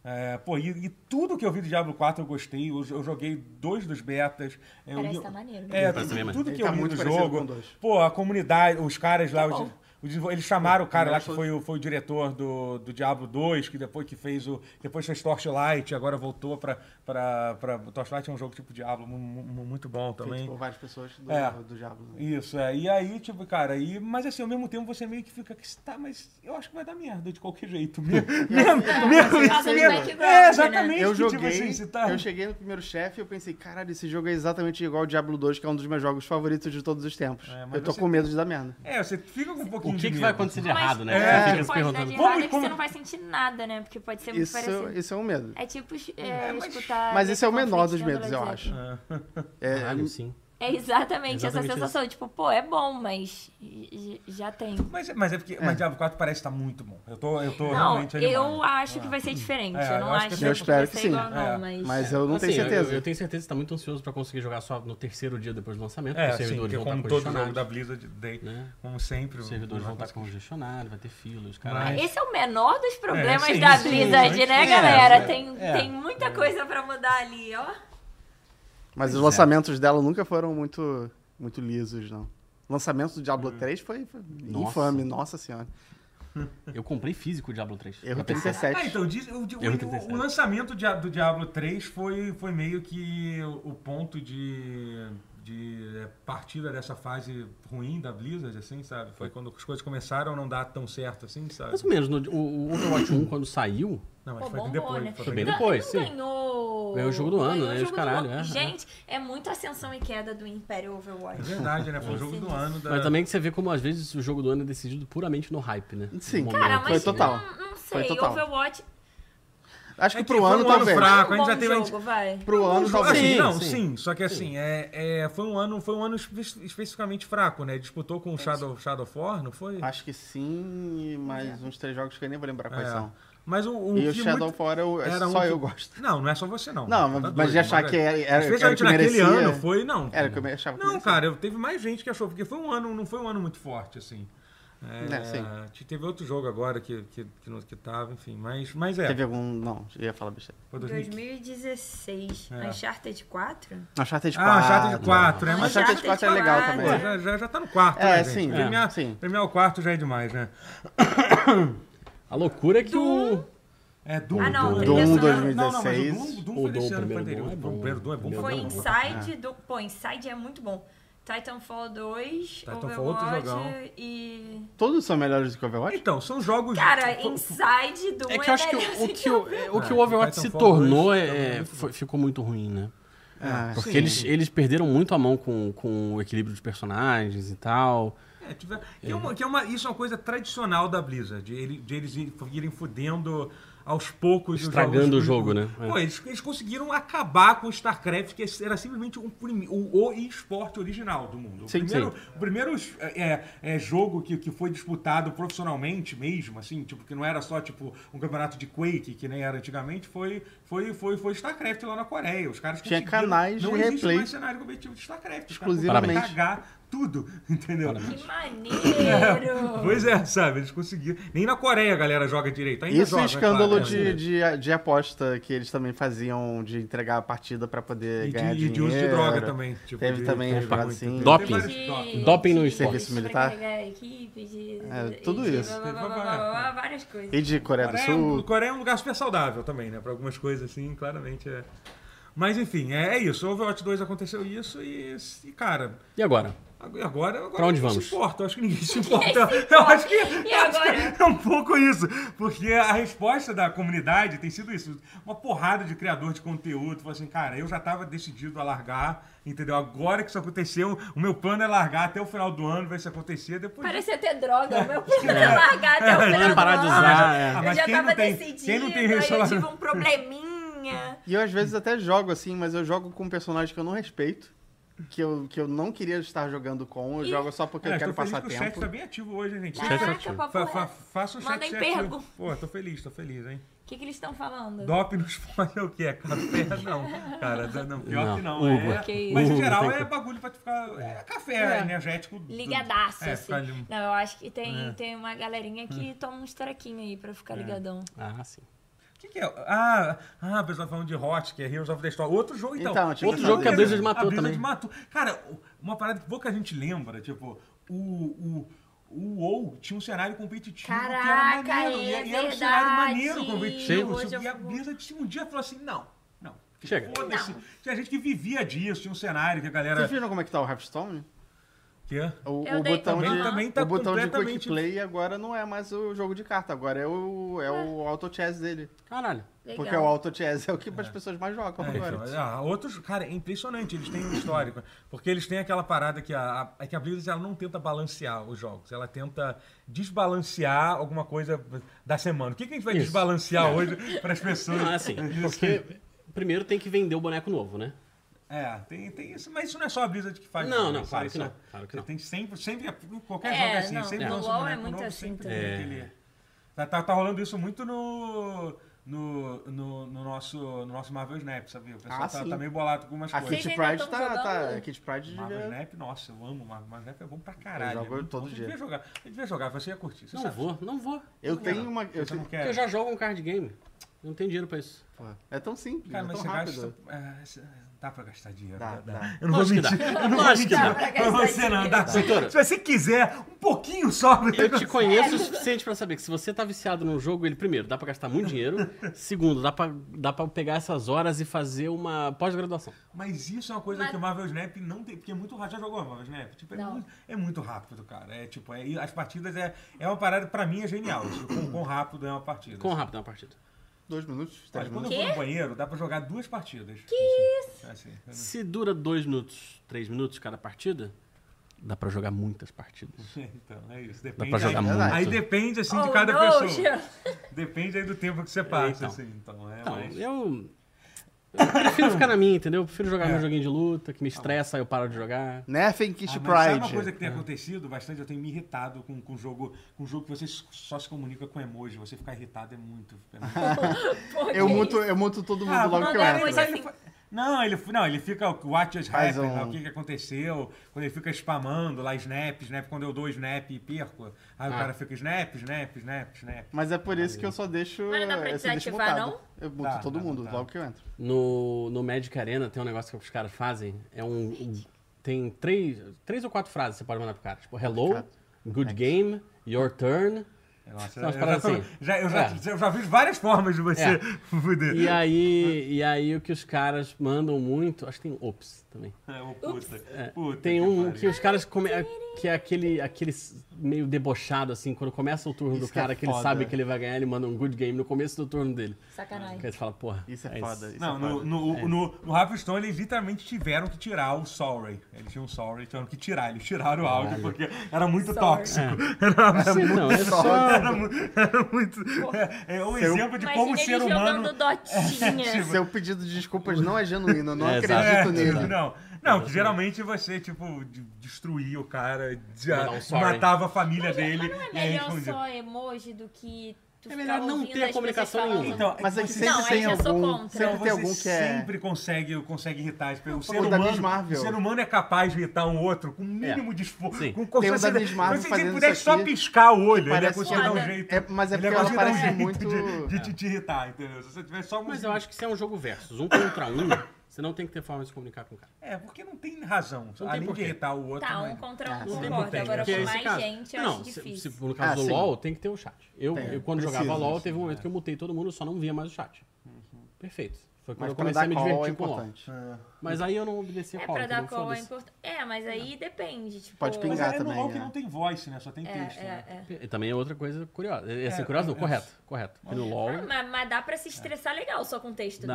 A: É, pô, e, e tudo que eu vi do Diablo 4 eu gostei. Eu, eu joguei dois dos betas. Eu,
B: Parece
A: eu-
B: tá maneiro.
A: É,
C: Parece
A: tudo,
C: mesmo.
A: tudo
D: Ele
A: que
D: tá
A: eu é vi
D: muito
A: do
D: parecido
A: jogo.
D: com dois.
A: Pô, a comunidade, os caras lá, os-
B: Tá bom.
A: o desenvol- eles chamaram o cara lá que
D: Começou-
A: foi, o- foi o diretor do, do Diablo 2, que depois que fez o. Depois fez Torchlight, agora voltou pra. pra, pra Torchlight é um jogo tipo Diablo, mu- mu- muito bom
D: lá. Feito
A: também.
D: por várias pessoas do,
A: É.
D: do Diablo. né?
A: Isso, é. E aí, tipo, cara, e, mas assim, ao mesmo tempo você meio que fica que tá, mas eu acho que vai dar merda de qualquer jeito. *laughs* Mesmo, mesmo, mesmo,
B: por causa do
A: mesmo-
B: background,
A: É,
B: né?
A: exatamente.
D: Eu
A: que, tipo,
D: joguei,
A: assim, você tá-
D: eu cheguei no primeiro chefe e eu pensei, caralho, esse jogo é exatamente igual ao Diablo 2, que é um dos meus jogos favoritos de todos os tempos.
A: É, mas
D: eu tô
A: você-
D: com medo de dar merda.
A: É, você fica com um pouquinho
C: O que,
A: de
C: que vai
A: medo.
C: acontecer de
B: Mas
C: errado, né?
A: É.
C: Você fica
B: O que
C: se
B: pode dar
C: perguntando.
B: de
A: Como-
B: errado é que
A: como-
B: você não vai sentir nada, né? Porque pode ser muito
D: Isso,
B: parecido.
D: isso é um medo.
B: É tipo é,
A: mas-
B: escutar...
D: Mas esse é o
B: Conflict
D: menor dos
B: do
D: medos, eu
B: Led
D: acho.
B: Zeppelin.
D: É,
C: Caralho, sim.
B: É exatamente, essa
C: Exatamente
B: sensação. Tipo, pô, é bom, mas j- já tem.
A: Mas, mas é porque. Mas Diablo 4 parece estar muito bom. Eu tô, eu tô
B: Não,
A: realmente animado.
B: eu acho que vai ser diferente.
A: É,
B: eu não
A: eu acho
B: acho
A: que
B: que
A: eu
B: vai
D: espero que
B: ser
D: sim.
B: igual, não,
A: É.
B: mas...
D: mas eu não
C: Assim,
D: tenho certeza.
C: Eu, eu tenho certeza que você tá muito ansioso pra conseguir jogar só no terceiro dia depois do lançamento,
A: É,
C: porque os
A: sim,
C: servidores
A: porque
C: vão
A: como
C: estar
A: todo jogo da
C: congestionados.
A: Blizzard, daí,
C: Né?
A: como sempre.
C: Os servidores vão estar
A: com
C: congestionados, vai ter filas,
A: Mas-
C: caralho.
B: Esse é o menor dos problemas
A: É, sim,
B: da
A: sim,
B: Blizzard,
A: sim.
B: né,
A: É,
B: galera?
A: é,
B: tem,
C: é.
B: tem muita coisa pra mudar ali, ó.
D: Mas os
C: Pois é.
D: lançamentos dela nunca foram muito, muito lisos, não. O lançamento do Diablo
A: Uhum.
D: 3 foi, foi
C: Nossa.
D: infame, nossa senhora.
C: Eu comprei físico o Diablo 3.
D: Erro
C: pra PC.
D: 37.
A: Ah, então, diz- o, o-
C: Eu
A: o-
C: que disse,
A: o
C: é.
A: lançamento de- do Diablo 3 foi, foi meio que o ponto de, de é, partida dessa fase ruim da Blizzard, assim, sabe? Foi quando as coisas começaram a não dar tão certo, assim, sabe?
C: Mais ou menos, no, o, o Overwatch 1, quando saiu,
A: Não, mas
B: Pô,
A: foi bem
B: bombou,
A: depois.
B: né?
A: Foi
C: Foi
A: bem
C: bem
A: depois.
C: depois,
B: não
C: sim.
B: ganhou.
C: Ganhou o jogo do ano,
B: Ganhou o
C: né?
B: jogo
C: Os
B: do
C: caralho,
B: ano.
C: é, é.
B: Gente, é muito ascensão e queda do Império
A: É
B: Overwatch.
A: verdade, né? Foi o jogo do ano. Da...
C: mas também que você vê como às vezes o jogo do ano é decidido puramente no hype, né?
D: Sim. é,
C: No
B: Cara,
C: momento.
B: mas
D: Foi total.
B: Não, não sei,
D: Foi total.
B: Overwatch
D: Acho
A: É
D: que
A: que
D: pro
A: foi
D: ano,
A: um ano
D: talvez.
A: fraco.
B: é
A: a
B: um
A: gente
B: bom
A: já teve- a gente-
B: jogo, vai.
D: Pro um ano, talvez.
A: Assim,
C: Sim,
A: não,
C: sim.
A: sim, Só que assim, é, é, foi um ano, foi um ano espe- especificamente fraco, né? Disputou com o Shadow, Shadow 4, não foi?
D: É Acho que sim, e mais uns três jogos que eu nem vou lembrar quais
A: É.
D: são.
A: Mas o, o
D: E o
A: que
D: Shadow
A: muito-
D: of War eu, é
A: era
D: só
A: um que-
D: eu gosto.
A: Não, não é só você, não.
D: Não,
A: Tá
D: mas
A: doido,
D: de achar
A: é-
D: que era, era, era o
A: Especialmente
D: que
A: naquele
D: merecia.
A: ano, foi, não.
D: Era o que eu achava que
A: Não,
D: merecia.
A: cara, eu- teve mais gente que achou, porque foi um ano, não foi um ano muito forte, assim. É,
D: É, sim.
A: te- Teve outro jogo agora que, que, que, não- que tava, enfim, mas, mas é.
D: Teve algum... Não, eu ia falar besteira.
A: Foi 2015.
B: 2016.
A: É.
B: Uncharted 4?
D: Uncharted 4.
A: Ah, Uncharted 4, é,
D: Mas
A: mas
B: Uncharted
D: Uncharted 4 é legal
B: 4.
A: pô,
D: também.
A: já, já, já tá no quarto,
D: É,
A: né, gente?
D: sim,
A: Premiar,
D: sim.
A: premiar o quarto já é demais, né?
C: A loucura é que o.
A: É Doom.
B: Ah, não,
A: Doom.
B: Doom
A: Doom
D: 2016.
A: Não, não, mas o Doom, Doom foi
C: O Doom,
A: desse ano, foi
C: primeiro Doom
A: anterior.
C: é
A: O
C: bom.
A: primeiro Doom é bom.
C: Meu
B: Foi
C: Deus.
B: Inside do. Pô, Inside é muito bom. Titanfall 2,
A: Titanfall, é outro
B: Overwatch
A: jogão.
B: e...
D: Todos são melhores do que Overwatch?
A: Então, são jogos. *laughs*
B: Cara,
A: fo-
B: Inside do um
C: É que eu acho que
B: assim,
C: o, o que o, é, o, que o Overwatch se
A: Titanfall
C: tornou
A: dois
C: é-
A: também é
C: é,
A: muito
C: foi- ficou muito ruim, né?
A: É.
D: Ah,
C: Porque
D: sim.
C: eles, eles perderam muito a mão com, com o equilíbrio dos personagens e tal.
A: É, tiver- que é
C: Uhum.
A: uma- que é uma- isso é uma coisa tradicional da Blizzard, de, ele- de eles ir- irem fudendo aos poucos. os
C: Estragando
A: jogos.
C: o jogo, né?
A: Pô,
C: É.
A: eles, eles conseguiram acabar com o StarCraft, que era simplesmente o, prime- o, o esporte original do mundo. O
C: Sim,
A: primeiro,
C: sim.
A: o primeiro é, é, jogo que, que foi disputado profissionalmente mesmo, assim, tipo, que não era só tipo um campeonato de Quake, que nem era antigamente, foi, foi, foi, foi StarCraft lá na Coreia. Os caras
D: Tinha
A: conseguiram-
D: canais
A: não
D: de
A: existe
D: replay.
A: mais cenário competitivo de StarCraft. Os caras
D: Exclusivamente.
A: conseguiram cagar tudo, *laughs* entendeu?
B: *laughs* Que maneiro!
A: *laughs* Pois é, sabe? Eles conseguiram. Nem na Coreia a galera joga direito. Ainda
D: Isso
A: joga,
D: é escândalo
A: claro, né?
D: de, de, de aposta que eles também faziam de entregar a partida pra poder
A: E de,
D: ganhar
A: e
D: dinheiro. né?
A: de uso de droga também. Tipo,
D: Teve
A: de-
D: também
A: teve
D: jogado
A: muito.
D: assim.
A: Teve
C: Doping.
A: vários
B: De-
A: doping.
C: Doping no
B: de
C: esporte.
D: Serviço militar?
B: sobrecarregar a equipe, de-
D: É,
B: de-
D: tudo
B: de-
D: isso.
B: blá, blá, blá, blá, blá, blá, várias coisas.
D: E de Coreia do
A: Coreia, é um-
D: Sul.
A: Coreia é um lugar super saudável também, né? Pra algumas coisas assim, claramente é. Mas enfim, é, é isso. O Overwatch 2 aconteceu isso e, e cara,
C: E agora?
A: agora, agora agora ninguém
C: onde vamos?
A: se importa. Eu acho que ninguém
B: *laughs*
A: se importa. Eu acho que, eu
B: E
A: acho que
B: agora?
A: é um pouco isso. Porque a resposta da comunidade tem sido isso. Uma porrada de criador de conteúdo. Falou assim, cara, eu já tava decidido a largar, entendeu? Agora que isso aconteceu, o meu plano é largar até o final do ano, vai se acontecer. Depois
B: Parece até droga, o meu plano é largar até o final
C: Não
B: do
C: parar de
B: ano.
C: usar, é.
A: Ah,
B: Eu
A: mas
B: já
A: quem
B: tava
A: não tem-
B: decidido,
A: quem não tem
B: aí eu
A: resolução- *laughs*
B: tive um probleminha.
D: E eu às vezes até jogo assim, mas eu jogo com um personagem que eu não respeito. Que eu, que eu não queria estar jogando com, eu jogo só porque
A: Cara,
D: eu quero
A: É, tô feliz
D: passar
A: que O chat
D: tempo.
A: tá bem ativo hoje, gente.
C: Chat
B: Caraca,
C: ativo.
B: papo
A: Fa-
B: reto.
A: fa- faça o chat
B: é. Mandem
A: ser ativo.
B: pergunta.
A: Pô, tô feliz, tô feliz, hein?
B: O que, que eles estão falando?
A: Dop nos fone é o quê? É
B: *laughs*
A: café? Não, cara, não, não, pior
C: Não,
A: que não.
C: Hugo.
A: É,
B: Que isso.
A: mas em
C: Hugo,
A: geral
C: tem
A: é
C: que-
A: bagulho pra tu ficar. É café,
D: É.
A: energético. do-
B: Ligadaço,
A: é,
B: assim.
A: ficar ali-
B: Não, eu acho que tem,
A: É.
B: tem uma galerinha que toma uns traquinhos aí pra ficar ligadão.
C: Ah, sim.
A: O que, que é? Ah, ah, o pessoal falando de Hot, que é Heroes of the Storm. Outro jogo, então.
D: Então, eu tinha
C: Outro jogo que a Blizzard matou
A: Blizzard
C: também.
A: matou. Cara, uma parada que pouca gente lembra, tipo, o. o o WoW tinha um cenário competitivo que era
B: Caraca,
A: maneiro.
B: é
A: e, e era um
B: verdade.
A: cenário maneiro competitivo. Tipo,
B: Sim.
A: E a Blizzard tinha um dia falou assim, não, não.
C: Chega.
A: Foda-se. Tinha gente que vivia disso, tinha um cenário que a galera...
D: Vocês viram como é que tá o Hearthstone?
A: Que é?
D: O,
B: Eu
D: o
B: dei-
D: botão,
A: Também-
D: de,
A: também tá
D: o botão de quick
A: completamente-
D: play agora não é mais o jogo de carta, agora é o, é o auto chess dele.
C: Caralho.
B: Legal.
D: Porque o auto chess é o que as pessoas mais jogam
A: É,
D: agora.
A: então, ah, outros, cara, é impressionante, eles têm um histórico. Porque eles têm aquela parada que a, a- é que a Blizzard ela não tenta balancear os jogos, ela tenta desbalancear alguma coisa da semana. O que, que a gente vai
C: Isso.
D: *laughs*
A: desbalancear hoje para as pessoas?
C: Não, é assim, porque primeiro tem que vender o boneco novo, né?
A: É, tem, tem isso, mas isso não é só a Blizzard que faz.
C: Não,
A: isso,
C: não,
A: né?
C: claro
A: Isso
C: que
A: é-
C: não, claro que
A: você
C: não.
A: Tem sempre, sempre, qualquer
B: É,
A: jogo é assim,
B: não,
A: sempre
B: no
A: lança um
B: LoL é
A: boneco
B: muito
A: novo,
B: assim
A: sempre
C: também.
A: tem
C: É.
A: aquele... Tá, tá, tá rolando isso muito no... No, no, no nosso, no nosso Marvel Snap, sabia? O pessoal
D: Ah,
A: tá,
D: sim.
A: tá meio bolado com algumas
D: A
A: coisas.
D: Kit
B: ainda
D: Pride
B: tão
D: tá, tá.
B: jogando?
D: A Kit Pride
A: Marvel né?
D: devia-
A: Snap, nossa, eu amo. Marvel, Marvel Snap é bom pra caralho.
D: Eu jogo
A: é muito
D: todo
A: bom. Você
D: dia.
A: devia jogar, você devia jogar, você ia curtir. Você
C: Não
A: sabe.
C: vou, não vou.
D: Eu tenho uma. Eu
A: Você não é
D: tenho...
A: quer.
C: Porque eu já jogo um card game. Eu Não tenho dinheiro pra isso.
D: Porra, É tão simples,
A: Cara,
D: é
A: mas
D: tão
A: você
D: rápido.
A: gasta. é, você- dá pra gastar dinheiro.
D: Dá,
A: dá,
D: dá.
A: dá. Eu não vou
C: Lógico que
A: mentir.
C: dá.
A: Eu não vou
C: Lógico que
A: mentir.
C: dá.
B: Pra
A: Pra
B: gastar
A: você não,
B: dinheiro.
A: dá.
C: Doutora.
A: Se você quiser, um pouquinho só. você
C: Eu te
A: consegue.
C: conheço o suficiente pra saber que se você tá viciado num jogo, ele primeiro, dá pra gastar muito dinheiro. Segundo, dá pra, dá pra pegar essas horas e fazer uma pós-graduação.
A: Mas isso é uma coisa
B: Mas-
A: que o Marvel Snap não tem, porque é muito rápido. Já jogou Marvel Snap? Tipo, é,
B: Não.
A: muito, é muito rápido, cara. É tipo, é, e as partidas é, é uma parada, pra mim é genial. Isso, quão, quão rápido é uma partida.
C: Com rápido é uma partida.
D: Dois minutos, três
A: Olha, quando
D: minutos.
A: eu vou no banheiro, dá pra jogar duas partidas. Assim, Que isso?
C: Se dura dois minutos, três minutos cada partida, dá pra jogar muitas partidas.
A: Então, é isso.
C: Dá
A: Depende
C: pra jogar
A: aí,
D: muito.
A: aí depende, assim, de
B: Oh,
A: cada
B: no,
A: pessoa.
B: Jean.
A: Depende aí do tempo que você passa,
C: então.
A: assim. Então, é,
C: Então,
A: mas...
C: eu. Eu prefiro ficar na minha, entendeu? Eu prefiro jogar
A: É.
C: meu joguinho de luta, que me estressa, aí eu paro de jogar.
D: Nerfem Kit
A: Ah, mas sabe uma coisa
D: Pride.
A: que tem acontecido bastante? Eu tenho me irritado com, com jogo, com jogo que você só se comunica com emoji. Você ficar irritado é muito. É muito...
B: Pô,
D: Eu
B: que
D: muto,
B: isso.
D: eu muto todo mundo
A: Ah,
D: logo que eu
B: mandar
D: entro.
B: coisa-
A: Ele fa- Não, ele, não, ele fica o what just
D: Faz
A: happened,
D: um-
A: lá, né? o que, que aconteceu, quando ele fica spamando lá, snap, snap, quando eu dou snap e perco, aí o
C: Ah.
A: cara fica snap, snap, snap, snap.
D: Mas é por isso que eu só deixo.
B: Mas não dá pra
D: eu só deixo
B: desativar,
D: mutado.
B: não?
D: Eu muto
A: Dá,
D: todo
A: dá,
D: mundo
A: dá.
D: logo que eu entro.
C: No, no Magic Arena tem um negócio que os caras fazem. É um. um- Tem três, três ou quatro frases que você pode mandar pro cara. Tipo, hello,
D: Complicado.
C: good game, your turn.
A: Nossa,
C: São
A: eu,
C: umas paradas
A: já,
C: assim.
A: né? já- eu, já,
C: É.
A: eu já vi várias formas de você
C: É.
A: *laughs* fuder.
C: E aí, e aí o que os caras mandam muito, acho que tem ops também.
A: É, ô, puta.
C: É,
A: Puta
C: tem um
A: pariu.
C: que os caras come- é, que é aquele aquele s- meio debochado assim, quando começa o turno
D: Isso
C: do
D: que é
C: cara que, ele
D: foda.
C: sabe que ele vai ganhar, ele manda um good game no começo do turno dele. Aí
B: Sacanagem.
C: você fala, porra.
D: Isso é
C: aí
D: *laughs* foda.
C: s-
D: Isso
A: Não,
D: é
A: no,
D: foda.
A: no, no, no Rolling Stone eles literalmente tiveram que tirar o Sorry. Eles tinham um Sorry, tiveram que tirar. Eles tiraram o áudio
C: Caralho.
A: porque era muito
B: Sorry.
A: tóxico.
C: Assim, não, é
A: *laughs*
C: só
A: Era, mu- era muito. É, é um
D: Seu-
A: exemplo de como
B: Imagina
A: o ser
B: ele
A: humano. é,
B: jogando dotinha.
A: tipo,
D: Seu pedido de desculpas não é genuíno, eu não
C: É,
D: acredito
C: *laughs* exato,
A: É,
D: nele.
A: tipo, não, não que geralmente você, tipo, de- destruía o cara, já
C: Não, não, um sorry.
A: matava a família dele.
B: Não é
A: e aí
B: melhor
A: respondia.
B: só emoji do que tu
C: É melhor não ter comunicação nenhuma.
A: Então, é
D: Mas é
A: que
D: que
A: você-
D: sempre
B: Não, aí
D: tem
B: eu sou
D: algum.
B: contra.
D: Sempre
A: Então,
D: tem
A: você
D: algum que é.
A: sempre consegue, consegue irritar. as pessoas. O ser,
D: o da Miss
A: humano,
D: Marvel.
A: o ser humano é capaz de irritar um outro com o mínimo de esforço.
C: Sim.
A: Com
D: Tem o da
A: consciência-
D: Miss Marvel
A: se
D: fazendo
A: ele pudesse
D: isso
A: só
D: aqui,
A: piscar o olho, ele ia
D: parece-
A: conseguir dar um
B: Foda.
A: jeito.
D: É, mas é
A: ele ia
D: porque ela
A: conseguir dar um
D: parece
A: jeito
D: muito-
A: De, de, te irritar, entendeu? Se você tiver só um...
C: Mas eu acho que se é um jogo versus, um contra um, você não tem que ter forma de se comunicar com o cara.
A: É, porque não tem razão.
C: tem
A: Além de
C: porquê.
A: irritar o outro...
B: Tá,
A: não é-
B: um contra um,
D: Ah,
C: Não tem
B: concordo.
C: porquê,
B: Agora
C: porque é
B: com
C: esse
B: mais
C: caso-
B: gente, eu
C: não,
B: acho
C: se-
B: difícil.
C: se- no caso
D: Ah,
C: do
D: sim.
C: LoL, tem que ter o chat. Eu,
D: Tem,
C: eu, quando
D: precisa,
C: jogava LoL,
D: precisa, é. Uhum.
C: teve um momento que eu mutei todo mundo, só não via mais o chat. Perfeito. Foi quando
D: Mas
C: eu
D: pra
C: comecei a
D: dar
C: me
D: call é
C: divertir com o LoL.
D: importante.
C: Mas aí eu não obedecia
B: É
C: call,
B: pra dar
C: entendeu?
B: call é
C: Foda-se.
B: importante. É, mas aí depende. Tipo,
D: Pode
A: Mas
D: pingar
A: é no
D: também,
A: LoL que
D: é.
A: não tem voice, né? Só tem
B: É,
A: texto. né?
B: é, é.
C: E também é outra coisa curiosa. É, assim,
A: É,
C: curiosa não,
A: é,
C: correto, correto. Porque no LoL,
B: Ah, mas, mas dá pra se estressar legal só com texto. né?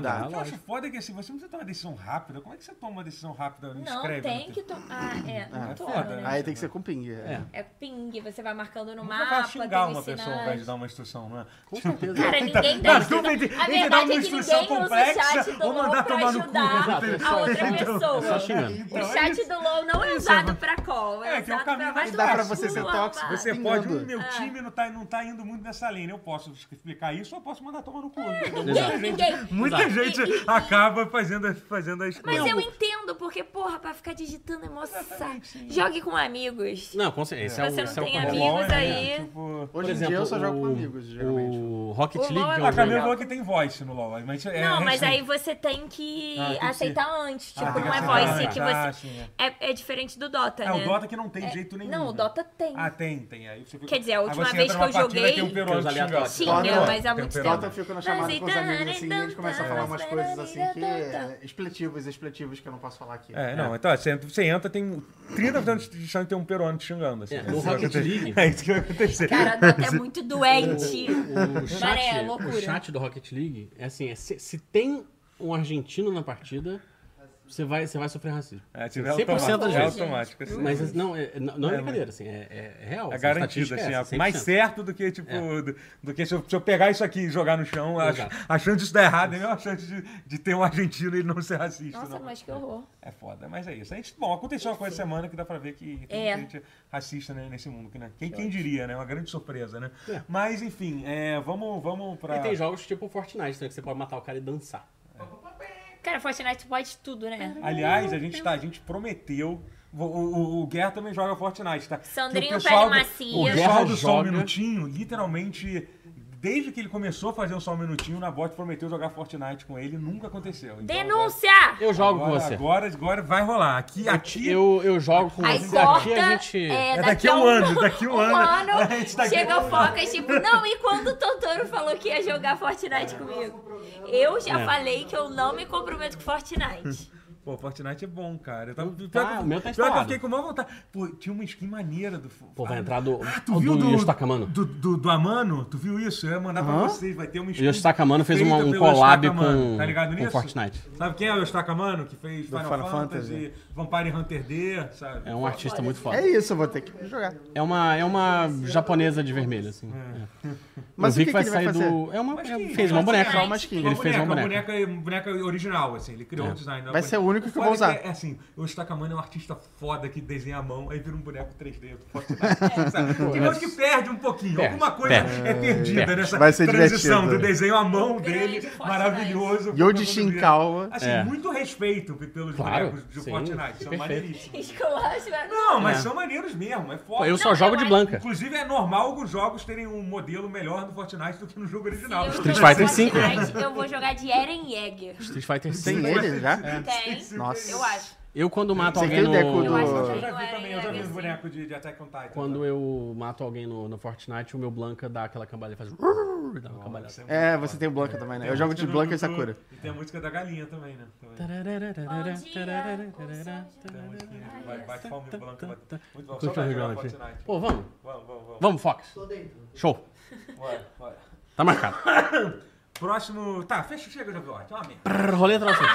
A: O
C: dá,
D: dá.
A: que eu acho
C: lógico.
A: foda é que assim, você não precisa tomar uma decisão rápida. Como é que você toma uma decisão rápida?
B: Não,
A: escreve,
B: tem
A: né?
B: que tomar. Ah, é. Não
A: É
B: toma,
A: foda, né?
B: né?
D: Aí tem que ser com ping. é.
C: É.
B: É ping, você vai marcando no
A: Nunca
B: mapa,
A: vai xingar
B: tem
A: uma pessoa ao invés de
B: ensinante.
A: dar uma instrução, não é?
C: Com certeza.
B: Cara,
A: *laughs*
B: ninguém
A: Tá,
B: dá
A: mas tudo
B: instrução.
A: bem, tem-
B: A
A: tem que dar
B: verdade
A: uma
B: é que
A: instrução
B: ninguém
A: complexa
B: usa o chat do
A: ou
B: LOL
A: mandar
B: pra
A: tomar no cu,
B: ajudar
C: entendeu?
B: a outra
A: *laughs* Então,
C: Só
B: pessoa.
C: xingando.
A: Então,
B: o
A: é
B: chat
A: isso.
B: do LOL não é
A: Isso,
B: usado
A: mano.
B: pra call, é,
A: É, que é o
B: usado
A: caminho
B: pra
A: mais
D: Dá pra
A: fácil.
D: você ser
B: bascular,
D: tóxico,
B: vai.
A: Você
D: Pingando.
A: pode, "Hum, meu
B: É.
A: time não tá, não tá indo muito nessa linha. Eu posso explicar isso ou eu posso mandar tomar no cu. entendeu?
B: Ninguém, ninguém.
A: Muita
C: Exato.
A: gente
B: E- e-
A: acaba fazendo, a- fazendo a
B: Mas
A: escolha. tipo,
B: eu entendo, porque, porra, pra ficar digitando é mó saco.
A: Exatamente, né? sim.
B: Jogue com amigos.
C: Não, com certeza. Esse é,
B: Você
C: o,
B: não
C: esse é o
B: tem
C: correto.
B: amigos
A: LOL, né,
B: aí.
A: tipo-
D: Hoje em dia eu só jogo com amigos, geralmente.
C: O Rocket
B: O LoL
C: League é
B: é
A: A
C: um
B: bacana.
A: Camila
C: jogo.
A: falou que tem voice no LoL, mas é-
B: Não,
A: é
B: mas
A: assim.
B: aí você tem que
A: Ah, tem que
B: aceitar antes. Tipo,
A: Ah, tem que
B: não é
A: aceitar
B: voice
A: antes.
B: que
A: Ah,
B: você.
A: sim, é.
B: É, é diferente do Dota,
A: É,
B: né?
A: o Dota que não tem jeito nenhum.
B: Não, o
A: né?
B: Dota tem.
A: Ah, tem, tem. Aí você fica-
B: Quer dizer, a
A: Aí
B: última
A: você
B: vez
A: entra
B: que eu
A: numa partida,
B: joguei-
A: Tem um peruano
C: Tem os
A: xingando.
C: aleatórios.
B: Sim,
D: Dota-
B: meu, mas então, tá. há
A: Tem um
B: muito
A: peruano.
D: Dota
B: tempo.
D: eu fico na chamada com os amigos assim, e eles começam a falar umas coisas assim que
B: então tá.
D: é explitivos, explitivos que eu não posso falar aqui.
A: É, não, então você entra, você entra, tem 30% de chance de ter um peruano te xingando. Assim,
C: É,
A: né?
C: no
A: Isso vai
C: Rocket
A: acontecer.
C: League-
A: *laughs* É isso que vai acontecer.
B: Cara,
A: *laughs*
B: o Dota é muito doente.
C: O chat,
B: Maré,
C: o
B: loucura.
C: chat do Rocket League é assim: é se, se tem um argentino na partida, você vai, você vai sofrer racismo.
A: É, tiver
C: 100% das
A: automático,
C: vezes.
A: É automático. assim.
C: Mas assim, não, é, não não é
A: É,
C: brincadeira, assim, é, é real.
A: É
C: assim, a
A: garantido,
C: estatística
A: assim,
C: é
A: é
C: essa,
A: mais
C: 100%.
A: certo do que, tipo, do, do que se eu, se eu pegar isso aqui e jogar no chão, a,
C: É. Exato.
A: a chance disso dar errado é a mesma chance de, de ter um argentino e não ser racista.
B: Nossa,
A: não.
B: mas que horror.
A: É foda, mas é isso. A gente, bom, aconteceu uma coisa semana que dá pra ver que tem
B: É.
A: gente racista né, nesse mundo. que, Né? Quem, quem diria, né? Uma grande surpresa, né?
C: É.
A: Mas, enfim, é, vamos, vamos pra...
C: E tem jogos tipo Fortnite, né, que você pode matar o cara e dançar.
B: Cara, Fortnite pode tudo, né?
A: Aliás, a gente, tá, a gente prometeu. O, o, o Guerra também joga Fortnite, tá? Que
B: Sandrinho
A: o pessoal
B: Pele
A: do-
B: Macia.
A: O
C: Guerra
A: pessoal do Só um
C: joga.
A: Minutinho, literalmente, desde que ele começou a fazer o Só um Minutinho, na bot prometeu jogar Fortnite com ele, nunca aconteceu. Então,
B: Denúncia!
C: Eu jogo
A: agora,
C: com você.
A: Agora, agora vai rolar. Aqui, aqui
C: Eu, eu jogo com
B: Aí
C: você.
B: corta.
C: Aqui a gente.
B: É,
A: É daqui a um
B: *laughs*
A: ano, daqui a um
B: um
A: ano.
B: ano,
A: A gente tá aqui-
B: chega o Focas, tipo, não, e quando o Totoro falou que ia jogar Fortnite comigo? Eu já
C: É.
B: falei que eu não me comprometo com Fortnite.
A: Pô, Fortnite é bom, cara. Eu tava...
C: Tá,
A: pior que eu-
C: o
A: pior
C: meu tá
A: que eu
C: instalado.
A: fiquei com má vontade. Pô, tinha uma skin maneira do...
C: Pô, vai entrar do.
A: Ah,
C: o
A: tu viu
C: do,
A: do,
C: Yoshitaka Mano.
A: Do, do, do Amano? Tu viu isso? Eu ia mandar pra
D: Hã?
A: vocês, vai ter uma
C: O
A: skin.
C: Yoshitaka Mano fez uma-
A: feita
C: um
A: pelo
C: collab
A: Yoshitaka Mano,
C: com,
A: tá ligado
C: com
A: nisso?
C: Fortnite.
A: Sabe quem é o Yoshitaka Mano? Que fez Final,
D: Final
A: Fantasy, Vampire Hunter D, sabe?
C: É um artista muito foda.
D: É isso, eu vou ter que jogar.
C: É uma, é uma japonesa de vermelho, assim. É.
D: Mas
C: eu vi
D: o que, que
C: vai
D: ele
C: sair
D: vai fazer?
C: do. É uma.
A: Mas
C: é-
A: que-
C: fez uma
A: Fortnite
C: boneca.
D: Só uma skin.
C: Ele fez uma boneca. É.
A: boneca, boneca original, assim, ele criou o design. da
D: Vai
A: boneca.
D: ser o único que eu
A: foda
D: vou usar.
A: É, que, é assim, o Stakamano é um artista foda que desenha a mão, aí vira um boneco 3D. do
D: *laughs*
A: Fortnite, sabe? Tem coisa que perde um pouquinho.
C: Perde,
A: Alguma coisa
C: perde.
A: é perdida
C: Perde.
A: nessa
D: Vai ser
A: transição
D: divertido,
A: do
D: né?
A: desenho à mão
B: Um
A: dele,
B: grande Fortnite.
A: maravilhoso. é
D: Yoji
A: Todo mundo vira.
D: Shinkawa.
A: Assim,
C: É.
A: muito respeito pe- pelos
C: Claro,
A: bonecos do
C: sim,
A: Fortnite. São
C: perfeito.
A: maneiríssimos.
B: Isso que eu acho, mas-
A: Não, mas
C: É.
A: são maneiros mesmo, é
C: Pô,
A: foda.
C: eu só
B: Não,
C: jogo
B: eu
C: de
B: acho-
C: branca.
A: Inclusive, é normal alguns jogos terem um modelo melhor no Fortnite do que no jogo original.
C: *laughs*
B: eu
C: Street
B: jogo
C: Fighter
B: Fortnite, Eu vou jogar de Eren Yeager.
C: Street Fighter
D: Tem
C: 6.
D: ele já?
B: Tem?
D: Nossa.
B: Eu acho.
C: Eu, quando mato
D: Você
C: alguém
D: tem ideia
C: no...
D: quando-
B: Eu acho que
A: Eu
B: ele
A: já
B: não
A: vi
B: era
A: também, eu já vi
B: inlegre,
A: os
B: assim.
A: bonecos de, de Attack on Titan. né?
C: Quando eu mato alguém no, no Fortnite, o meu Blanca dá aquela cambalhada e faz... Dá uma cambalhada.
D: É, você tem o Blanca também, né? Eu jogo de Blanca e Sakura.
A: E tem a música da galinha também, né? Também.
B: um
A: Tem a musiquinha, vai, vai palme blanco. vai- Muito bom, só
C: Continua
A: pra jogar
C: jogando aqui.
A: Fortnite.
C: Pô, vamos.
A: Vamos, vamos, vamos.
C: Vamos, Fox.
E: Tô dentro.
C: Show.
A: Bora, bora.
C: Tá marcado.
A: Próximo. Tá, fecha, chega de Overwatch. Uma merda.
C: Prrr, Roleta
E: *laughs*
C: no assunto.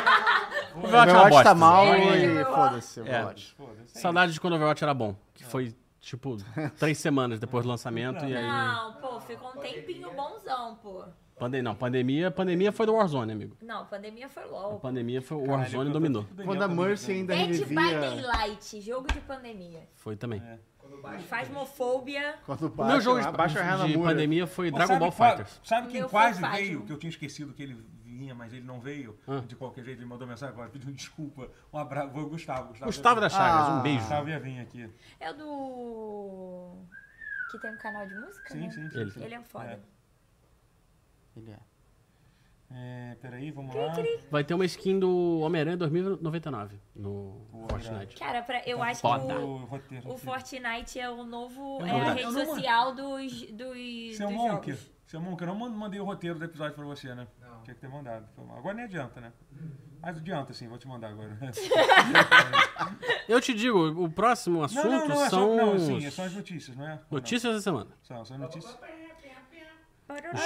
C: O
D: O
C: Overwatch é uma
D: Overwatch
C: bosta.
D: tá mal
B: É,
D: e
B: eu-
D: foda-se, o
C: É.
D: Overwatch.
A: Foda-se.
C: Saudade de quando o Overwatch era bom.
D: É.
C: Que foi, tipo, três semanas depois do lançamento e
A: Ah.
C: aí...
B: Não, pô, ficou um tempinho bonzão, pô.
C: Pande... Não, pandemia, pandemia foi do Warzone, amigo.
B: Não, pandemia foi
C: A
B: LOL.
C: pandemia foi... O
A: Caralho,
C: Warzone
A: eu tô-
C: dominou.
A: Daniel
D: Quando a né?
A: tá me
D: Mercy
A: ligando.
D: ainda
B: Dead by
D: revivia...
B: Daylight, jogo de pandemia.
C: Foi também.
A: É.
E: Quando baixa.
B: Fasmofobia.
D: Quando
C: O meu jogo
D: baixa,
C: de,
D: baixa o
C: de
D: Hanamura.
C: pandemia foi
A: Pô,
C: Dragon
A: sabe
C: Ball
A: qual-
C: Fighters.
A: Sabe quem
B: Meu
A: quase
B: foi
A: veio?
B: Fighters.
A: Que eu tinha esquecido que ele vinha, mas ele não veio.
C: Ah.
A: De qualquer jeito, ele mandou mensagem agora pedindo desculpa. Um abraço. Foi o Gustavo. Gustavo,
C: Gustavo da Chagas, um
D: Ah.
C: beijo.
A: Gustavo ia vir aqui.
B: É o do. Que tem um canal de música?
A: Sim,
B: né?
A: sim, sim.
C: Ele.
A: sim.
B: Ele é um foda.
D: Ele é.
A: É, peraí, vamos lá. Tá
C: Vai ter uma skin do Homem-Aranha 2099 no Fortnite.
B: Cara, pra,
A: Então,
B: eu acho que
C: Foda.
B: o,
A: O roteiro
B: o
A: aqui.
B: Fortnite é o novo.
A: Eu
B: É
A: não-
B: a
A: eu
B: rede
A: não-
B: social dos, dos,
A: Seu
B: dos
A: é um Monk,
B: jogos.
A: seu Monk, eu não man- mandei o roteiro do episódio pra você, né?
E: Não.
A: Tinha que ter mandado. Foi mal. Agora nem adianta, né? Mas adianta, sim, vou te mandar agora. *laughs*
C: Eu te digo, o próximo
A: não,
C: assunto
A: não, não, é
C: são
A: só, não,
C: os-
A: sim, é só as notícias, não é?
C: notícias da semana.
A: São, são notícias.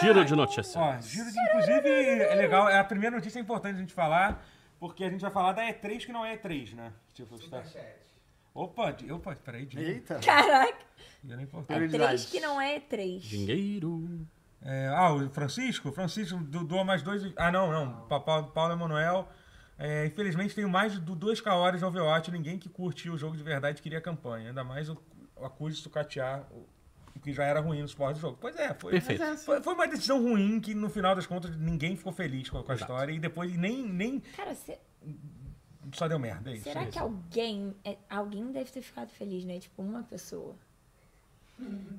C: Giro de notícias.
A: Ah, Ó, giro de,
E: né,
A: inclusive, é legal, é a primeira notícia importante a gente falar, porque a gente vai falar da E3 que não é E3, né? Tipo, está...
E: Superchat.
A: Opa, de- opa, peraí, de
D: Eita. *laughs*
B: Caraca,
A: era importante.
B: é
D: Prioridades.
B: três que não é três.
C: Dinheiro.
A: É, ah, o Francisco, Francisco do- doa mais dois. Ah, não, não. Pa- Pa- Paulo Emanuel. É, infelizmente tenho mais do 2k horas de Overwatch. Ninguém que curtiu o jogo de verdade queria a campanha. Ainda mais o, o acuse de sucatear o o que já era ruim no suporte do jogo. Pois é, foi.
C: Perfeito.
A: Foi, foi uma decisão ruim que no final das contas ninguém ficou feliz com a, com a
C: Exato.
A: história e depois nem, nem
B: Cara, se-
A: só deu merda. É isso.
B: será que alguém. é, Alguém deve ter ficado feliz, né? Tipo, uma pessoa.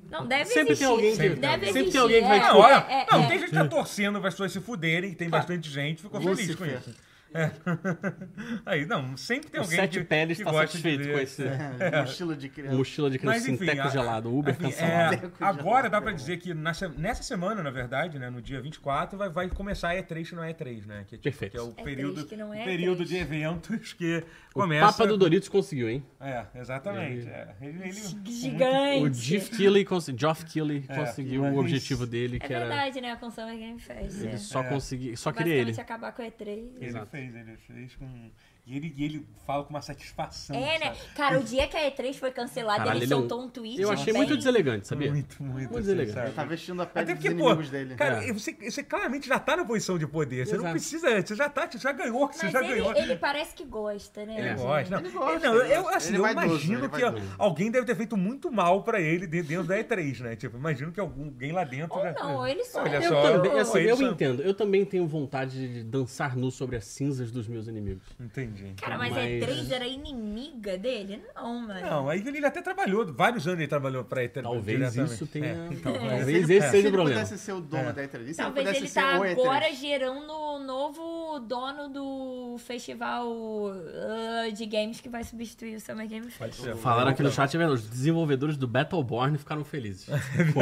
B: Não, deve
C: Sempre
B: existir.
C: tem alguém que-
B: deve
C: sempre tem
B: existir,
C: alguém que vai
B: é,
A: Não, olha,
B: é, é,
A: não,
B: é.
A: tem gente que tá torcendo para as pessoas se fuderem,
C: Tá.
A: tem bastante gente, ficou feliz com
D: Lúcifer.
A: isso. É. *laughs* Aí, não, sempre tem
C: O
A: alguém
C: Sete
A: que,
C: Peles
A: que
C: tá
A: gosta
C: satisfeito
A: de ver.
C: com esse
D: É, mochila de criança.
C: *laughs* mochila de
A: Mas
C: criança
A: enfim,
C: teco
A: a-
C: gelado, Uber tá
A: enfim,
C: cancelado.
A: é, agora dá pra dizer que na se- nessa semana, na verdade, né, no dia 24, vai, vai começar a E3 que não é E3, né? Que, é tipo-
C: Perfeito.
A: que é o
B: E3
A: período,
B: que não é
A: o período
B: E3.
A: de eventos que
C: O
A: começa...
C: Papa do Doritos conseguiu, hein?
A: É, exatamente. é. Ele- ele-
B: Gigante.
C: O Jeff Keighley, consi- Geoff Keighley
A: É,
C: conseguiu
A: mas-
C: o objetivo dele,
B: É
C: que era...
B: verdade, né? A Consumers Game Fest.
C: Ele
B: é.
C: só
A: É.
C: conseguia... Só queria
B: Basicamente
C: ele.
B: acabar com a E3.
A: Ele
C: Exato.
A: fez, ele fez com... E ele, e ele fala com uma satisfação,
B: É, né?
A: sabe?
B: Cara, o dia que a E3 foi cancelada,
C: Caralho,
B: ele
C: ele é um-
B: soltou um tweet.
C: Eu achei muito
B: bem-
C: deselegante, sabia? é
A: Muito, muito.
C: Muito
A: assim,
C: elegante.
A: sabe?
D: Ele tá vestindo a pele
A: Até
D: dos
A: porque, pô,
D: inimigos dele.
A: cara,
C: É.
A: você, você claramente já tá na posição de poder. Você não
C: Exato.
A: precisa, você já tá, você já ganhou, você
B: Mas
A: já
B: ele,
A: ganhou.
B: ele parece que gosta, né?
A: Ele
C: É.
B: gente?
A: gosta. Não,
D: Ele gosta,
A: não,
D: ele
A: eu,
D: gosta.
A: assim,
D: Ele é
A: eu
D: vaidoso, ele
A: imagino
D: é
A: que ó,
D: vaidoso.
A: alguém deve ter feito muito mal pra ele de- dentro da E3, né? Tipo, imagino que algum, alguém lá dentro.
B: Ou
A: já-
B: não, ou ele só.
A: Olha
C: Eu
A: só,
C: também,
A: eu-
C: assim,
A: eu-
C: eu
A: isso-
C: entendo. Eu também tenho vontade de dançar nu sobre as cinzas dos meus inimigos.
A: Entendi.
B: Cara, mas,
C: Mas-
B: a E3 era inimiga dele? Não, mano.
A: Não, aí ele até trabalhou, vários anos ele trabalhou pra E3.
C: Talvez
A: diretamente.
C: isso tenha.
A: É,
C: *laughs*
A: então, é.
C: Talvez
D: ele,
C: esse seja o
D: Se ele
C: problema. É.
D: pudesse ser o dono da E3, se
B: Talvez
D: ele
B: ele
D: pudesse ser
B: tá
D: o E3.
B: agora gerando o novo dono do festival ah, de games que vai substituir o Summer Game Fest.
A: Pode ser.
C: Falaram aqui no chat, é verdade, os desenvolvedores do Battleborn ficaram *laughs* felizes.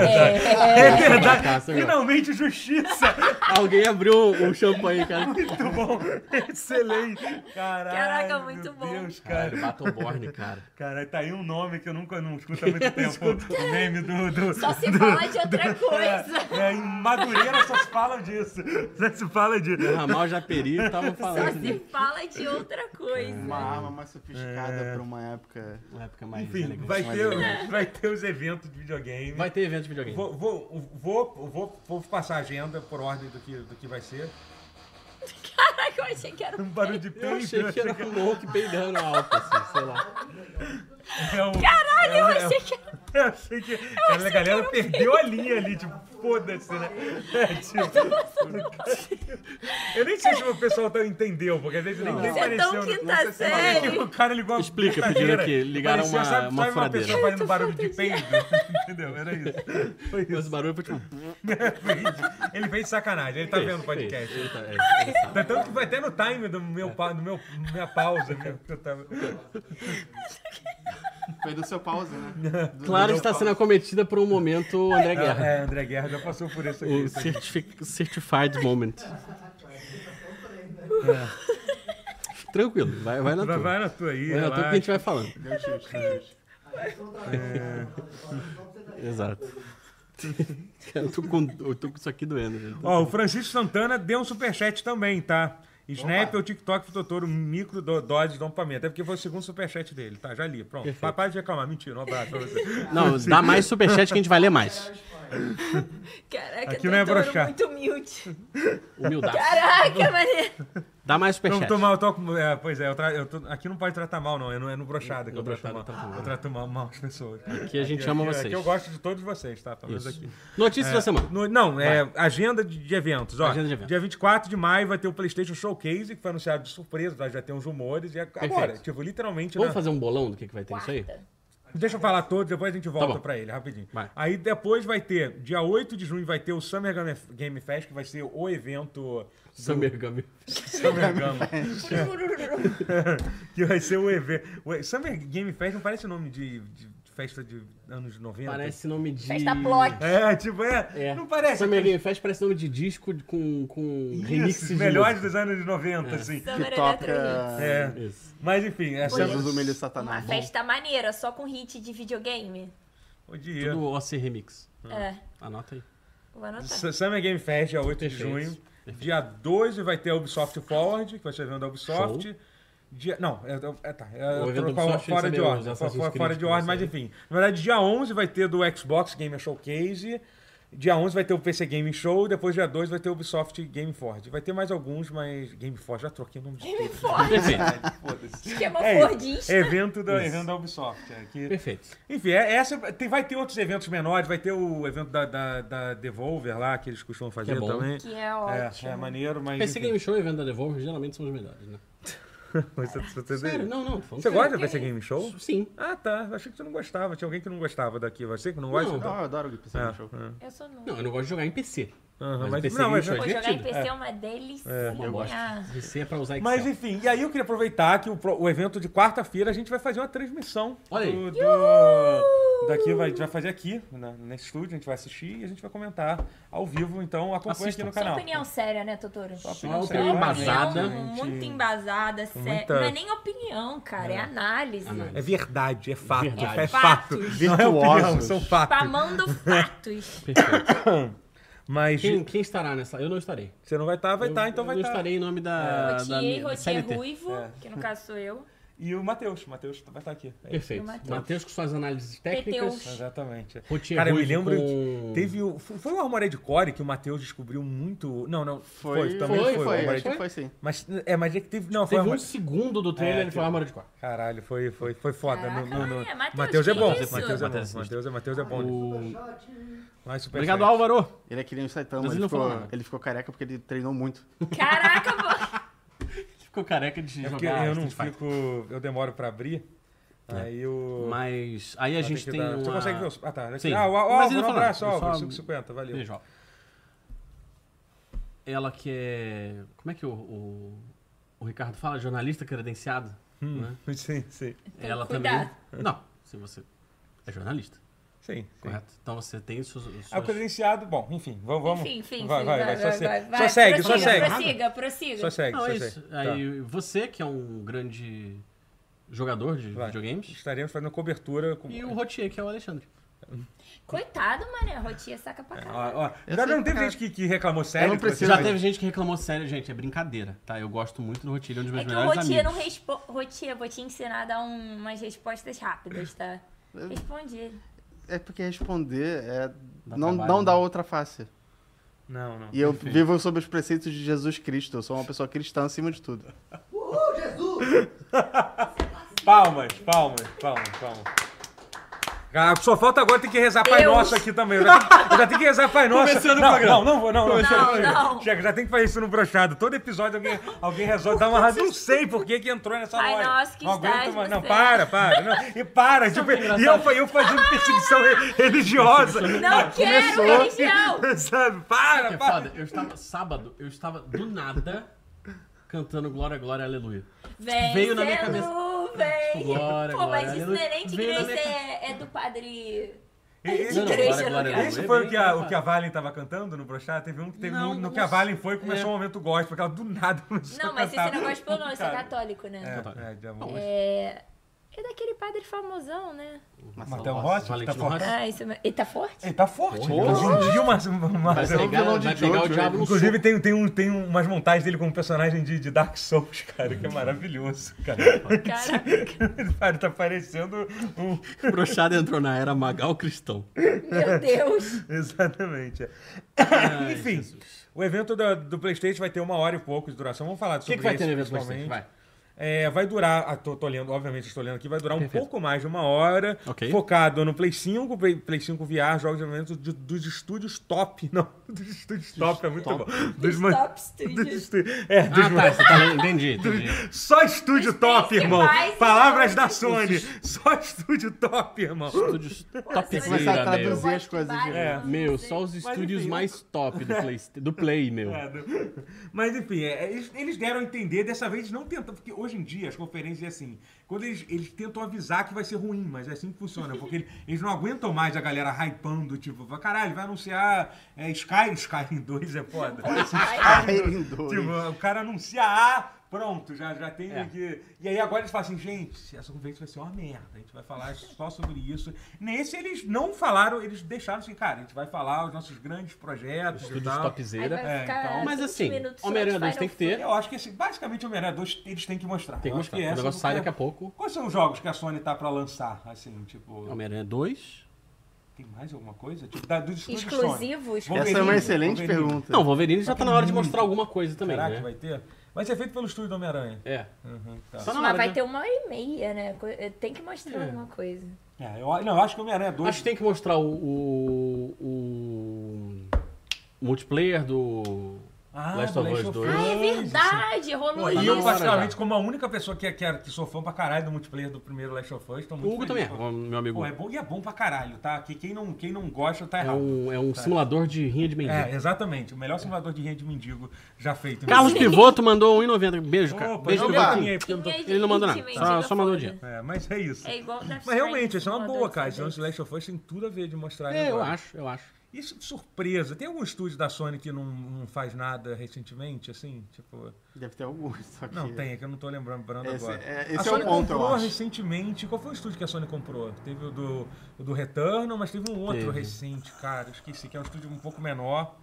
B: É,
A: É verdade.
C: Tá, tá,
A: Finalmente justiça. *laughs*
C: Alguém abriu o champanhe, cara.
A: Muito bom. Excelente. Caralho,
B: Caraca,
A: meu
B: muito bom.
A: Deus, cara.
C: Caralho, Battleborn, cara.
A: Cara, tá aí um nome que eu nunca não escuto há
B: *laughs*
A: muito tempo. O meme do. do...
B: só se fala de outra coisa.
A: É, é, em Madureira só se fala disso. Só se fala disso.
C: O Ramal Japeri tava
B: Só
C: falando
B: se fala de outra coisa.
D: Uma arma mais sofisticada pra uma época.
C: na época mais
A: Enfim,
C: elegante.
A: vai
C: mais elegante.
A: ter, vai ter os eventos de videogame.
C: Vai ter evento de videogame.
A: Vou, vou, vou, vou, vou passar a agenda por ordem do que, do que vai ser. É.
B: Caraca, eu achei que era
A: Um
B: um
A: barulho de
C: Eu
A: peito.
C: achei que era um louco peidando alto, assim, sei lá.
A: né? É Caralho,
B: Eu achei que era
A: um- *laughs* Eu achei que. Cara, a
B: um
A: galera perdeu a linha ali, tipo, foda-se,
B: *laughs*
A: né? É, tipo. Eu nem sei se o pessoal tá- entendeu, porque às vezes nem, nem
B: Você é tão
A: pareceu. né?
B: quinta série.
A: O cara ligou a
C: Explica, pediram
A: fritadeira,
C: aqui, ligaram
A: parecia,
C: uma-
A: sabe,
C: uma
A: sabe uma
C: furadeira.
A: pessoa fazendo barulho de peido? *laughs* Entendeu? Era isso. Foi
C: Mas
A: isso.
C: o barulho foi tipo.
A: ele fez de sacanagem, ele tá vendo o podcast.
C: Ele tá- é, ele sabe.
A: Tanto que vai até no time do meu, pa- do meu minha pausa. meu, que eu tava-
D: Foi do seu pause, né?
C: Claro que está sendo acometida por um momento André Guerra.
A: É, André Guerra já passou por isso aqui.
C: O
A: isso aqui.
C: certifi- Certified Moment. Tranquilo, vai, vai na
A: É. Vai,
C: tua.
A: vai É na tua aí.
C: Vai na tua que a
A: relaxa.
C: gente vai falando.
D: Deu chute, deu chute.
A: É.
C: Exato. *laughs* eu, tô com, eu tô com isso aqui doendo. gente.
A: Ó, o Francisco Santana deu um superchat também, tá? Snap ou TikTok pro doutor, micro do, dose de dopamina. Até porque foi o segundo superchat dele, tá? Já li, pronto. Papai Para de reclamar, mentira, um abraço pra você.
C: Não, dá mais superchat que a gente vai ler mais.
B: Caraca,
A: Aqui não é
B: Totoro
A: broxar.
B: muito humilde.
C: Humildade.
B: Caraca, maneiro.
C: Dá mais
A: Não,
C: superchat.
A: tô mal, tô, com- é, pois é, eu tra- eu tô- aqui não pode tratar mal, não. É no, é no brochado que eu,
C: No
A: trato
C: brochado
A: mal.
C: tá bom.
A: eu trato mal, mal as pessoas.
C: Que a gente ama
A: Aqui-
C: vocês.
A: Aqui eu gosto de todos vocês, tá? Pelo menos
C: Isso.
A: aqui.
C: Notícias da semana.
A: No- não, é agenda de, de eventos. Ó,
C: Agenda de eventos.
A: Dia 24 de maio vai ter o PlayStation Showcase, que foi anunciado de surpresa, tá? já- já tem uns rumores. E agora,
C: Perfeito.
A: tipo, literalmente.
C: Vamos
A: na-
C: fazer um bolão do que, que vai ter isso aí?
A: Deixa eu falar todos, depois a gente volta
C: Tá bom.
A: pra ele, rapidinho.
C: Vai.
A: Aí depois vai ter, dia 8 de junho, vai ter o Summer Game- Game Fest, que vai ser o
C: *laughs*
A: evento.
C: Samir Gami.
A: Summer Gama. que vai ser o evento. o- Summer Game Fest não parece nome de, de festa de anos 90?
C: Parece nome de.
B: Festa plot.
A: É, tipo, é.
C: É.
A: Não parece.
C: Summer
A: aquele-
C: Game Fest parece nome de disco de- com, com
A: Isso,
C: remixes de
A: melhores
C: música. É.
A: dos anos 90, assim.
D: Que
B: Summer Electro Hits.
D: toca tá
A: É.
C: Isso.
A: Mas enfim, essa é
D: Jesus humilha o
B: Uma
D: Satanás.
B: festa maneira, só com hit de videogame.
A: o um dia.
C: Tudo OC Remix.
A: Hum.
B: É,
C: Anota aí.
B: vou anotar.
A: Su- Summer Game Fest, dia 8 de
C: Perfeito.
A: junho. Dia 12 vai ter a Ubisoft Forward, que vai ser o evento da Ubisoft. Dia, não, é, é, tá. É,
C: O evento
A: eu tô fora,
C: da Ubisoft,
A: fora
C: eles
A: de ordem.
C: sabem os né?
A: Fora,
C: Assassin's
A: fora-
C: Creed
A: fora de
C: que
A: ordem,
C: vão
A: mas
C: sair.
A: enfim. Na verdade, dia 11 vai ter do Xbox Gamer Showcase. Dia 11 vai ter o PC Game Show. Depois, dia 2 vai ter o Ubisoft Game Ford. Vai ter mais alguns, mas. Game Ford, já troquei o nome de
B: Game
A: tudo.
B: Ford,
C: Perfeito.
A: Foda-se. *laughs*
B: esquema
A: É,
B: Fordista.
A: evento, da,
C: Isso.
A: evento da Ubisoft. é, que-
C: Perfeito.
A: enfim, é- essa tem- vai ter outros eventos menores, vai ter o evento da, da- da Devolver lá, que eles costumam fazer
C: Que é bom.
A: também.
B: Que é
A: É,
B: ótimo.
A: é maneiro, mas.
C: PC
A: enfim.
C: Game Show e evento da Devolver geralmente são os melhores, né?
A: Mas você- você-
C: Sério, não, não. tô falando
A: Você
C: sério.
A: gosta de PC Game Show?
C: Sim.
A: Ah, tá. Eu Achei que você não gostava. Tinha alguém que não gostava daqui. Você que não gosta?
C: Não.
D: Não, eu adoro o PC
A: Ah,
D: Game Show.
A: ah.
B: Eu sou nova.
C: Não, eu não gosto de jogar em PC.
A: Aham,
C: Mas
A: mas,
C: PC
A: não,
C: Game
A: mas
C: Show
A: é
C: é
B: Pô, jogar em
A: divertido.
B: PC é uma delícia.
C: Eu gosto.
B: Ah.
C: PC é pra usar Excel.
A: Mas enfim, e aí eu queria aproveitar que o, pro- o evento de quarta-feira a gente vai fazer uma transmissão.
C: Olha aí.
A: do- do- daqui vai, a gente vai fazer aqui, na, nesse estúdio, a gente vai assistir e a gente vai comentar ao vivo, então acompanha
C: Assista.
A: aqui no
B: Só
A: canal.
B: opinião séria, né, Totoro?
C: Só
A: Opinião
C: opinião embasada.
B: Opinião Muito embasada, séria.
A: muita-
B: Não é nem opinião, cara, é, análise.
C: Análise.
A: É verdade, é fato,
C: Verdade.
A: é,
B: É
A: fato.
B: fatos.
A: Não é opinião,
D: Virtuosos.
A: são fatos. *laughs*
B: Spamando fatos.
C: Perfeito.
A: Mas
C: Quem, quem estará nessa? Eu não estarei.
A: você não vai estar, vai
C: Eu-
A: estar, então
C: eu
A: vai
C: não
A: estar.
C: estarei em nome da. da
B: É. Rotier,
C: minha-
B: Rotier
C: CLT.
B: Ruivo,
A: É.
B: que no caso sou eu.
A: E o Matheus, o Matheus vai estar aqui. É isso.
C: Perfeito.
B: E o Matheus.
C: Matheus com suas análises técnicas. *laughs*
B: Teteus.
A: Exatamente.
C: Rotier
A: Cara, eu me
C: Ruivo
A: lembro.
C: com-
A: Teve o, foi foi o Armored de Core que o Matheus descobriu muito. Não, não. Foi, também foi.
D: foi,
A: o
D: foi,
A: Armored
D: acho que
A: Core.
D: foi sim.
A: Mas é, mas é que teve. Não, foi
C: Teve um
A: Armored-
C: segundo do trailer
A: É,
C: e ele falou Armored de Core.
A: Caralho, foi, foi, foi foda.
B: Caraca,
A: No, no, no...
B: é, Matheus,
A: Matheus é
B: que
A: bom.
B: isso?
A: Matheus é bom.
C: Matheus,
A: Matheus é, Matheus é bom. né? Mas super
C: Obrigado,
A: fã.
C: Álvaro.
D: Ele é que nem o Saitama,
C: Mas
D: ele,
C: ele não
D: ficou,
C: falou nada.
D: ele ficou careca porque ele treinou muito.
B: Caraca, pô.
C: Ficou careca de
A: É porque
C: jogar
A: eu não
C: Street Fighter. É.
A: fico. Eu demoro pra abrir. Aí o.
C: Mas aí
A: Vai
C: a
A: ter
C: gente
A: que
C: tem
A: dar- Você
C: uma...
A: consegue ver os... Ah, tá.
C: Sim.
A: Ah, o
C: Mas
A: Álvaro,
C: ele
A: um
C: falou,
A: abraço,
C: ele só-
A: Álvaro. 5,50, valeu.
C: Beijo, ó. Ela que é... Como é que o, o, o Ricardo fala? Jornalista credenciado?
A: Hum.
C: Né?
A: *laughs* Sim, sim.
B: Tem
C: Ela
B: que cuidar.
C: também... Não, se você é jornalista,
A: Sim, sim.
C: correto? Então você tem os seus... os
A: Ah, o
C: seus-
A: credenciado, bom, enfim, vamos. *laughs* vamos.
B: Enfim, enfim,
A: vai,
B: enfim,
A: vai, vai, só, se-
B: vai,
A: só segue, só
B: prossiga,
A: segue.
B: Prossiga, prossiga.
A: Só segue,
C: Não,
A: só
C: é
A: segue. Tá.
C: isso. Aí você, que é um grande jogador de
A: Vai.
C: videogames,
A: Estaremos fazendo cobertura com.
C: e o Rotier, que é o Alexandre.
B: Coitado, mané, Rotia saca pra caralho.
A: É. Ó, ó,
D: Eu
A: não,
D: sei,
A: não teve
D: cara.
A: gente que, que reclamou sério.
D: não
A: que você-
D: preciso.
C: Já
D: mas-
C: teve gente que reclamou sério, gente, é brincadeira, tá? Eu gosto muito do Rotier, ele é um dos meus
B: É que o
C: melhores
B: Rotier não
C: amigos.
B: responde. Rotier, vou te ensinar a dar um- umas respostas rápidas, tá? Responde ele.
D: É porque responder é
C: Dá
D: não,
C: trabalho,
D: não dá
C: né?
D: outra face.
A: Não, não.
D: E eu vivo sob os preceitos de Jesus Cristo. Eu sou uma pessoa cristã acima de *laughs* tudo.
E: Uhul, Jesus!
A: Palmas, palmas, palmas, palmas. Ah, só falta agora ter que rezar Pai
B: Deus.
A: Nosso aqui também. Eu já tenho, eu já tenho que rezar Pai Nosso.
D: Começando o
A: não, não,
D: programa.
A: não, vou- não, não, chega,
B: Não,
A: chega,
B: não.
A: Chega, já tem que fazer isso no brochado. Todo episódio alguém, alguém resolve dar uma razão. Não sei por que que entrou nessa
B: Pai
A: loja.
B: Nosso que
A: não
B: estás é
A: aguento mais. Não,
B: no
A: para, para. Não, e para. tipo, e eu, fa- eu fazendo perseguição re- religiosa.
C: Ah,
B: Não quero religião!
A: *laughs* Sabe?
C: Que
A: Para,
C: é
A: para.
C: foda, eu estava, sábado, eu estava do nada cantando Glória, Glória, Aleluia. *laughs*
B: Vem,
C: Veio na minha
B: Zé
C: cabeça.
B: Lu, vem.
A: Tipo,
C: Glória,
B: Pô,
C: glória,
B: mas isso não
C: aleluia.
B: é nem de
C: Veio na
B: igreja,
C: minha
B: é, é do padre.
A: E- e-
B: De
C: não, é
B: igreja,
C: glória,
B: no
C: glória,
B: caso.
A: Esse foi o que a, o que a Valen tava cantando no brochado? Teve um que teve
C: Não,
A: um, no
C: não
A: que a
C: sei.
A: Valen foi e começou um momento gospel, porque ela do nada *laughs* começou
B: É. Não,
A: a
B: mas esse
A: é cantar.
B: negócio pô, não, isso é
A: Cara.
B: católico, né?
C: Então tá.
A: É, é, de amor.
B: É. É daquele padre famosão, né?
A: Marcelo
C: Rossi,
A: Rossi,
C: Valentino
A: tá faltando.
C: Rossi.
B: Ah, isso é. Ele tá forte?
A: Ele tá forte.
C: Porra.
A: Mas um dia uma, uma- uma-
C: Vai um pegar,
D: vilão de
C: vai pegar o
D: Jojo,
C: diabo no
A: Inclusive tem, tem, um, tem umas montagens dele como personagem de, de Dark Souls, cara, que é maravilhoso, cara. *laughs*
B: Caraca.
A: Ele pare- tá parecendo um...
C: soco. Brochada entrou na era Magal Cristão.
B: Meu Deus.
A: Exatamente. é. *laughs* Enfim, o evento da- do, Playstation vai ter uma hora e pouco de duração. Vamos falar
C: O
A: sobre
C: que, que vai
A: isso,
C: ter no evento
A: principalmente.
C: Playstation? Vai.
A: É, vai durar, ah, tô, tô lendo, obviamente estou lendo aqui, vai durar um
C: Perfeito.
A: pouco mais de uma hora,
C: Ok.
A: focado no Play 5, Play, Play 5 VR, jogos de desenvolvimento de- dos estúdios top, *laughs* não, dos estúdios top, é muito bom. *laughs* Dos man-
B: Top
A: dos
B: Studios.
A: estúdios, é, dos
C: Ah,
A: man-
C: tá, você tá lendo,
A: *laughs*
C: entendi, entendi.
A: só estúdio top, irmão,
B: principais
A: palavras
B: estúdios.
A: da Sony, só estúdio top, irmão.
C: Estúdios
D: começar a
C: topzera,
D: traduzir.
C: meu.
D: as coisas,
A: É.
C: Meu, só os estúdios
A: enfim,
C: mais top do Play, do Play meu.
A: É, do- *laughs* Mas enfim, é, é, eles, eles deram a entender, dessa vez não tentando, porque hoje em dia as conferências é assim, quando eles, eles tentam avisar que vai ser ruim, mas é assim que funciona, porque ele- eles *laughs* não aguentam mais a galera hypando, tipo, "Vai, caralho, vai anunciar é, *laughs* Skyrim, Skyrim 2 é foda.
D: Skyrim 2.
A: Tipo, o cara anuncia A, pronto, já, já tem
C: É.
A: que... E aí agora eles falam assim, gente, essa conferência vai ser uma merda, a gente vai falar só sobre isso. Nesse eles não falaram, eles deixaram assim, cara, a gente vai falar os nossos grandes projetos e
C: Estúdios
A: tal.
B: Aí
C: topzera.
A: É,
B: vai ficar
A: então.
B: 20
C: Mas assim,
B: minutos só de
C: Homem-Aranha 2
B: Final
C: tem que ter.
A: Eu acho que assim, basicamente o Homem-Aranha 2 eles têm que mostrar.
C: Tem que
A: Eu acho
C: mostrar. O
A: essa é
C: negócio sai
A: porque-
C: daqui a pouco.
A: Quais são os jogos que a Sony tá pra lançar? Assim, tipo,
C: Homem-Aranha 2.
A: tem mais alguma coisa? Tipo, da, do estúdio Sony.
B: Exclusivo, exclusivo.
D: Essa é uma excelente
A: Wolverine.
D: pergunta.
C: Não, Wolverine já tá na hora de mostrar alguma coisa também,
A: Hum. Será que
C: né?
A: vai ter? Vai ser feito pelo estúdio do Homem-Aranha.
C: É.
A: Uhum, tá.
C: Só na
B: Mas
C: hora.
B: vai
C: né?
B: ter uma hora e meia, né? Co- Tem que mostrar alguma coisa.
A: É, eu, não, eu acho que o Homem-Aranha 2.
C: Acho que tem que mostrar o, o, o multiplayer do
A: Ah,
C: Last of Us 2.
B: Ah, é verdade!
A: Pô,
B: Rolou
A: e
C: Tá
A: eu,
C: na hora
B: isso.
A: particularmente,
C: já.
A: como a única pessoa que, que, que sou fã pra caralho do multiplayer do primeiro Last of Us, tô
C: O
A: muito
C: Hugo também
A: feliz,
C: é,
A: pô.
C: meu amigo.
A: Pô, é bom e é bom pra caralho, tá? Que quem não, quem não gosta tá
C: É
A: errado.
C: um, é um simulador de rinha de mendigo.
A: É, exatamente. O melhor simulador de rede de mendigo já feito.
C: Carlos Pivoto mandou 1,90. Beijo, cara.
A: Opa,
C: Beijo,
A: não
D: Pivoto.
A: ganhei, porque eu não tô-
C: Ele não mandou nada,
B: Gente,
C: só-
B: mentira,
C: só mandou o
B: foda.
C: dia.
A: É, mas é isso.
B: tá É igual Death
A: Mas realmente, isso é uma
B: Stranding,
A: boa,
B: Modo
A: cara. Esse
B: X.
A: lance do Last of Us tem tudo a ver de mostrar.
C: É, eu
A: agora.
C: acho, eu acho.
A: Isso de surpresa. Tem algum estúdio da Sony que não, não faz nada recentemente, assim? Tipo.
D: Deve ter alguns, só que...
A: Não, tem, é que eu não tô lembrando lembrando
D: Esse-
A: agora.
D: é-
A: a
D: esse é o
A: Sony
D: ponto, eu
A: comprou
D: acho.
A: recentemente. Qual foi o estúdio que a Sony comprou? Teve o do, o do Retorno, mas teve um outro
C: Teve.
A: recente, cara. eu Esqueci, que é um estúdio um pouco menor.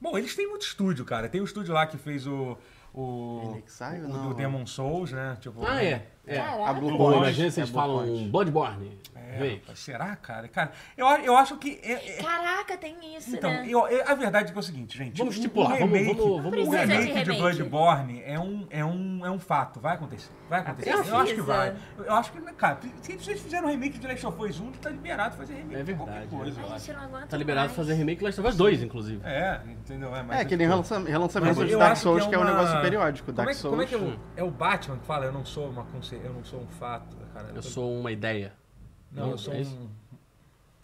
A: Bom, eles têm muito estúdio, cara. Tem o estúdio lá que fez o. O,
D: Phoenix Eye,
A: o
D: não?
A: do Demon Souls, né? Tipo,
C: Ah, é. é.
D: A
B: Caraca.
D: Blue
C: Pô,
D: Point.
C: imagina se eles
D: É Blue
C: falam um
D: Point.
C: Bloodborne.
A: É,
C: Vem.
A: rapaz, será, cara? Cara, eu, a- eu acho que. é- é-
B: Caraca, tem isso,
A: então,
B: né?
A: eu- é- a verdade é que é o seguinte, gente.
C: Vamos
A: o-
C: estipular,
A: o
C: vamos-
A: remake,
C: vamos- vamos-
A: o
B: Precisa de
A: remake de
B: remake.
A: Bloodborne é um, é, um, é um fato. Vai acontecer. Vai acontecer. eu
B: Ah, precisa.
A: acho que vai. Eu, eu acho que, cara, se se eles fizeram um remake de Last of Us 1, tá liberado fazer remake
C: É
A: de qualquer
C: verdado,
A: coisa.
C: é
A: eu
B: A
A: acho.
B: gente não aguenta
C: Tá liberado
B: mais.
C: fazer remake Last of Us 2, inclusive.
A: É, entendeu? É, mas
D: É, que nem relança-
A: Mas
D: relançamento de
A: eu
D: Dark
A: acho
D: Souls, que é um
A: uma-
D: negócio periódico.
A: Como
D: Dark
A: é, que- como é
D: Souls...
A: que é o, é o Batman que fala, eu não sou uma conce... eu não sou um fato, cara.
C: Eu
A: tô-
C: sou uma ideia.
A: Não, eu
C: Não,
A: sou
C: é
A: um.
C: isso?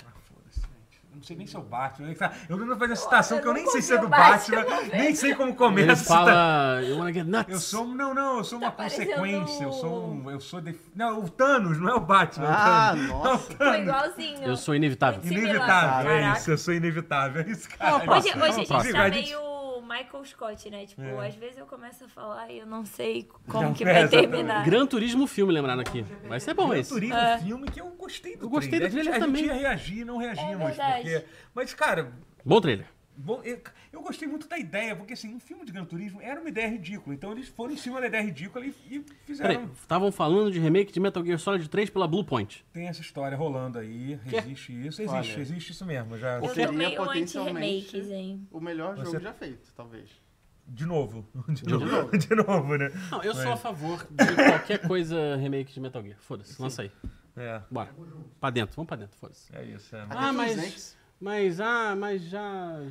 A: Ah, foda-se, gente. Eu não sei nem se é o Batman. Eu não vou fazer a citação
B: eu
A: que eu nem
B: nunca
A: sei se é do
B: ouvi o Batman,
A: Batman, nem sei como começa
C: Ele
A: a citação.
C: fala. You wanna get nuts?
A: né? Eu sou um. Não, não, eu sou uma
B: Tá parecendo
A: consequência. Eu sou um.
B: um-
A: Eu sou. def- Não, o Thanos não é o Batman. é o
D: Ah,
F: *laughs*
A: Thanos.
D: nossa.
B: Pô, igualzinho.
A: um
C: Eu sou inevitável.
B: Sim. similar,
A: Inevitável, é
B: caraca.
A: isso. Eu sou inevitável. É isso, cara.
B: Hoje,
C: Próximo,
B: hoje a gente
C: próximo.
B: tá
A: A gente-
B: meio Michael Scott, né? Tipo,
A: É.
B: às vezes eu começo a falar e eu não sei como
A: Não,
B: que
A: é,
B: vai
A: exatamente.
B: terminar.
C: Gran Turismo filme, lembrando aqui. Vai ser bom
A: Gran
C: esse.
A: Turismo,
B: É.
A: um filme que eu gostei do
C: Eu gostei
A: trailer.
C: do
A: a gente,
C: trailer
A: a gente
C: também.
A: ia reagir e não reagimos.
B: É verdade.
A: porque... Mas, cara,
C: Bom trailer.
A: Bom, eu, eu gostei muito da ideia, porque assim, um filme de Gran Turismo era uma ideia ridícula. Então eles foram em cima da ideia ridícula e, e
C: Peraí,
A: fizeram.
C: estavam falando de remake de Metal Gear Solid 3 pela Blue Point.
A: Tem essa história rolando aí, existe isso. Existe,
D: Olha.
A: existe isso mesmo. Já,
B: Eu tô
D: Seria
B: meio
D: potencialmente-
B: anti-remakes, hein?
A: é?
D: O melhor jogo
A: Você-
D: já feito, talvez.
A: De novo. *laughs* De
C: novo.
A: novo, de novo né?
C: Não, eu sou a favor de qualquer coisa remake de Metal Gear. Foda-se, lança aí.
A: É,
C: Bora. Pra dentro, vamos pra dentro, foda-se.
A: é isso. É.
C: Ah, mas-
D: Snakes.
C: Mas, ah, mas já.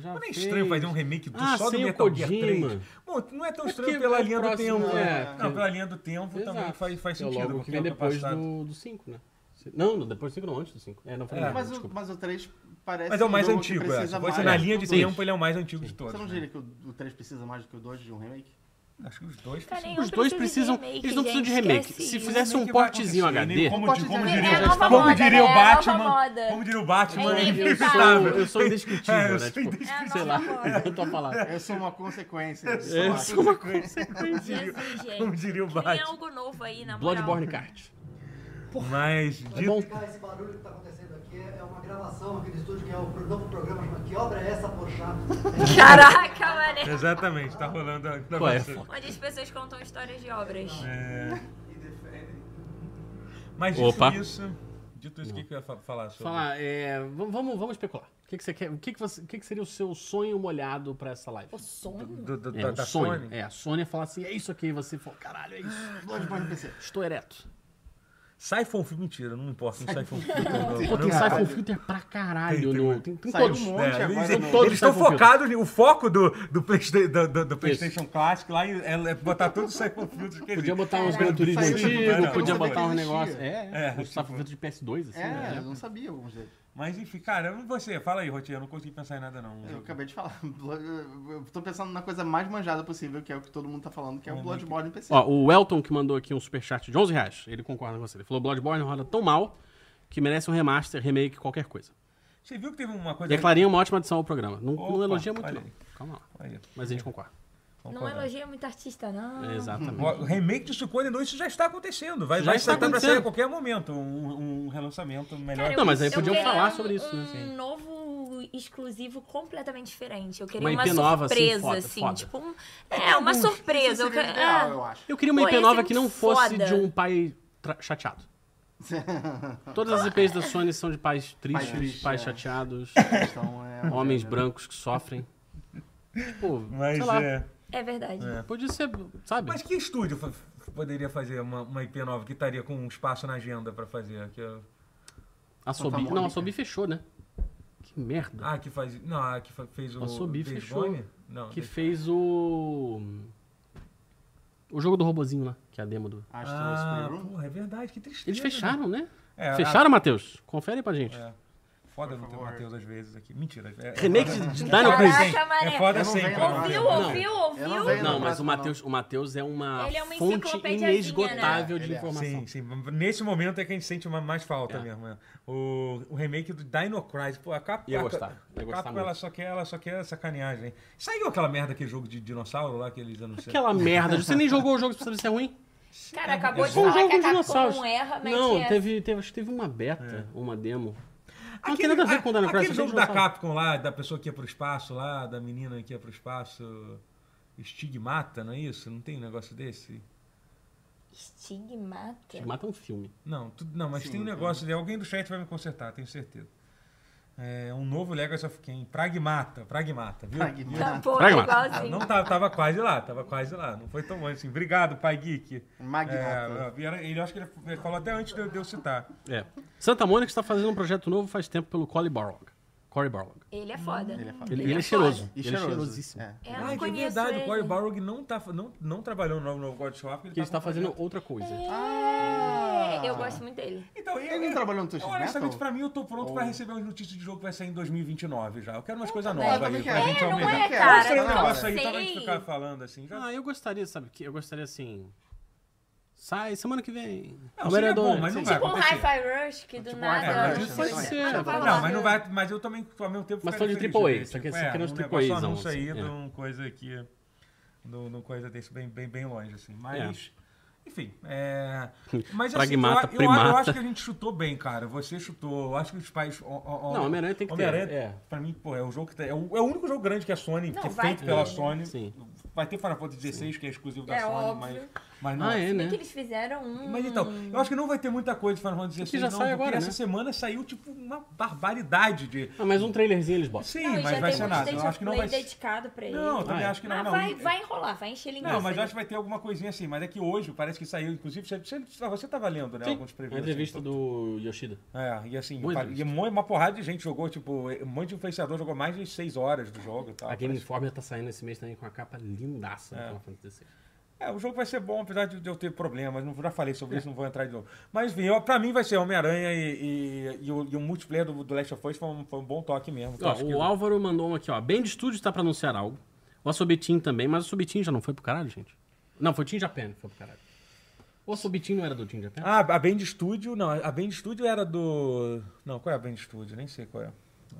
C: já
A: Mas não é
C: fez.
A: estranho fazer um remake do,
C: Ah,
A: só do
C: sem o
A: Metal Gear
C: Kojima.
A: 3? Bom, não é tão
C: É
A: estranho
C: porque
A: pela
C: é o
A: linha do
C: próximo,
A: tempo.
C: é,
A: né?
C: porque-
A: Não, pela linha do tempo também
C: Exato.
A: faz, faz
C: É
A: sentido.
C: logo
A: porque
C: que vem
A: é do
C: depois
A: passado.
C: do, do 5, né? Se- Não, não, depois do 5 não, antes do 5. É, não foi
A: É.
C: nada,
D: Mas, o,
C: desculpa.
D: mas o 3 parece.
A: Mas é o
D: um
A: mais
D: jogo que
A: antigo, é.
D: precisa
A: Se fosse
D: mais.
A: na linha de
C: Sim.
A: tempo, ele é o mais antigo de todos.
D: Você não
A: né?
D: diria que o, o 3 precisa mais do que o 2 de um
A: *laughs*
D: remake?
A: Acho que os dois
B: Cara,
A: precisam.
B: nem-
C: Os dois
B: precisa de
C: precisam.
B: remake,
C: eles não precisam de
B: gente,
C: remake.
B: esquece
C: Se
B: isso.
C: fizesse
A: Nem
C: um
A: que vai
C: portezinho
A: acontecer, nem
C: HD.
A: Como,
D: Pode
A: di- como
D: dizer,
A: diria,
D: é a nova
A: como
B: moda,
A: diria
B: né?
A: o
B: É a nova
A: Batman.
B: moda.
A: como diria o Batman,
B: É
A: é
C: Eu sou,
A: inevitável.
C: eu sou indescritível,
A: eu
C: né?
A: sou
C: Tipo,
B: É a
C: sei
B: nova
C: lá,
B: moda.
C: eu tô falando.
D: Eu sou uma consequência. Eu
C: É, sou uma coisa.
B: Jesus,
A: *laughs* Como
B: gente. é
A: diria o
B: Tem
A: Batman.
B: algo novo aí, na moral.
C: Bloodborne Kart.
A: Mas,
C: É
A: dito
C: bom.
F: Cara, esse barulho que tá acontecendo aqui é uma gravação aqui do estúdio, que é o pro- novo programa. chama Que obra é essa, poxa?
B: *laughs* Caraca, mané.
A: Exatamente, tá rolando. a
C: Qual é,
A: gravação.
C: foda?
B: Onde as pessoas contam histórias de obras.
A: é
E: E defendem.
A: Mas dito
C: Opa.
A: isso, dito isso, o que, que eu ia fa- falar sobre?
C: Falar, é, v- vamos, vamos especular. O que, que você quer? O que, que, você- o que que seria o seu sonho molhado pra essa live?
B: O sonho?
A: do- do-
C: É,
A: da,
C: um
A: da
C: sonho.
A: Sony?
C: É, a Sony ia falar assim, é isso aqui, e você falou, caralho, é isso.
D: Bloodborne PC.
C: Estou ereto.
A: Sci-Fi é um Filme, mentira, não importa. Não Sci-Fi
C: *laughs*
A: é um Filme.
C: Pô, tem Siphon Filter pra caralho,
A: Tem,
C: no-
A: tem,
C: tem, tem
D: Saiu
C: todos.
D: um monte
A: É,
D: agora.
A: eles
D: no-
C: né? todos
A: eles estão
C: Sci-Fi Filter.
A: focados, o foco do, do, Playsta- do, do- do PlayStation Classic lá é, é botar todos os Siphon Filters que
C: Podia
A: existem.
C: botar uns
D: Caralho,
C: Gran Turismo
D: saiu-
A: saiu-
C: antigos,
A: eu
C: podia
A: não sabia
C: botar
D: que
C: uns
D: existia.
C: negócios. É,
A: É,
C: é, os Siphon Filter de PS2, assim.
D: É, eu
C: né?
D: não sabia alguns deles.
A: Mas enfim, cara, eu- você, fala aí, Rotinha, eu não consegui pensar em nada não.
D: Eu acabei de falar. Blood- Eu tô pensando na coisa mais manjada possível, que é o que todo mundo tá falando,
A: né?
D: que é o Bloodborne PC.
C: Ó, o Elton que mandou aqui um superchat de 11 reais, ele concorda com você. Ele falou, Bloodborne roda tão mal que merece um remaster, remake, qualquer coisa.
A: Você viu que teve uma coisa...
C: E a Clarinha é uma ótima adição ao programa. Não, não
A: Opa,
C: elogia muito,
A: olha
C: não.
A: aí.
C: Calma lá.
A: Aí,
C: Mas a gente concorda.
A: vamos
B: Não é
A: contar.
B: elogia muito artista, não.
C: É, exatamente.
A: O remake de Suicune 2 isso já está acontecendo. Vai,
C: Já
A: vai
C: está
A: estar para
C: acontecendo.
A: sair a qualquer momento um, um relançamento melhor.
B: Cara,
C: Não,
B: eu-
C: mas aí
B: eu
C: podiam
B: queria
C: falar
B: É um-
C: sobre isso, né?
B: um
C: Sim.
B: novo exclusivo completamente diferente. Eu queria
C: Uma
B: uma,
C: IP nova, assim,
B: surpresa,
C: foda,
B: assim.
C: foda.
B: Tipo, um- é, uma
D: Isso
B: surpresa. Eu
D: seria
B: que-
D: o ideal,
B: é.
D: eu acho. *laughs*
C: Eu queria uma
B: Pô,
C: IP
B: ia
C: nova
B: ser
C: que
B: muito
C: não fosse
B: foda.
C: de um pai tra- chateado. Todas as IPs da Sony são de pais tristes,
D: triste,
C: pais
D: é.
C: chateados,
D: Então, é...
C: homens brancos que sofrem. Tipo,
A: Mas,
C: sei lá,
A: é,
B: É verdade.
A: É.
C: podia ser, sabe?
A: mas que estúdio fa- poderia fazer uma, uma IP nova que estaria com um espaço na agenda para fazer? Que eu-
C: A Sobi,
D: Santa
C: não, a
D: Mônica.
C: Sobi fechou, né? Que merda.
A: Ah, que faz. Não, a que fa- fez o.
C: A Sobi
A: Days
C: fechou.
A: Gone? Não.
C: que
A: Days-
C: fez o o jogo do robozinho lá, que é a demo do.
D: Astro
A: Ah,
D: Spring Room.
A: porra, é verdade, que tristeza.
C: Eles fecharam, né?
A: É,
C: fecharam, Matheus? Confere aí pra gente.
A: a- é. Foda não ter o
D: favor.
A: Matheus às vezes aqui. Mentira. É, é
C: Remake
A: foda-
C: de, de Dino
B: Caraca,
C: Crisis.
B: mané.
A: É foda
D: Eu não venho
A: sempre.
D: na hora.
B: Ouviu,
D: Não.
B: ouviu,
D: Eu não
B: ouviu?
D: venho
C: Não, mas o
D: Não.
C: Matheus, o Matheus é uma,
B: Ele é uma
C: fonte
B: enciclopediazinha,
C: inesgotável
D: né?
C: de
D: Ele é.
C: informação.
A: Sim, sim. Nesse momento é que a gente sente uma mais falta
C: É.
A: mesmo. é. O, o remake do Dino Crisis. Pô, a Capcom,
C: Ia
A: a,
C: gostar,
A: Ca-
C: ia
A: a
C: gostar
A: Capcom,
C: muito.
A: ela só quer, ela só quer sacaneagem. Saiu aquela merda, aquele jogo de dinossauro lá que eles anunciaram.
C: Aquela merda, você nem jogou o jogo pra saber se é ruim?
B: Cara, acabou de
C: Foi um
B: falar
C: jogo
B: que
C: de
B: a Capcom
C: dinossauros.
B: não erra, mas
C: Não,
B: é-
C: teve, teve, acho que teve uma beta, uma demo. Não tem nada a ver com o
A: É.
C: Dino Crisis. é
A: Aquele
C: só tem
A: jogo da
C: dinossauro.
A: Capcom lá, da pessoa que ia pro espaço lá, da menina que ia pro espaço. Estigmata, não é isso? Não tem um negócio desse?
B: Estigmata.
C: Mata um filme.
A: Não, tudo, não mas tem um negócio de alguém do chat vai me consertar, tenho certeza. É um novo Legacy of Kain, Pragmata, Pragmata, viu?
B: Tá,
D: Pragmata.
B: pô,
C: Pragmata.
A: Ah,
B: igualzinho.
A: Não tava, tava quase lá, tava quase lá. Não foi tão longe assim. Obrigado, Pai Geek.
D: Magnata.
A: É, era- ele acho que ele ele falou até antes de eu, de eu citar.
C: É. Santa Mônica está fazendo um projeto novo faz tempo pelo Corey Barlog. Corey Barlog.
B: Ele é foda.
D: Ele é foda.
C: Ele,
B: Ele
C: ele é
B: é
C: cheiroso.
B: foda.
D: E
C: Ele é
D: cheiroso.
C: cheirosíssimo.
D: É.
B: Eu não
A: Ah, que é
B: conheço
A: verdade, o
B: ele.
A: Corey Barrog não, tá, não, não trabalhou no novo God Shop. Ele
C: Que ele está
A: tá com-
C: fazendo outra coisa.
B: É, eu gosto muito dele.
A: Então,
D: Ele não trabalhou no Twisted
A: Honestamente,
D: Metal?
A: pra mim, eu tô pronto pra receber umas notícias de jogo que vai sair em 2029 já. Eu quero umas coisas
D: Eu
A: novas
D: também
A: aí
D: quero.
A: pra gente
D: É, não
A: almejar.
D: é, cara,
A: Mostra aí um
D: não
A: negócio aí,
B: sei.
A: só pra gente ficar falando assim. Já
C: Ah, eu gostaria, sabe? Que eu gostaria assim. Sai semana que vem.
A: Não, seria bom, mas não
C: sim.
A: vai
B: Tipo um
A: acontecer.
B: Hi-Fi Rush, que do
D: Tipo um
B: nada...
D: Hi-Fi Rush,
C: Pode
D: Vai
C: ser.
B: Não, vai
A: é. Não,
B: lá.
A: mas não vai. Mas eu também, ao mesmo tempo.
C: Mas
A: ficaria
C: tô de
A: feliz
C: AAA,
A: ver,
C: isso aqui é
A: tipo,
C: só querendo
A: um
C: de
A: negócio, um
C: AAAzão,
A: anúncio aí
C: assim,
A: de
C: é.
A: um coisa aqui. De uma coisa desse bem, bem, bem longe,
C: É.
A: assim. Mas. Enfim, é. Mas assim, eu,
C: Pragmata,
A: eu, eu acho
C: primata.
A: que a gente chutou bem, cara. Você chutou. Eu acho que os pais. o- o- o-
C: Não, Homem-Aranha tem que ter,
A: Homem-Aranha,
C: é.
A: Pra mim, pô, é o jogo que tem. É o, é o único jogo grande que a Sony.
B: Não,
A: que é
B: vai
A: feito
B: ter,
A: pela
B: né?
A: Sony.
C: Sim.
A: Vai ter Final Fantasy XVI, que é exclusivo da
B: É
A: Sony,
B: óbvio.
A: mas. Mas não.
C: Ah, é,
B: Se
C: né?
B: bem que eles fizeram um.
A: Mas então, eu acho que não vai ter muita coisa de Final Fantasy
C: Porque
A: XVI,
C: já
A: não,
C: sai
A: porque
C: agora,
A: essa
C: né?
A: semana saiu, tipo, uma barbaridade de...
C: Ah, mas um trailerzinho eles botam.
A: Sim,
B: Não, e
A: mas
B: já
A: vai
B: tem
A: ser
B: um
A: nada.
B: stage
A: Eu
B: of
A: acho que não
B: play
A: vai...
B: dedicado pra ele.
A: Não, eu também
C: Ah, é.
A: acho que não.
B: Mas
A: não.
B: vai, vai enrolar, vai encher linguiça.
A: Não, mas eu
B: né?
A: acho que vai ter alguma coisinha assim. Mas é que hoje parece que saiu, inclusive, você, você, você tava lendo, né?
C: Sim,
A: alguns previews.
C: a
A: assim,
C: entrevista do Yoshida.
A: É, e assim,
C: Boa
A: pa- e
C: entrevista.
A: mo- uma porrada de gente jogou, tipo, um monte de influenciador jogou mais de seis horas do jogo e tal.
C: a Game
A: Ah, Parece-
C: Informer tá saindo esse mês também com a capa lindaça do Final Fantasy XVI.
A: É, o jogo vai ser bom, apesar de eu ter problemas, não, já falei
C: É.
A: sobre isso, não vou entrar de novo. Mas enfim, eu, pra mim vai ser Homem-Aranha e, e, e o, e o multiplayer do, do Last of Us foi um, foi um bom toque mesmo. que eu
C: Ó,
A: acho que-
C: o Álvaro mandou um aqui, ó. Band Studios tá pra anunciar algo. O Assobitin também, mas o Assobitin já não foi pro caralho, gente? Não, foi o Team Japan que foi pro caralho. O Assobitin não era do Team Japan?
A: Ah, a Band Studio, não, a Band Studio era do... Não, qual é a Band Studio? Nem sei qual é.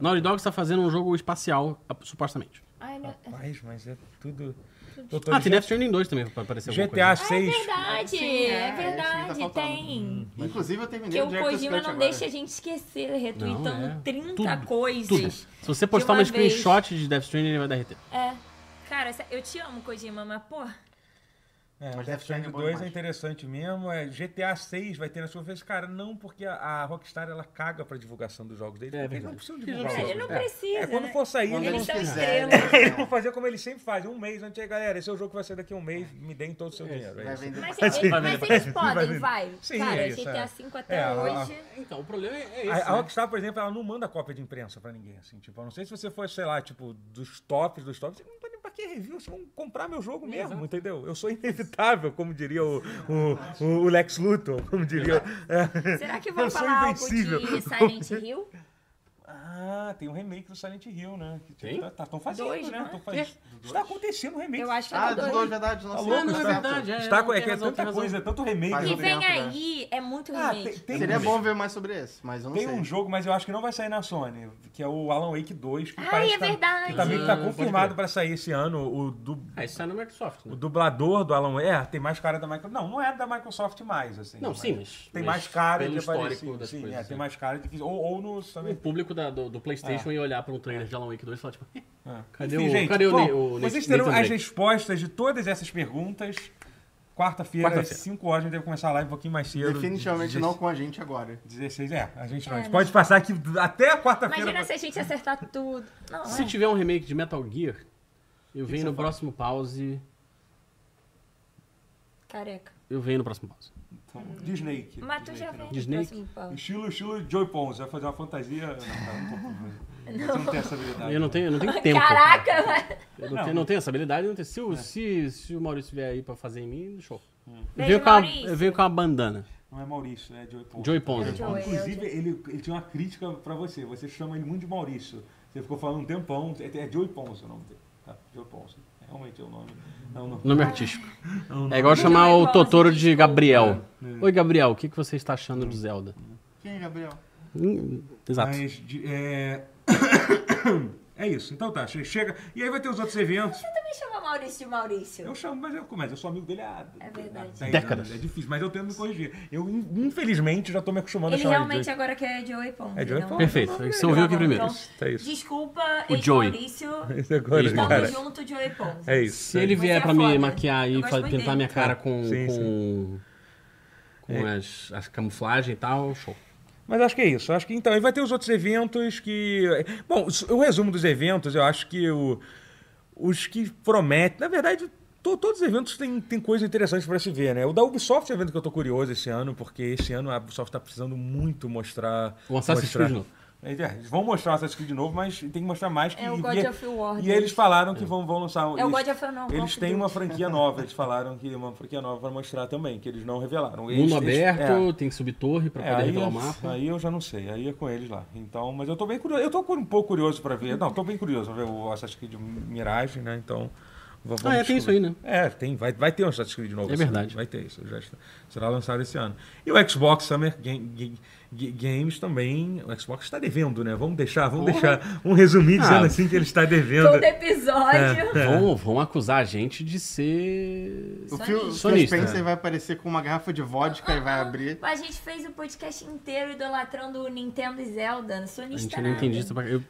C: Naughty Dog está fazendo um jogo espacial, ap- supostamente.
B: Ai, meu...
A: Rapaz, mas é tudo... Eu tô
C: Ah, tem
A: ligado.
C: Death Stranding 2 também pra aparecer alguma
A: GTA
C: coisa. assim.
B: Ah, é
A: 6.
B: verdade,
D: Sim, é,
B: é
D: isso que tá
B: verdade,
D: faltando.
A: Hum.
B: tem.
D: Inclusive, eu terminei
B: Porque
D: o
B: o
D: Director's
B: Kojima
D: Cut
B: não
D: tá agora.
B: deixa a gente esquecer, retweetando
C: Não, é.
B: 30
C: Tudo,
B: coisas.
C: Tudo. Se você
B: De
C: postar uma,
B: uma vez.
C: screenshot de Death Stranding, ele vai derreter.
B: É. Cara, sé- eu te amo, Kojima, mas, pô,
A: É,
D: Mas
A: mas
D: Death
A: Death
D: Stranding é
A: Stranding
D: bom
A: 2 é
D: demais.
A: interessante mesmo. É, GTA 6 vai ter na sua vez. Cara, não, porque a, a Rockstar ela caga pra divulgação dos jogos deles.
C: É
A: porque eles
C: verdade.
A: não precisam
C: Eles não
A: divulgar.
B: ele
A: os
B: não
A: jogos.
B: precisa.
A: É, quando
B: né?
A: for sair,
D: Quando
A: eles vão-
B: Eles são
D: eles
B: estrelas.
D: *laughs* quiserem.
A: eles vão fazer como eles sempre fazem. Um mês antes, aí, galera, esse é o jogo que vai ser daqui a um mês. Me deem todo o seu dinheiro. É
D: Vai
A: isso.
D: vender
A: *laughs*
B: Mas,
D: pra
B: ele- mas
C: vai
B: eles podem,
A: vender.
B: vai.
A: Sim,
B: Cara,
A: é isso,
B: GTA
A: é.
B: V até
A: É, a-
B: hoje.
C: Então, o problema é
A: A,
D: né?
A: a Rockstar, por exemplo, ela não manda cópia de imprensa pra ninguém, assim. Tipo, eu não sei se você for, sei lá, tipo, dos tops, dos tops, não tá nem pra que review, vocês vão comprar meu jogo mesmo, entendeu? Eu sou inevitável, como diria o, o, o- o Lex Luthor, como diria. É.
B: Será que vão
A: Eu sou
B: falar algo
A: invencível.
B: de Silent
A: *laughs*
B: Hill?
A: Ah, tem um remake do Silent Hill, né? Que,
C: Tem?
A: Tipo, tá, tá, tão fazendo,
B: Dois,
A: né?
B: não é?
A: Tão fazendo. Está acontecendo um remake.
B: Eu acho que
D: Ah,
B: é
D: dos
B: dois.
D: dois, verdade. Nossa,
A: Tá
C: Não,
A: louco,
C: não, é
A: certo.
C: verdade. É,
A: Está,
C: não,
A: com- é,
C: tem
A: que é
C: razão, tem
A: tanta
C: razão.
A: coisa, é tanto remake.
D: Faz
B: Que
A: né?
D: um
B: vem
D: tempo, né?
B: aí é muito
A: Ah,
B: remake.
A: tem-
D: Seria
A: um-
D: bom ver mais sobre esse, mas eu não
A: Tem
D: sei.
A: um jogo, mas eu acho que não vai sair na Sony, que é o Alan Wake 2, que
B: Ai,
A: parece
B: é
A: que tá-
B: verdade.
A: que também tá
C: Ah, pode
A: confirmado
C: crer.
A: pra sair esse ano, o do
C: Ah, isso sai no Microsoft, né?
A: O dublador do Alan Wake. É, tem mais cara da Microsoft. Não, não é da Microsoft mais, assim.
C: Não, sim, mas...
A: Tem
C: mas
A: mais cara de
C: pelo histórico
A: aparecido.
C: das
A: Sim,
C: coisas,
A: é,
C: assim.
A: tem mais cara de que. Ou, ou nos
C: O
A: também.
C: público da- do, do
A: Ah.
C: Playstation ia olhar pra um trailer de Alan Wake 2 e falar, tipo...
A: É.
C: Cadê o- cadê o Ne- o
A: Vocês
C: Nathan
A: terão as
C: Drake?
A: respostas de todas essas perguntas. Quarta-feira, às
C: Quarta-feira.
A: 5 horas, a gente deve começar a live um pouquinho mais cedo.
D: Definitivamente
A: Dezesse-
D: não com a gente agora.
A: 16, é, a gente não. A
B: É,
A: gente pode passar aqui até a quarta-feira.
B: Imagina se a gente acertar tudo. Não,
C: Se
A: Ah.
B: é.
C: tiver um remake de Metal Gear, eu venho no próximo pause.
B: Careca.
C: Eu venho no próximo pause.
A: Então, Disney. que-
B: Mas tu
A: Disney
B: já
A: que
B: vem
A: não.
B: no
C: Disney?
B: próximo pau.
A: Estilo, estilo Joy Pons, vai fazer uma fantasia. Não, cara, um pouco.
B: *laughs*
A: Você não tem essa habilidade. né?
C: Eu não tenho, eu não tenho tempo.
B: Caraca, mas...
A: Ah,
C: Eu não,
A: tá. Não. É.
C: Tenho, não tenho essa habilidade, não tenho. Se, o- se, se o Maurício vier aí pra fazer em mim, show. Eu
B: Beijo,
C: venho, com a,
B: Maurício.
C: eu venho com uma bandana.
A: Não é Maurício, é Joy Pons.
C: Joey Ponzi.
B: Joey. Oi,
A: Inclusive, ele, ele tinha uma crítica pra você. Você chama ele muito de Maurício. Você ficou falando um tempão. É, é Joey Pons o nome dele. Tá? Joey Pons. É Realmente é o nome. É um nome.
C: Nome artístico. É igual chamar o Totoro de Gabriel.
A: É.
C: Oi, Gabriel, o que, que você está achando do Zelda?
D: Quem é, Gabriel?
C: Hum, Exato.
A: Mas, de- é... *coughs* é isso. Então tá, che- chega. E aí vai ter os outros eventos.
B: Você também chama Maurício de Maurício.
A: Eu chamo, mas eu, mas eu sou amigo dele há,
B: É verdade.
A: há 10
C: Décadas.
A: anos. É difícil, mas eu tento me corrigir. Eu, in- infelizmente, já tô me acostumando a
B: Ele
A: chamar
B: realmente
A: de Joey.
B: agora quer Joey Pons.
A: É Joey
B: então-
A: Pons.
C: Perfeito. Você ouviu aqui primeiro.
B: Então,
A: É isso.
B: Desculpa,
C: O
B: ex-
C: Joey.
A: *laughs*
B: Maurício.
A: Isso agora,
C: Estamos
B: Tamo
A: cara.
B: junto, Joey Pons.
A: É isso.
C: Se ele
B: Mas
C: vier
B: é
C: pra me
B: foda.
C: maquiar e
B: Eu gosto
C: fa-
B: muito
C: pintar
B: dele.
C: minha cara com.
A: Tá. Sim, É.
C: com, com as, as camuflagens e tal, show.
A: Mas acho que é isso. Acho que então, aí vai ter os outros eventos que. Bom, o resumo dos eventos, eu acho que o- os que prometem. Na verdade, to- todos os eventos têm, têm coisa interessante para se ver, né? O da Ubisoft é um evento que eu tô curioso esse ano, porque esse ano a Ubisoft tá precisando muito mostrar.
C: O Assassin's Creed
A: mostrar-
C: novo.
A: É, é, eles vão mostrar o Assassin's Creed de novo, mas tem que mostrar mais.
B: É o
A: e-
B: God
A: e,
B: of War
A: E
B: deles.
A: eles falaram que vão, vão lançar. um,
B: É o
A: eles,
B: God of War, não, Call
A: Eles
B: of
A: têm
B: Duty.
A: uma franquia nova, eles falaram que é uma franquia nova para mostrar também, que eles não revelaram. Eles-
C: Mundo
A: eles-
C: aberto,
A: é.
C: tem que subir torre pra
A: É,
C: poder
A: aí,
C: revelar
A: eu-
C: o mapa.
A: aí eu já não sei, aí é com eles lá. Então, mas eu tô bem curioso, eu tô cu- um pouco curioso pra ver. Não, tô bem curioso pra ver o Assassin's Creed Mirage, né? Então, va- vamos
C: Ah, é, tem isso aí, né?
A: É, tem, vai, vai ter um Assassin's Creed novo.
C: É
A: esse ano.
C: verdade.
A: Vai ter isso, já está- será lançado esse ano. E o Xbox Summer Ga- Ga- Ga- Games também, o Xbox está devendo, né? Vamos deixar, vamos deixar um resumir dizendo
C: Ah.
A: assim que ele está devendo.
B: Todo episódio.
C: Vão, vão acusar a gente de ser.
D: O Phil, Phil
C: Sonista.
D: Spencer vai aparecer com uma garrafa de vodka e vai
A: É.
D: abrir.
B: A gente fez o podcast inteiro idolatrando o Nintendo e Zelda. Não sou
C: A gente
B: nisso
C: é
B: nada.
C: nintendista pra... eu,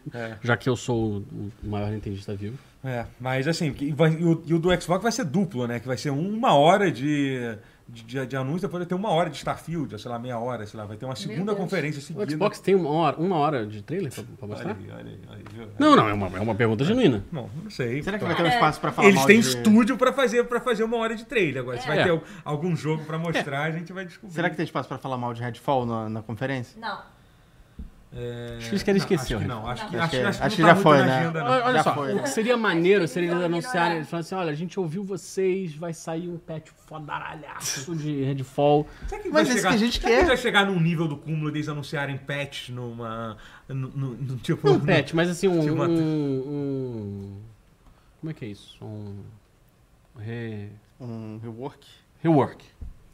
C: Já que eu sou o o maior nintendista vivo.
A: É, mas assim, que vai- e o, e o do Xbox vai ser duplo, né? Que vai ser uma hora de, de, de- de anúncio, depois vai ter uma hora de Starfield, ou sei lá, meia hora, sei lá. Vai ter uma segunda
G: Deus.
A: conferência
C: O
A: seguida.
C: Xbox tem uma hora, uma hora de trailer pra, pra
A: Olha
D: tá?
C: mostrar?
A: aí, olha aí, olha aí, viu?
C: Não, não, é uma, é uma pergunta genuína.
A: Não, não sei.
D: Será que vai ter um espaço pra falar
A: Eles
D: mal
A: têm
D: de...
A: estúdio pra fazer, pra fazer uma hora de trailer. Agora, se vai
C: É.
A: ter al- algum jogo pra mostrar, a gente vai descobrir.
D: Será que tem espaço pra falar mal de Redfall na, na conferência?
B: Não.
A: É,
C: Acho que isso que ele
A: não,
C: esqueceu,
A: Acho que
C: né?
A: não, acho que,
D: Acho
A: acho,
D: que- é,
A: acho que
D: acho que
A: não
D: já
A: tá muito
D: foi,
A: na
D: né?
A: agenda, não.
C: Olha, olha
D: Já
C: só,
D: foi,
C: o
D: né?
C: que seria maneiro
B: Acho que
C: se eles
B: eles vão
C: anunciarem,
B: ignorar.
C: eles falam assim, olha, a gente ouviu vocês, vai sair um patch fodaralhaço de Redfall.
A: Será que
D: Mas
A: vai
D: esse
A: chegar,
D: que a gente
A: será que
D: quer.
A: vai chegar num nível do cúmulo deles anunciarem patch numa. No, no- no- tipo,
C: Não um
A: no-
C: patch, mas assim,
A: Tinha
C: um,
A: uma-
C: um, um- Como é que é isso? Um... Re...
D: Um rework?
C: Rework.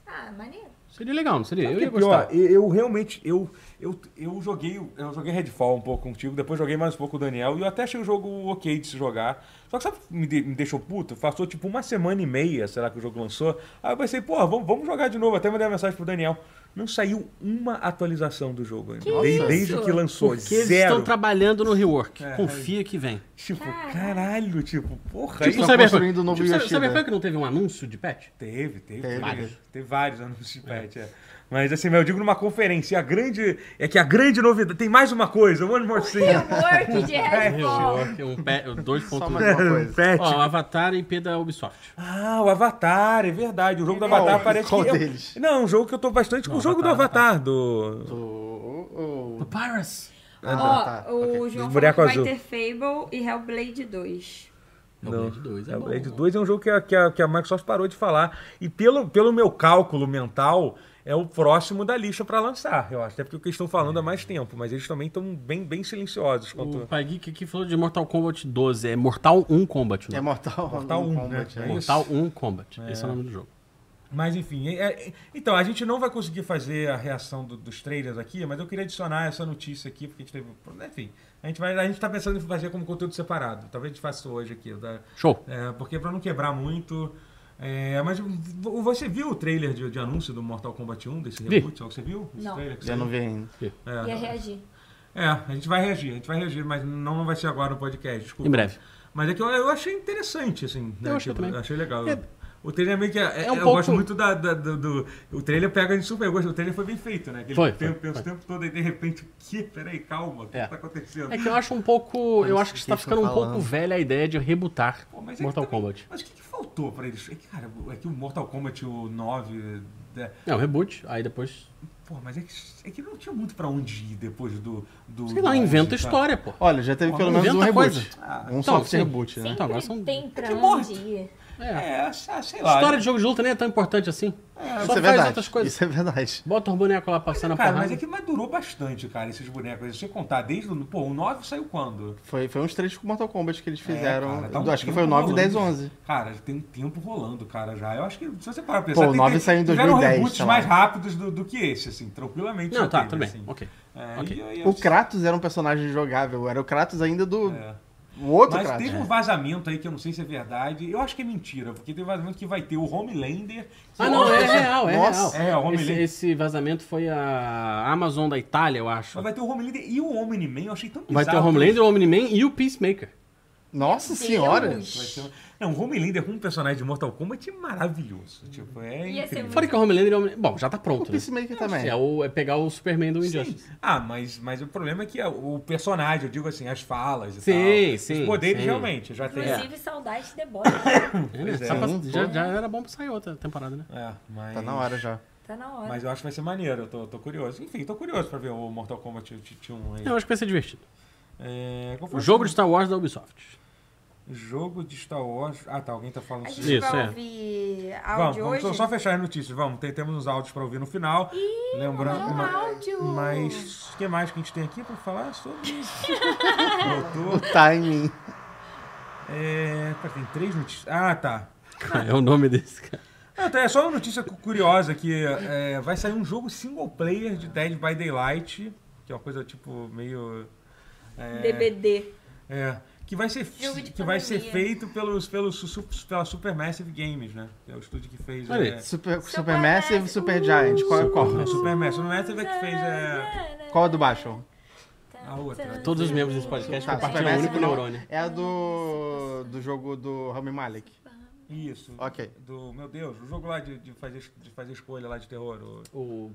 B: Ah, maneiro.
C: Seria legal, não seria? Eu
A: Porque,
C: ia gostar.
A: ó, é eu, eu realmente, eu, eu, eu joguei eu joguei Redfall um pouco contigo, depois joguei mais um pouco com o Daniel, e eu até achei o jogo ok de se jogar. Só que sabe o que me, de- me deixou puto? Passou tipo uma semana e meia, será que o jogo lançou? Aí eu pensei, porra, vamos, vamos jogar de novo, até mandei uma mensagem pro Daniel. Não saiu uma atualização do jogo ainda.
B: Que
A: De-
B: isso?
A: Desde que lançou,
C: Porque eles
A: zero.
C: estão trabalhando no rework.
A: É,
C: Confia que vem.
A: Tipo, caralho, tipo, porra,
D: Tipo,
A: aí
D: Eles tão construindo o novo
C: Tipo, sabe-
D: Yoshida.
C: Cyberpunk não teve um anúncio de patch?
A: Teve, teve, teve,
D: vários.
A: vários. Teve vários anúncios de patch, é. Mas assim, eu digo numa conferência, a grande. É que a grande novidade. Tem mais uma coisa, one more thing.
B: Rework de Redfall.
C: Rework, um patch,
D: Só
C: 2.1.
D: mais uma
A: *laughs*
D: coisa.
A: Patch.
C: Ó, o Avatar IP da Ubisoft.
A: Ah, o Avatar, é verdade. O jogo do Avatar parece
D: Qual
A: que. eu-
D: deles?
A: Não, um jogo que eu tô bastante. o jogo
C: Avatar,
A: do Avatar, do.
D: O- o-
C: O Pirates.
B: Ó,
D: Ah, tá,
B: o
D: ok.
B: João
A: Do
B: falou
A: buraco
B: que vai
A: azul.
B: ter Fable e Hellblade 2.
A: Não.
C: Hellblade 2 é
A: É, o
C: bom.
A: Blade 2 é um jogo que a, que, a, que a Microsoft parou de falar. E pelo, pelo meu cálculo mental, é o próximo da lista pra lançar, eu acho. Até porque o que eles estão falando há mais tempo, mas eles também estão bem, bem silenciosos
C: O
A: quanto.
C: Pai Geek aqui falou de Mortal Kombat 12. É Mortal 1 Kombat.
D: É
C: Não.
D: Mortal,
A: Mortal 1,
D: Kombat,
A: né?
D: é.
A: É isso.
C: Mortal 1 Kombat. Esse é o nome do jogo.
A: Mas enfim, é- é- então, a gente não vai conseguir fazer a reação do- dos trailers aqui, mas eu queria adicionar essa notícia aqui, porque a gente teve. Enfim, a gente, vai, a gente tá pensando em fazer como conteúdo separado. Talvez a gente faça isso hoje aqui. tá?
C: Show.
A: É, porque pra não quebrar muito. é, mas v- você viu o trailer de, de anúncio do Mortal Kombat 1, desse
C: Vi.
A: reboot? Você viu? Esse
B: Não.
A: trailer que
D: Eu
A: saiu?
D: não vi ainda.
B: Ia
A: É,
B: reagir.
A: é, a gente vai reagir, a gente vai reagir, mas não, não vai ser agora no podcast, desculpa.
C: Em breve.
A: Mas é que eu, eu achei interessante, assim.
C: Eu achei também.
A: achei legal.
C: É-
A: O trailer é meio que. É,
C: É um
A: eu
C: pouco-
A: gosto muito da, da- do, do- O trailer pega de super gosto. O trailer foi bem feito, né? Que ele
C: Foi,
A: pe-
C: foi,
A: pensa o tempo todo e de repente, o quê? Peraí, calma, o que,
C: É.
A: que tá acontecendo?
C: É que eu acho um pouco. Eu acho que está
D: que tá
C: ficando um
D: falando.
C: pouco velha a ideia de rebutar
A: Pô, mas é que
C: Mortal
A: também-
C: Kombat.
A: Mas o que, que faltou pra eles? É que, cara, é que o Mortal Kombat o 9. né?
C: É, o reboot, aí depois.
A: Pô, mas é que, é que não tinha muito pra onde ir depois do. do
C: Sei lá,
A: do 11,
C: inventa
A: tá?
C: história, pô.
D: Olha, já teve
A: Ó,
D: pelo menos um
C: inventa
D: reboot.
C: coisa.
D: Um
C: Então,
D: soft
C: sim.
D: reboot, né?
B: Sempre
C: Então, agora são-
B: tem pra
A: que
B: onde
A: morte.
B: ir.
C: É.
A: É, ah, sei lá.
C: História de jogo de luta nem é tão importante assim. Só
D: Isso é
C: faz
D: verdade.
C: outras coisas.
D: Isso é verdade.
C: Bota um boneco lá passando a
A: Cara,
C: porrada.
A: mas é que mas durou bastante, cara, esses bonecos. Se você contar desde. o- Pô, o 9 saiu quando?
D: Foi, foi uns três com Mortal Kombat que eles fizeram.
A: cara, tá um
D: Eu acho que
A: tempo
D: foi o 9,
A: rolando.
D: 10, 11.
A: Cara, tem um tempo rolando, cara, já. Eu acho que, se você parar pra pensar...
D: Pô, o
A: tem-
D: 9
A: tem-
D: saiu em
A: Tiveram
D: 2010,
A: reboots
D: sei lá.
A: mais rápidos do, do que esse, assim, tranquilamente.
C: Não,
A: já
C: tá,
A: teve,
C: tudo bem.
A: assim.
C: Ok.
A: É,
C: Ok.
A: e- e-
D: O Kratos era um personagem jogável. Era o Kratos ainda do...
A: É.
D: O outro né?
A: Mas
D: Kratos.
A: teve um vazamento aí que eu não sei se é verdade. Eu acho que é mentira, porque teve um vazamento que vai ter o Homelander... que-
C: Ah, não, é real, é
D: Nossa.
C: real.
A: É, o
C: esse,
A: Homelander...
C: esse vazamento foi a Amazon da Itália, eu acho.
A: Mas vai ter o Homelander e o Omni-Man, eu achei tão bizarro.
C: Vai ter o Homelander, o Omni-Man e o Peacemaker.
D: Nossa senhora.
B: Deus.
A: Vai ter- Não, o Homelander com um personagem de Mortal Kombat é maravilhoso. Tipo, é
B: Ia ser
A: incrível.
C: Fora que o Homelander é o Omni- Bom, já tá
D: O
C: pronto, né?
D: Peacemaker também.
C: É, o, é pegar o Superman do Injustice.
A: Sim. Ah, mas, mas o problema é que a- o personagem, eu digo assim, as falas e
C: Sim,
A: tal.
C: sim,
A: Os poderes
C: sim.
A: realmente, já tem. É.
B: Inclusive, saudade de The Boys.
C: É, né?
A: Pois é.
C: Tá pra-
D: Sim,
C: já,
D: sim.
C: já era bom pra sair outra temporada, né?
A: mas,
D: Tá na hora já.
B: Tá na hora.
A: Mas eu acho que vai ser maneiro, eu tô, tô curioso. Enfim, tô curioso pra ver o Mortal Kombat T- T- 1 aí.
C: Eu acho que vai ser divertido.
A: É, qual foi
C: O jogo de Star Wars da Ubisoft.
A: Jogo de Star Wars. Ah, tá, alguém tá falando
B: A
A: sobre
B: gente
C: Isso,
B: vai
C: é.
B: ouvir
A: Vamos,
B: áudio
A: vamos só,
B: hoje?
A: só fechar as notícias, vamos. Tem, temos uns áudios pra ouvir no final. Lembrando.
B: um
A: ma-
B: áudio.
A: Mas o que mais que a gente tem aqui pra falar sobre
B: *laughs*
A: isso?
D: O
A: Voltou.
D: timing.
A: É, pera, tem três notícias. Ah, tá.
C: É o nome desse cara.
A: Não, tá, é só uma notícia cu- curiosa que é, vai sair um jogo single player de Dead by Daylight, que é uma coisa tipo meio é,
B: DBD.
A: é, que vai ser
B: Jogo de
A: que vai ser
B: pandemia.
A: feito pelos pelos su- su- pela Supermassive Games, né? Que é o estúdio que fez
C: Olha aí.
A: é,
D: Super,
B: Supermassive.
D: Supermassive, Supergiant. Qual, qual?
A: é, Supermassive, Supermassive é que fez é,
D: Qual é do baixo?
A: A outra.
C: Todos os membros desse podcast
A: Ah,
D: Tá,
C: compartilham
D: Supermassive
C: um único
D: não.
C: neurônio.
D: É a do, do jogo do Rami Malek.
A: Isso.
D: Ok.
A: Do, meu Deus, o jogo lá de, de fazer, de fazer escolha lá de terror. O...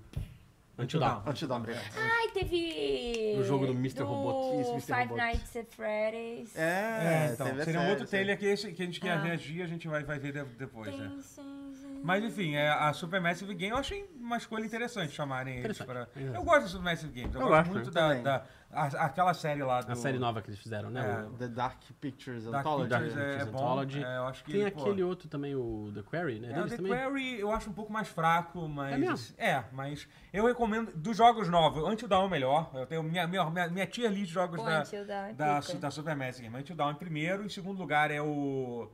C: O Antidown.
D: Antes da obrigado.
B: Ai, teve.
C: O jogo do Mr.
B: do
C: Robot.
D: Isso, Mr.
B: Five
D: Robot.
B: Nights at Freddy's.
D: É,
A: É, então,
D: teve a
A: seria um
D: série,
A: outro
D: série.
A: trailer que, esse- que a gente quer
B: Ah.
A: reagir, a gente vai, vai ver de- depois, né?
B: Tem, sim, sim.
A: Mas enfim, é, a Supermassive Game eu achei uma escolha interessante chamarem eles para. Eu gosto da Supermassive Games, eu,
C: É. Eu
A: gosto
C: gosto
A: muito da,
D: também.
A: da- a- aquela série lá do.
C: A série nova que eles fizeram,
A: É.
C: né? O-
D: The Dark Pictures
A: Dark
D: Anthology.
A: Pictures
C: Dark
A: é, é
C: Pictures
A: bom.
C: Anthology.
A: é, eu acho que,
C: Tem
A: pô,
C: aquele outro também, o The Quarry, né?
A: É, o
C: Deles
A: The
C: também?
A: Quarry eu acho um pouco mais fraco, mas.
C: É mesmo?
A: é, mas eu recomendo. Dos jogos novos, Until Dawn é o melhor. Eu tenho minha, minha, minha, minha tier list de jogos
B: Pô,
A: da,
B: Until Dawn é
A: da,
B: pica.
A: da Supermassive Game. Until Dawn em primeiro, em segundo lugar é o.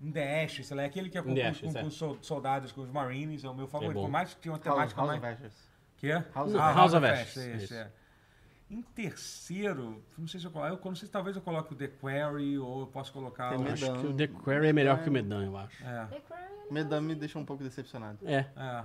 A: In the Ashes, sei lá, é aquele que é com,
C: In the
A: com-
C: Ashes,
A: com-
C: é.
A: com os sol- soldados, com os Marines, é o meu favorito.
C: bom.
A: por mais que tinha uma
D: House,
A: temática
D: House
A: mais.
D: of Ashes.
A: Que?
D: House
C: of-
A: Ah,
C: House of Ashes,
A: é esse,
C: isso.
A: é. Em terceiro, não sei se eu coloco. Eu não sei se talvez eu coloque o The Query ou eu posso colocar
D: Tem
A: o.
D: medo.
C: Acho
D: Medan.
C: que o The Quarry é melhor que o Medan, eu acho.
A: É,
B: The Crown.
D: Medan me deixou um pouco decepcionado.
C: É.
A: é.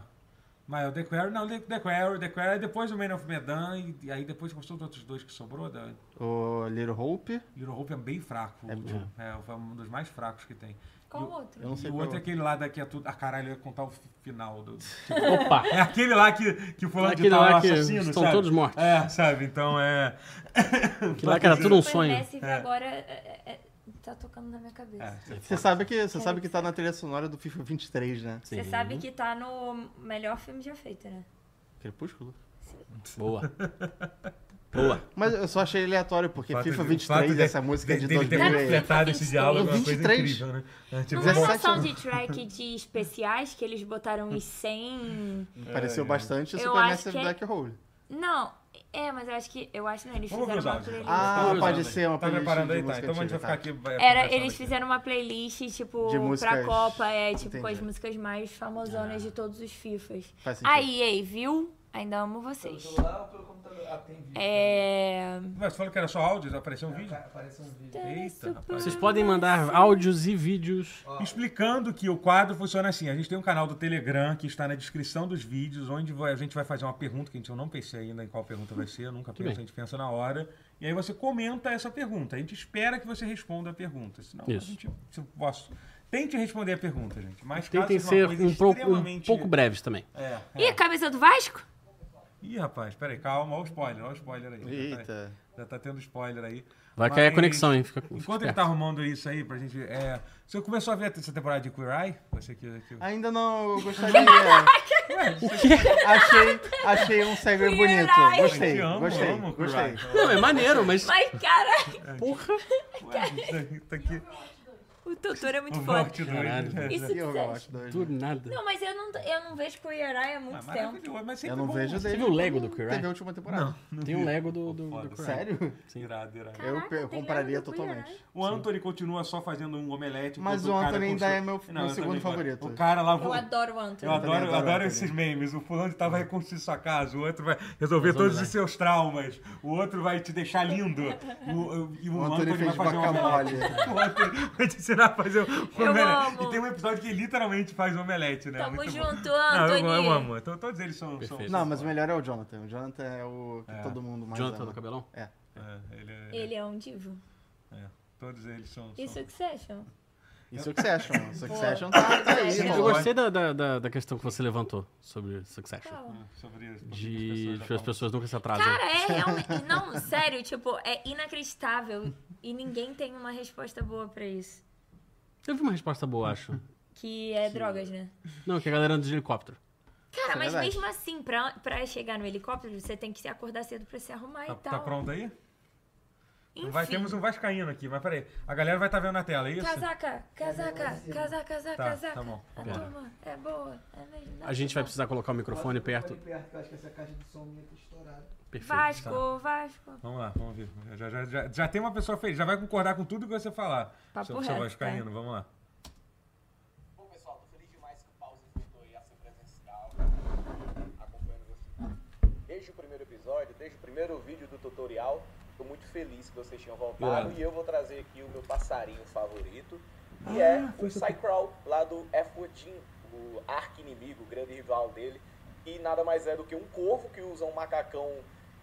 A: Mas o The Query, não, The, The Query, The Query, depois o Man of Medan, e, e aí depois gostou dos outros dois que sobrou. Da
D: O Little Hope.
A: Little Hope é bem fraco. o
D: É
A: último. É, foi um dos mais fracos que tem.
B: Qual
A: E o-
B: o outro?
D: Eu não
A: e
D: sei
A: o
D: qual
A: outro é
D: é.
A: aquele lá daqui a tudo. Ah, caralho, eu ia contar o fi- final do. *laughs*
C: Opa!
A: É aquele lá que, que foi
C: Aquele lá que estão todos mortos.
A: É, sabe? Então é.
C: Que lá que era tudo um sonho.
B: Supermassive agora é, é, é, tá tocando na minha cabeça.
A: é.
D: Você sabe que você
B: É.
D: sabe que tá na trilha sonora do FIFA 23, né?
B: Você
C: Sim.
B: sabe que tá no melhor filme já feito, né?
D: Crepúsculo.
C: Boa. Boa.
D: Mas eu só achei aleatório porque
A: Fato
D: FIFA
A: de- fato
D: 23
A: de-
D: essa música de
A: dele ter
D: 2000. e-
A: completado esse diálogo é uma coisa
D: 23.
A: incrível, né? É, tipo,
B: Não é uma
D: 17
B: soundtrack de especiais que eles botaram os 100.
A: É,
D: Pareceu bastante
B: Eu acho
D: Supermassive
B: que é-
D: Black Hole.
B: Não, é, mas eu acho que. Eu acho não, eles
A: Vamos ver
B: fizeram
A: os
B: uma
A: áudios.
B: playlist.
D: Ah,
C: usando
D: pode
C: aí.
D: ser uma
A: Tá preparando aí, tá?
D: música
A: Então a gente vai
D: antiga,
A: ficar
D: tá?
A: aqui. vai,
B: Era,
A: conversando
B: eles
A: aqui.
B: fizeram uma playlist, tipo,
D: De músicas.
B: pra Copa, é, tipo, com as
D: Entendi.
B: músicas mais
A: Ah.
B: famosonas de todos os FIFAs.
D: Faz sentido.
B: Aí, aí, viu? Ainda amo
E: Pelo
B: vocês.
E: celular ou pelo computador? Ah, tem vídeo.
B: É.
A: Mas você falou que era só áudio, apareceu um
E: também.
A: vídeo?
E: Cara, Aparece um vídeo.
A: Eita, rapaz.
C: Vocês podem mandar áudios e vídeos.
A: Explicando que o quadro funciona assim: a gente tem um canal do Telegram que está na descrição dos vídeos, onde vai- a gente vai fazer uma pergunta, que a gente eu não pensei ainda em qual pergunta vai ser, eu nunca penso, a
C: bem.
A: gente pensa na hora. E aí você comenta essa pergunta. A gente espera que você responda a pergunta. Senão a
C: Isso.
A: gente. Se eu posso. Tente responder a pergunta, gente. Mas caso
C: Tentem
A: seja
C: ser
A: uma coisa
C: um, pouco- um
A: extremamente...
C: pouco breves também.
A: É,
B: Ih, a cabeça do Vasco?
A: Ih, rapaz, peraí, calma, olha o spoiler, olha o spoiler aí. Já tá,
D: Eita.
A: já tá tendo spoiler aí.
C: Vai cair a
A: Mas,
C: conexão, hein? Fica, É. fica
A: Enquanto ele
C: esperto.
A: tá arrumando isso aí pra gente. É, você começou a ver essa temporada de Queer Eye? Você que. que...
D: Ainda não, eu
B: *laughs*
D: gostaria. achei, achei um segue bonito.
B: Eye.
D: Gostei,
A: Te amo,
D: gostei,
A: amo, Queer
D: gostei.
A: Eye.
C: Não, é maneiro, mas.
B: Mas, cara, *laughs*
C: Porra!
A: Ué, tá aqui.
B: o doutor é muito
A: O
B: foda.
A: Vote 2.
C: Caralho.
B: Isso
D: E
A: é
B: que
D: eu
B: você
D: gosto dois.
C: Do nada.
B: Não, mas eu não, eu não vejo Queer Eye há é muito tempo.
A: Maravilhoso, Ah, mas é sempre
D: Eu não
A: bom.
D: vejo
C: Você
D: desde
C: viu
B: é
C: o Lego do Queer
D: teve a
C: Eye?
D: última temporada.
C: Tem um Lego do, do,
A: Tá Foda,
C: do Queer Eye.
D: Sério?
A: Irado, irado.
B: Caraca,
D: eu pe-
B: tem
D: compraria
B: Lego do Queer
D: totalmente.
B: Eye.
A: O Anthony continua só fazendo um omelete.
D: Mas
A: enquanto
D: o
A: cara
D: Anthony ainda
A: constrói-
D: é meu- meu
A: eu
D: segundo
A: também gosto.
D: favorito.
A: O cara lá.
B: Eu adoro o Anthony.
A: Eu adoro,
D: também
A: eu
D: adoro
A: adoro É.
D: Anthony.
A: esses memes. O fulano de tal vai reconstruir sua casa, o outro vai resolver todos os seus traumas, o outro vai te deixar lindo. O, o, e o,
D: O
A: Anthony,
D: Anthony
A: vai
D: fez
A: fazer uma
D: guacamole.
A: *laughs* O Anthony vai te ensinar a fazer um
B: Eu
A: omelete.
B: amo.
A: E tem um episódio que literalmente faz omelete, né?
B: Tamo
A: Muito bom.
B: junto,
A: Não, eu-
B: Anthony.
A: eu, amo. Então, todos eles são. são-
C: Perfeito.
D: Não, mas o melhor é o Jonathan. O Jonathan é o que
A: É.
D: todo mundo mais
C: Jonathan do
D: ama.
C: cabelão?
D: É.
A: é, ele é-
B: Ele é um divo.
A: Todos eles são. são-
B: Isso que você acha?
D: E Succession. Succession tá, tá aí.
B: Gente,
D: né?
C: é, Eu gostei da, da, da- da questão que você levantou sobre Succession.
B: Qual?
A: Sobre isso. porque
C: De
A: as pessoas já
C: que as
A: falam.
C: pessoas nunca se atrasam.
B: Cara, é
A: *laughs*
B: realmente. Não, sério, tipo, é inacreditável. E ninguém tem uma resposta boa pra isso.
C: Teve uma resposta boa, acho.
B: Que é drogas, né?
C: Não, que a galera anda de helicóptero.
B: Cara,
D: é
B: mas
D: verdade.
B: mesmo assim, pra, pra chegar no helicóptero, você tem que se acordar cedo pra se arrumar
A: Tá,
B: e tal.
A: tá pronto aí?
B: Então, Enfim.
A: Vai, temos um Vascaíno aqui, mas peraí. A galera vai estar vendo na tela, é isso?
B: Casaca, casaca, casaca, casaca,
A: Tá,
B: casaca.
A: tá bom,
B: A
A: vambora.
B: turma é boa, é mesmo. dá
C: A gente
B: pra
C: vai precisar colocar o microfone
E: Bota o
C: perto.
E: microfone um perto, que eu acho que essa caixa de som minha tá estourada.
C: Perfeito.
B: Vasco, Vasco.
A: Vamos lá, vamos ver. Já, já, já, já tem uma pessoa feliz, já vai concordar com tudo que você falar.
B: Papo
A: seu, seu
B: reto,
A: Vascaíno, vamos lá.
G: Bom, pessoal, tô feliz demais que o Pause voltou aí a ser presencial, acompanhando vocês. Desde o primeiro episódio, desde o primeiro vídeo do tutorial, tô muito feliz que vocês tinham voltado.
C: Irado.
G: E eu vou trazer aqui o meu passarinho favorito, que é o Psycrawl, lá do F-14, o arqui-inimigo, o grande rival dele. E nada mais é do que um corvo que usa um macacão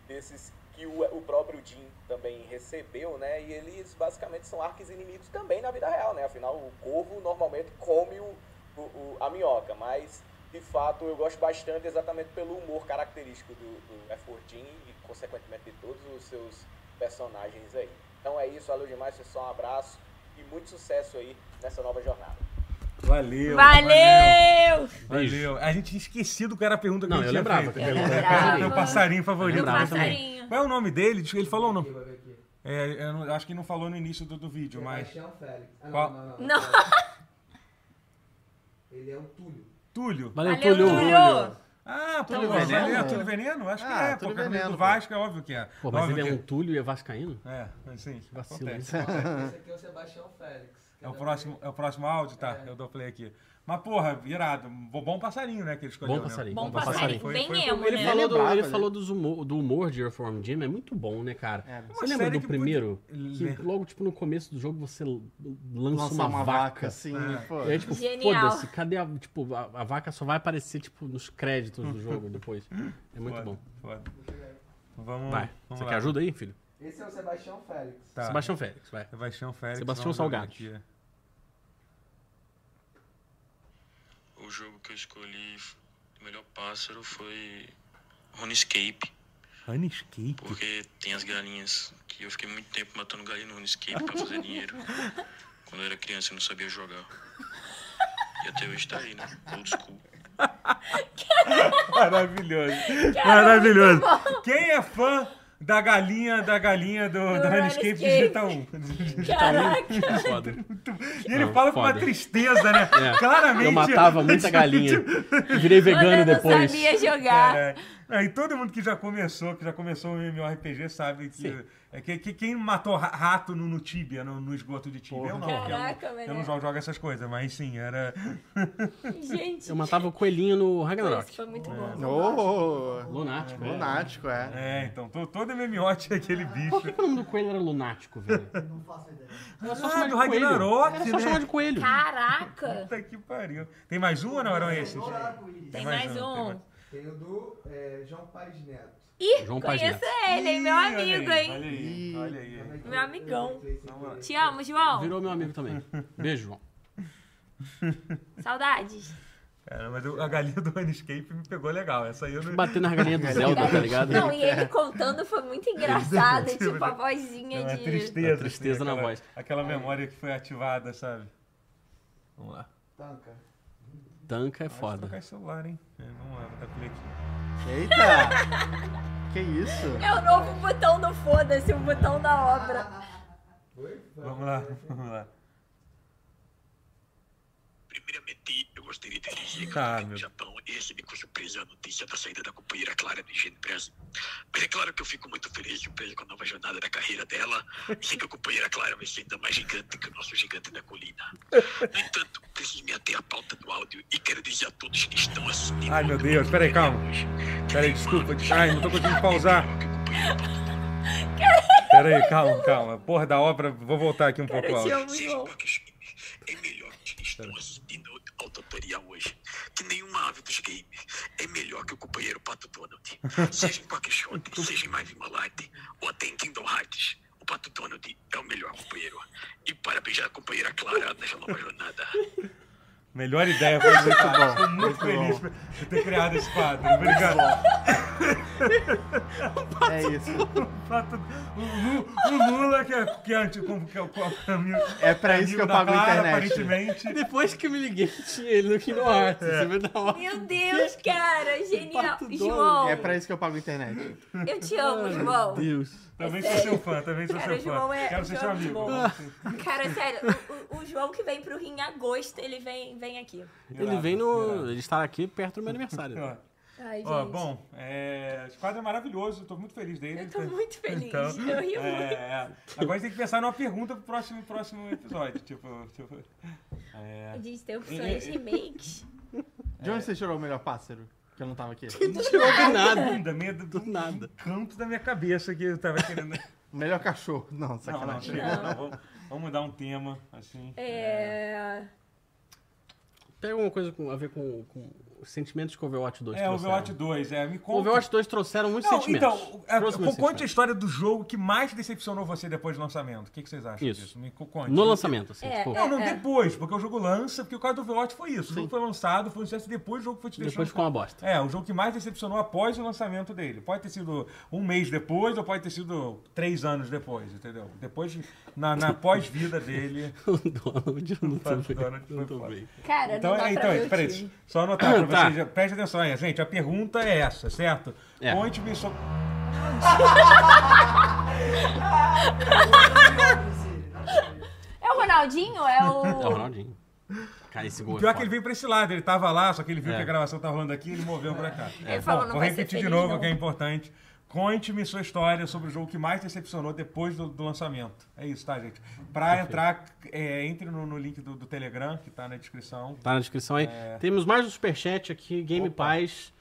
G: desses que o, o próprio Jim também recebeu, né? E eles basicamente são arques inimigos também na vida real, né? Afinal, o corvo normalmente come o, o- o- a minhoca, mas de fato eu gosto bastante exatamente pelo humor característico do, do F.O. Jim e consequentemente de todos os seus personagens aí. Então é isso, valeu demais, pessoal, um abraço e muito sucesso aí nessa nova jornada.
A: Valeu!
B: Valeu!
A: Valeu! A gente tinha esquecido que era a pergunta que
C: Não,
A: a gente tinha
C: eu lembrava
A: feito.
C: que eu lembrava.
A: Era
B: Eu
A: Meu passarinho favorito.
C: Eu lembrava
B: Um Passarinho.
A: Qual é o nome dele? Diz que Ele falou o nome. É, eu não- acho que não falou no início do, do vídeo, mas.
E: Sebastião É Félix. Ah,
A: Qual?
E: não, não, não, não.
B: Não.
E: Ele é o Túlio.
A: Túlio.
C: Valeu,
B: Valeu,
C: Túlio.
B: Túlio!
A: Ah, Túlio
B: Túlio
A: Veneno.
D: Veneno?
A: É, Túlio Veneno? Acho que
D: Ah,
A: é.
D: Túlio
A: pô, camisa
D: Veneno,
A: do
D: pô.
A: Vasco é óbvio que é.
C: Pô, mas
A: óbvio
C: ele é
A: que
C: um Túlio e é vascaíno?
A: É, assim,
C: Vacilo,
A: acontece.
E: Esse aqui é o Sebastião Félix. que
A: É o
E: da-
A: próximo, é o próximo áudio, tá? Eu dou play aqui. Mas, porra, virado. Bom passarinho, né? Que ele escolheu.
C: Bom
A: né?
C: passarinho.
B: Bom
A: passarinho.
B: passarinho.
A: Foi-
B: Bem
A: foi-
B: emo,
C: Ele
B: né?
C: falou, do,
D: lembrava,
C: ele é
D: né?
C: falou dos humor, do humor de Earthworm Jim, é muito bom, né, cara?
D: Era.
A: Uma
C: Você lembra
A: série
C: do
A: que
C: primeiro?
A: podia-
C: Que
A: Lem-
C: logo, tipo, no começo do jogo você l- lança
D: Lançar
C: uma, vaca.
D: assim,
A: É.
D: pô.
C: E aí, tipo,
B: Genial.
C: foda-se, cadê a. Tipo, a, a vaca só vai aparecer, tipo, nos créditos
A: *laughs*
C: do jogo depois. É muito
A: Foda,
C: bom.
A: foda. Vamos,
C: Vai.
A: vamos
C: você
A: lá.
C: quer ajuda aí, filho?
E: Esse é o Sebastião Félix.
A: Tá.
C: Sebastião
A: *laughs*
C: Félix, vai.
A: Sebastião Félix.
C: Sebastião
A: vamos
C: Salgado.
A: ver aqui.
H: O jogo que eu escolhi, f- o melhor pássaro foi RuneScape,
A: Runescape?
H: porque tem as galinhas, que eu fiquei muito tempo matando galinha no RuneScape pra fazer dinheiro. Quando eu era criança eu não sabia jogar. E até hoje tá aí, né? Old school.
B: *laughs*
A: Maravilhoso. Maravilhoso. Quem é fã da galinha, da galinha do, do, Runescape
B: Runescape.
A: Digital 1?
C: *laughs*
B: Caraca,
C: Foda.
A: E ele
C: Não,
A: fala com uma
C: foda.
A: tristeza, né?
C: É.
A: Claramente.
C: Eu matava muita galinha. Virei vegano
B: eu não
C: depois.
B: sabia jogar.
A: Cara, é, e todo mundo que já começou, que já começou o MMORPG sabe que,
C: Sim.
A: é, que, que quem matou ra- rato no, no Tibia, no, no esgoto de Tibia, eu não. porque
B: Caraca,
A: eu, não- eu
B: velho.
A: não jogo, jogo essas coisas, mas sim, era.
B: Gente,
C: Eu matava o coelhinho no
B: isso
C: Ragnarok.
B: foi muito bom.
D: Ô,
C: Lunático. né?
D: lunático, é.
A: É, então, to- todo MMO tinha aquele bicho.
C: Por que, que o nome do coelho era lunático, velho?
A: *laughs*
F: Não faço ideia.
C: Era só
A: Ah,
C: chamar de
A: do
C: coelho.
A: Ragnarok,
C: Era só
A: né?
C: chamar de coelho.
B: Caraca!
A: Puta que pariu. Tem mais um ou não eram esses?
F: Senhor Arco-Íris.
B: Tem
A: mais
B: mais
A: um, tem
B: um.
A: mais-
E: Tem o do eh, João Paes Neto.
B: Ih,
C: João Paz
B: conheço
C: Neto.
B: ele, hein? meu
A: Ih,
B: amigo,
A: olha aí,
B: hein?
A: Olha aí, olha aí.
E: Também
B: Meu
E: é tem-
B: amigão.
E: eu tenho
A: Vamos lá.
E: esse-
B: Te amo, João.
C: Virou meu amigo
A: *laughs*
C: também. Beijo, João.
B: Saudades.
A: Cara, mas eu- a galinha do Runescape me pegou legal. Essa aí eu não.
C: Bater na galinha do Zelda, tá ligado?
B: Não, e ele contando foi muito engraçado, tipo a vozinha
A: É Uma
B: de.
A: tristeza. assim,
C: A tristeza na
A: aquela,
C: voz.
A: Aquela memória que foi ativada, sabe? Vamos lá.
E: Tanca.
C: Tanca é
A: Pode trocar
C: foda.
A: esse celular, hein? É, vamos lá, vou dar play aqui.
D: Eita! que isso?
B: É o novo botão do foda-se, o botão da obra.
E: Oi?
A: Vamos lá, vamos lá.
H: Primeiramente, eu gostaria de dirigir
A: Ah,
H: aqui
A: meu-
H: no Japão e recebi com surpresa é a notícia da saída da companheira Clara do Engenho Brasil. Mas é claro que eu fico muito feliz e surpreso com a nova jornada da carreira dela. E sei que a companheira Clara vai ser ainda mais gigante que o nosso gigante da colina. No entanto, preciso me ater à pauta do áudio e quero dizer a todos que estão assistindo.
A: Ai, meu Deus, peraí, calma. Peraí, desculpa. Ai, não tô conseguindo pausar. Peraí, calma, calma. Porra da obra, vou voltar aqui um
B: Cara,
A: pouco
B: eu te
A: alto.
B: amo, João.
H: É melhor que estão assistindo ao tutorial hoje que nenhuma ave dos games. É melhor que o companheiro Pato Donald. Seja em Quackshot, seja em Mais Malate, ou até em Kingdom Hearts. O Pato Donald é o melhor companheiro. E parabéns à companheira Clara nessa nova jornada.
A: Melhor ideia foi muito
D: bom,
A: Estou muito,
D: muito
A: feliz
D: bom.
A: por ter criado esse quadro. Obrigado.
D: É isso.
A: Fato- O, Lu- o Lula, que é, que é anti, como que é o co- caminho.
D: É pra isso que eu pago a internet.
A: Aparentemente.
C: Depois que eu me liguei, tinha ele no Kingdom Hearts. Isso é da hora.
B: Meu Deus, cara, genial.
C: Pato Donald.
B: João,
D: É pra isso que eu pago a internet.
B: eu te amo, João.
C: Deus.
A: Também sou seu fã, também sou
B: É
A: seu
B: Cara, o João
A: fã.
B: é-
A: Quero ser
B: o
A: seu
B: João é
A: amigo.
B: muito Cara, sério, o, o- o João que vem pro Rio em agosto, ele vem, vem aqui.
C: Ele vem no. Ele está aqui perto do meu aniversário.
A: Ó,
B: Ai,
A: ó,
B: gente.
A: bom, é, esse quadro é maravilhoso, estou muito feliz dele. então.
B: Eu tô muito feliz. *laughs* eu rio muito.
A: é, agora a gente tem que pensar numa pergunta pro próximo, próximo episódio. Tipo, tipo, é.
B: *laughs* Distorções, remakes.
D: De onde você tirou o melhor pássaro? Que eu não tava aqui.
C: Não tirou do nada.
A: bunda, medo do,
C: nada.
A: canto da minha cabeça que eu tava
C: *laughs*
A: querendo.
D: O melhor cachorro. Não,
A: Não, não,
D: sacanagem.
A: chega, não. Vamos, vamos mudar um tema, assim.
B: É...
C: Pega alguma coisa com- a ver com, com os sentimentos que o Overwatch 2
A: É,
C: trouxeram.
A: Overwatch 2, é. Me
C: O
A: conta.
C: Overwatch 2 trouxeram muitos
A: Não,
C: sentimentos.
A: então, é,
C: Trouxe
A: co-
C: muitos
A: conte a
C: sentimentos.
A: história do jogo que mais decepcionou você depois do lançamento. O que, que vocês acham
C: Isso.
A: disso? Me co- conte.
C: No lançamento, assim.
B: É,
C: tipo,
A: Não, não
B: É.
A: depois, porque o jogo lança, porque o caso do Overwatch foi isso. O jogo foi lançado, foi um sucesso, depois o jogo foi te deixando...
C: depois
B: um
C: ficou uma bosta. *laughs*
A: É, o jogo que mais decepcionou após o lançamento dele. Pode ter sido um mês depois ou pode ter sido três anos depois, entendeu? Depois, na,
C: *laughs*
A: na pós-vida dele...
C: O Donald, eu não tô
A: Fato
C: bem.
A: Donald foi
C: Não tô
A: foda.
C: bem.
B: Cara,
A: Então,
B: não dá
A: é,
B: pra
A: então
B: ver o
A: peraí,
B: time.
A: só anotar pra
C: *coughs* Tá.
A: vocês. Preste atenção aí, gente. A pergunta é essa, certo?
C: É.
A: Conte-me sobre...
B: É o Ronaldinho? É o...
C: É o Ronaldinho. Cara, esse gol é
A: Pior
C: foda.
A: que ele veio pra esse lado, ele tava lá, só que ele viu
C: É.
A: que a gravação tá rolando aqui ele moveu pra cá.
B: Ele falou,
A: Bom,
B: não
A: vou
B: vai ser
A: repetir de
B: feliz,
A: novo,
B: não.
A: que é importante. Conte-me sua história sobre o jogo que mais decepcionou depois do, do lançamento. É isso, tá, gente? Pra entrar, é, entre no, no link do, do Telegram, que tá na descrição.
C: Tá na descrição aí.
A: É.
C: Temos mais um superchat aqui. Game Paz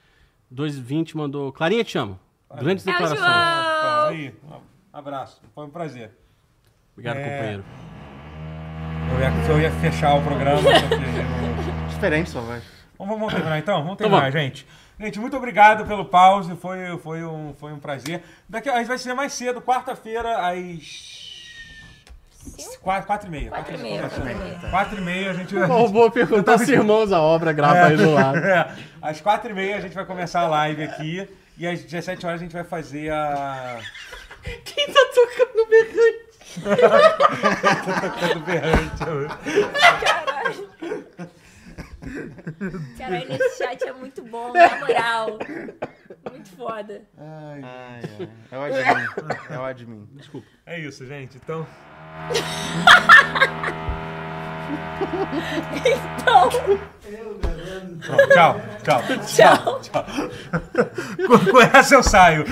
C: 220 mandou. Clarinha, te amo. Grandes
B: É o
C: declarações.
B: João.
A: Opa, aí, um abraço. Foi um prazer.
C: Obrigado,
A: É.
C: companheiro.
A: Eu ia, eu ia fechar o programa. só que-
D: Diferente sua voz.
A: Vamos, vamos terminar então? Vamos
C: Então
A: terminar, gente. Gente, muito obrigado pelo pause, foi, foi, um, foi um prazer. Daqui, a gente vai ser mais cedo, quarta-feira, às. Quatro, quatro e meia.
B: Quatro e meia, quatro e meia.
A: Quatro e meia, a gente
C: O robô perguntar se irmãos a obra grava aí do lado.
A: *laughs* É, às quatro e meia a gente vai começar a live aqui. E às 17 horas a gente vai fazer a.
C: Quem tá tocando berrante?
A: do berrante.
B: Caralho. Caralho, esse chat é muito bom, na moral. Muito foda.
D: Ai, ai. É o *laughs* admin. É o admin.
A: É isso, gente. Então.
B: Então,
A: Tchau, tchau.
B: tchau.
A: Com- Com essa eu saio.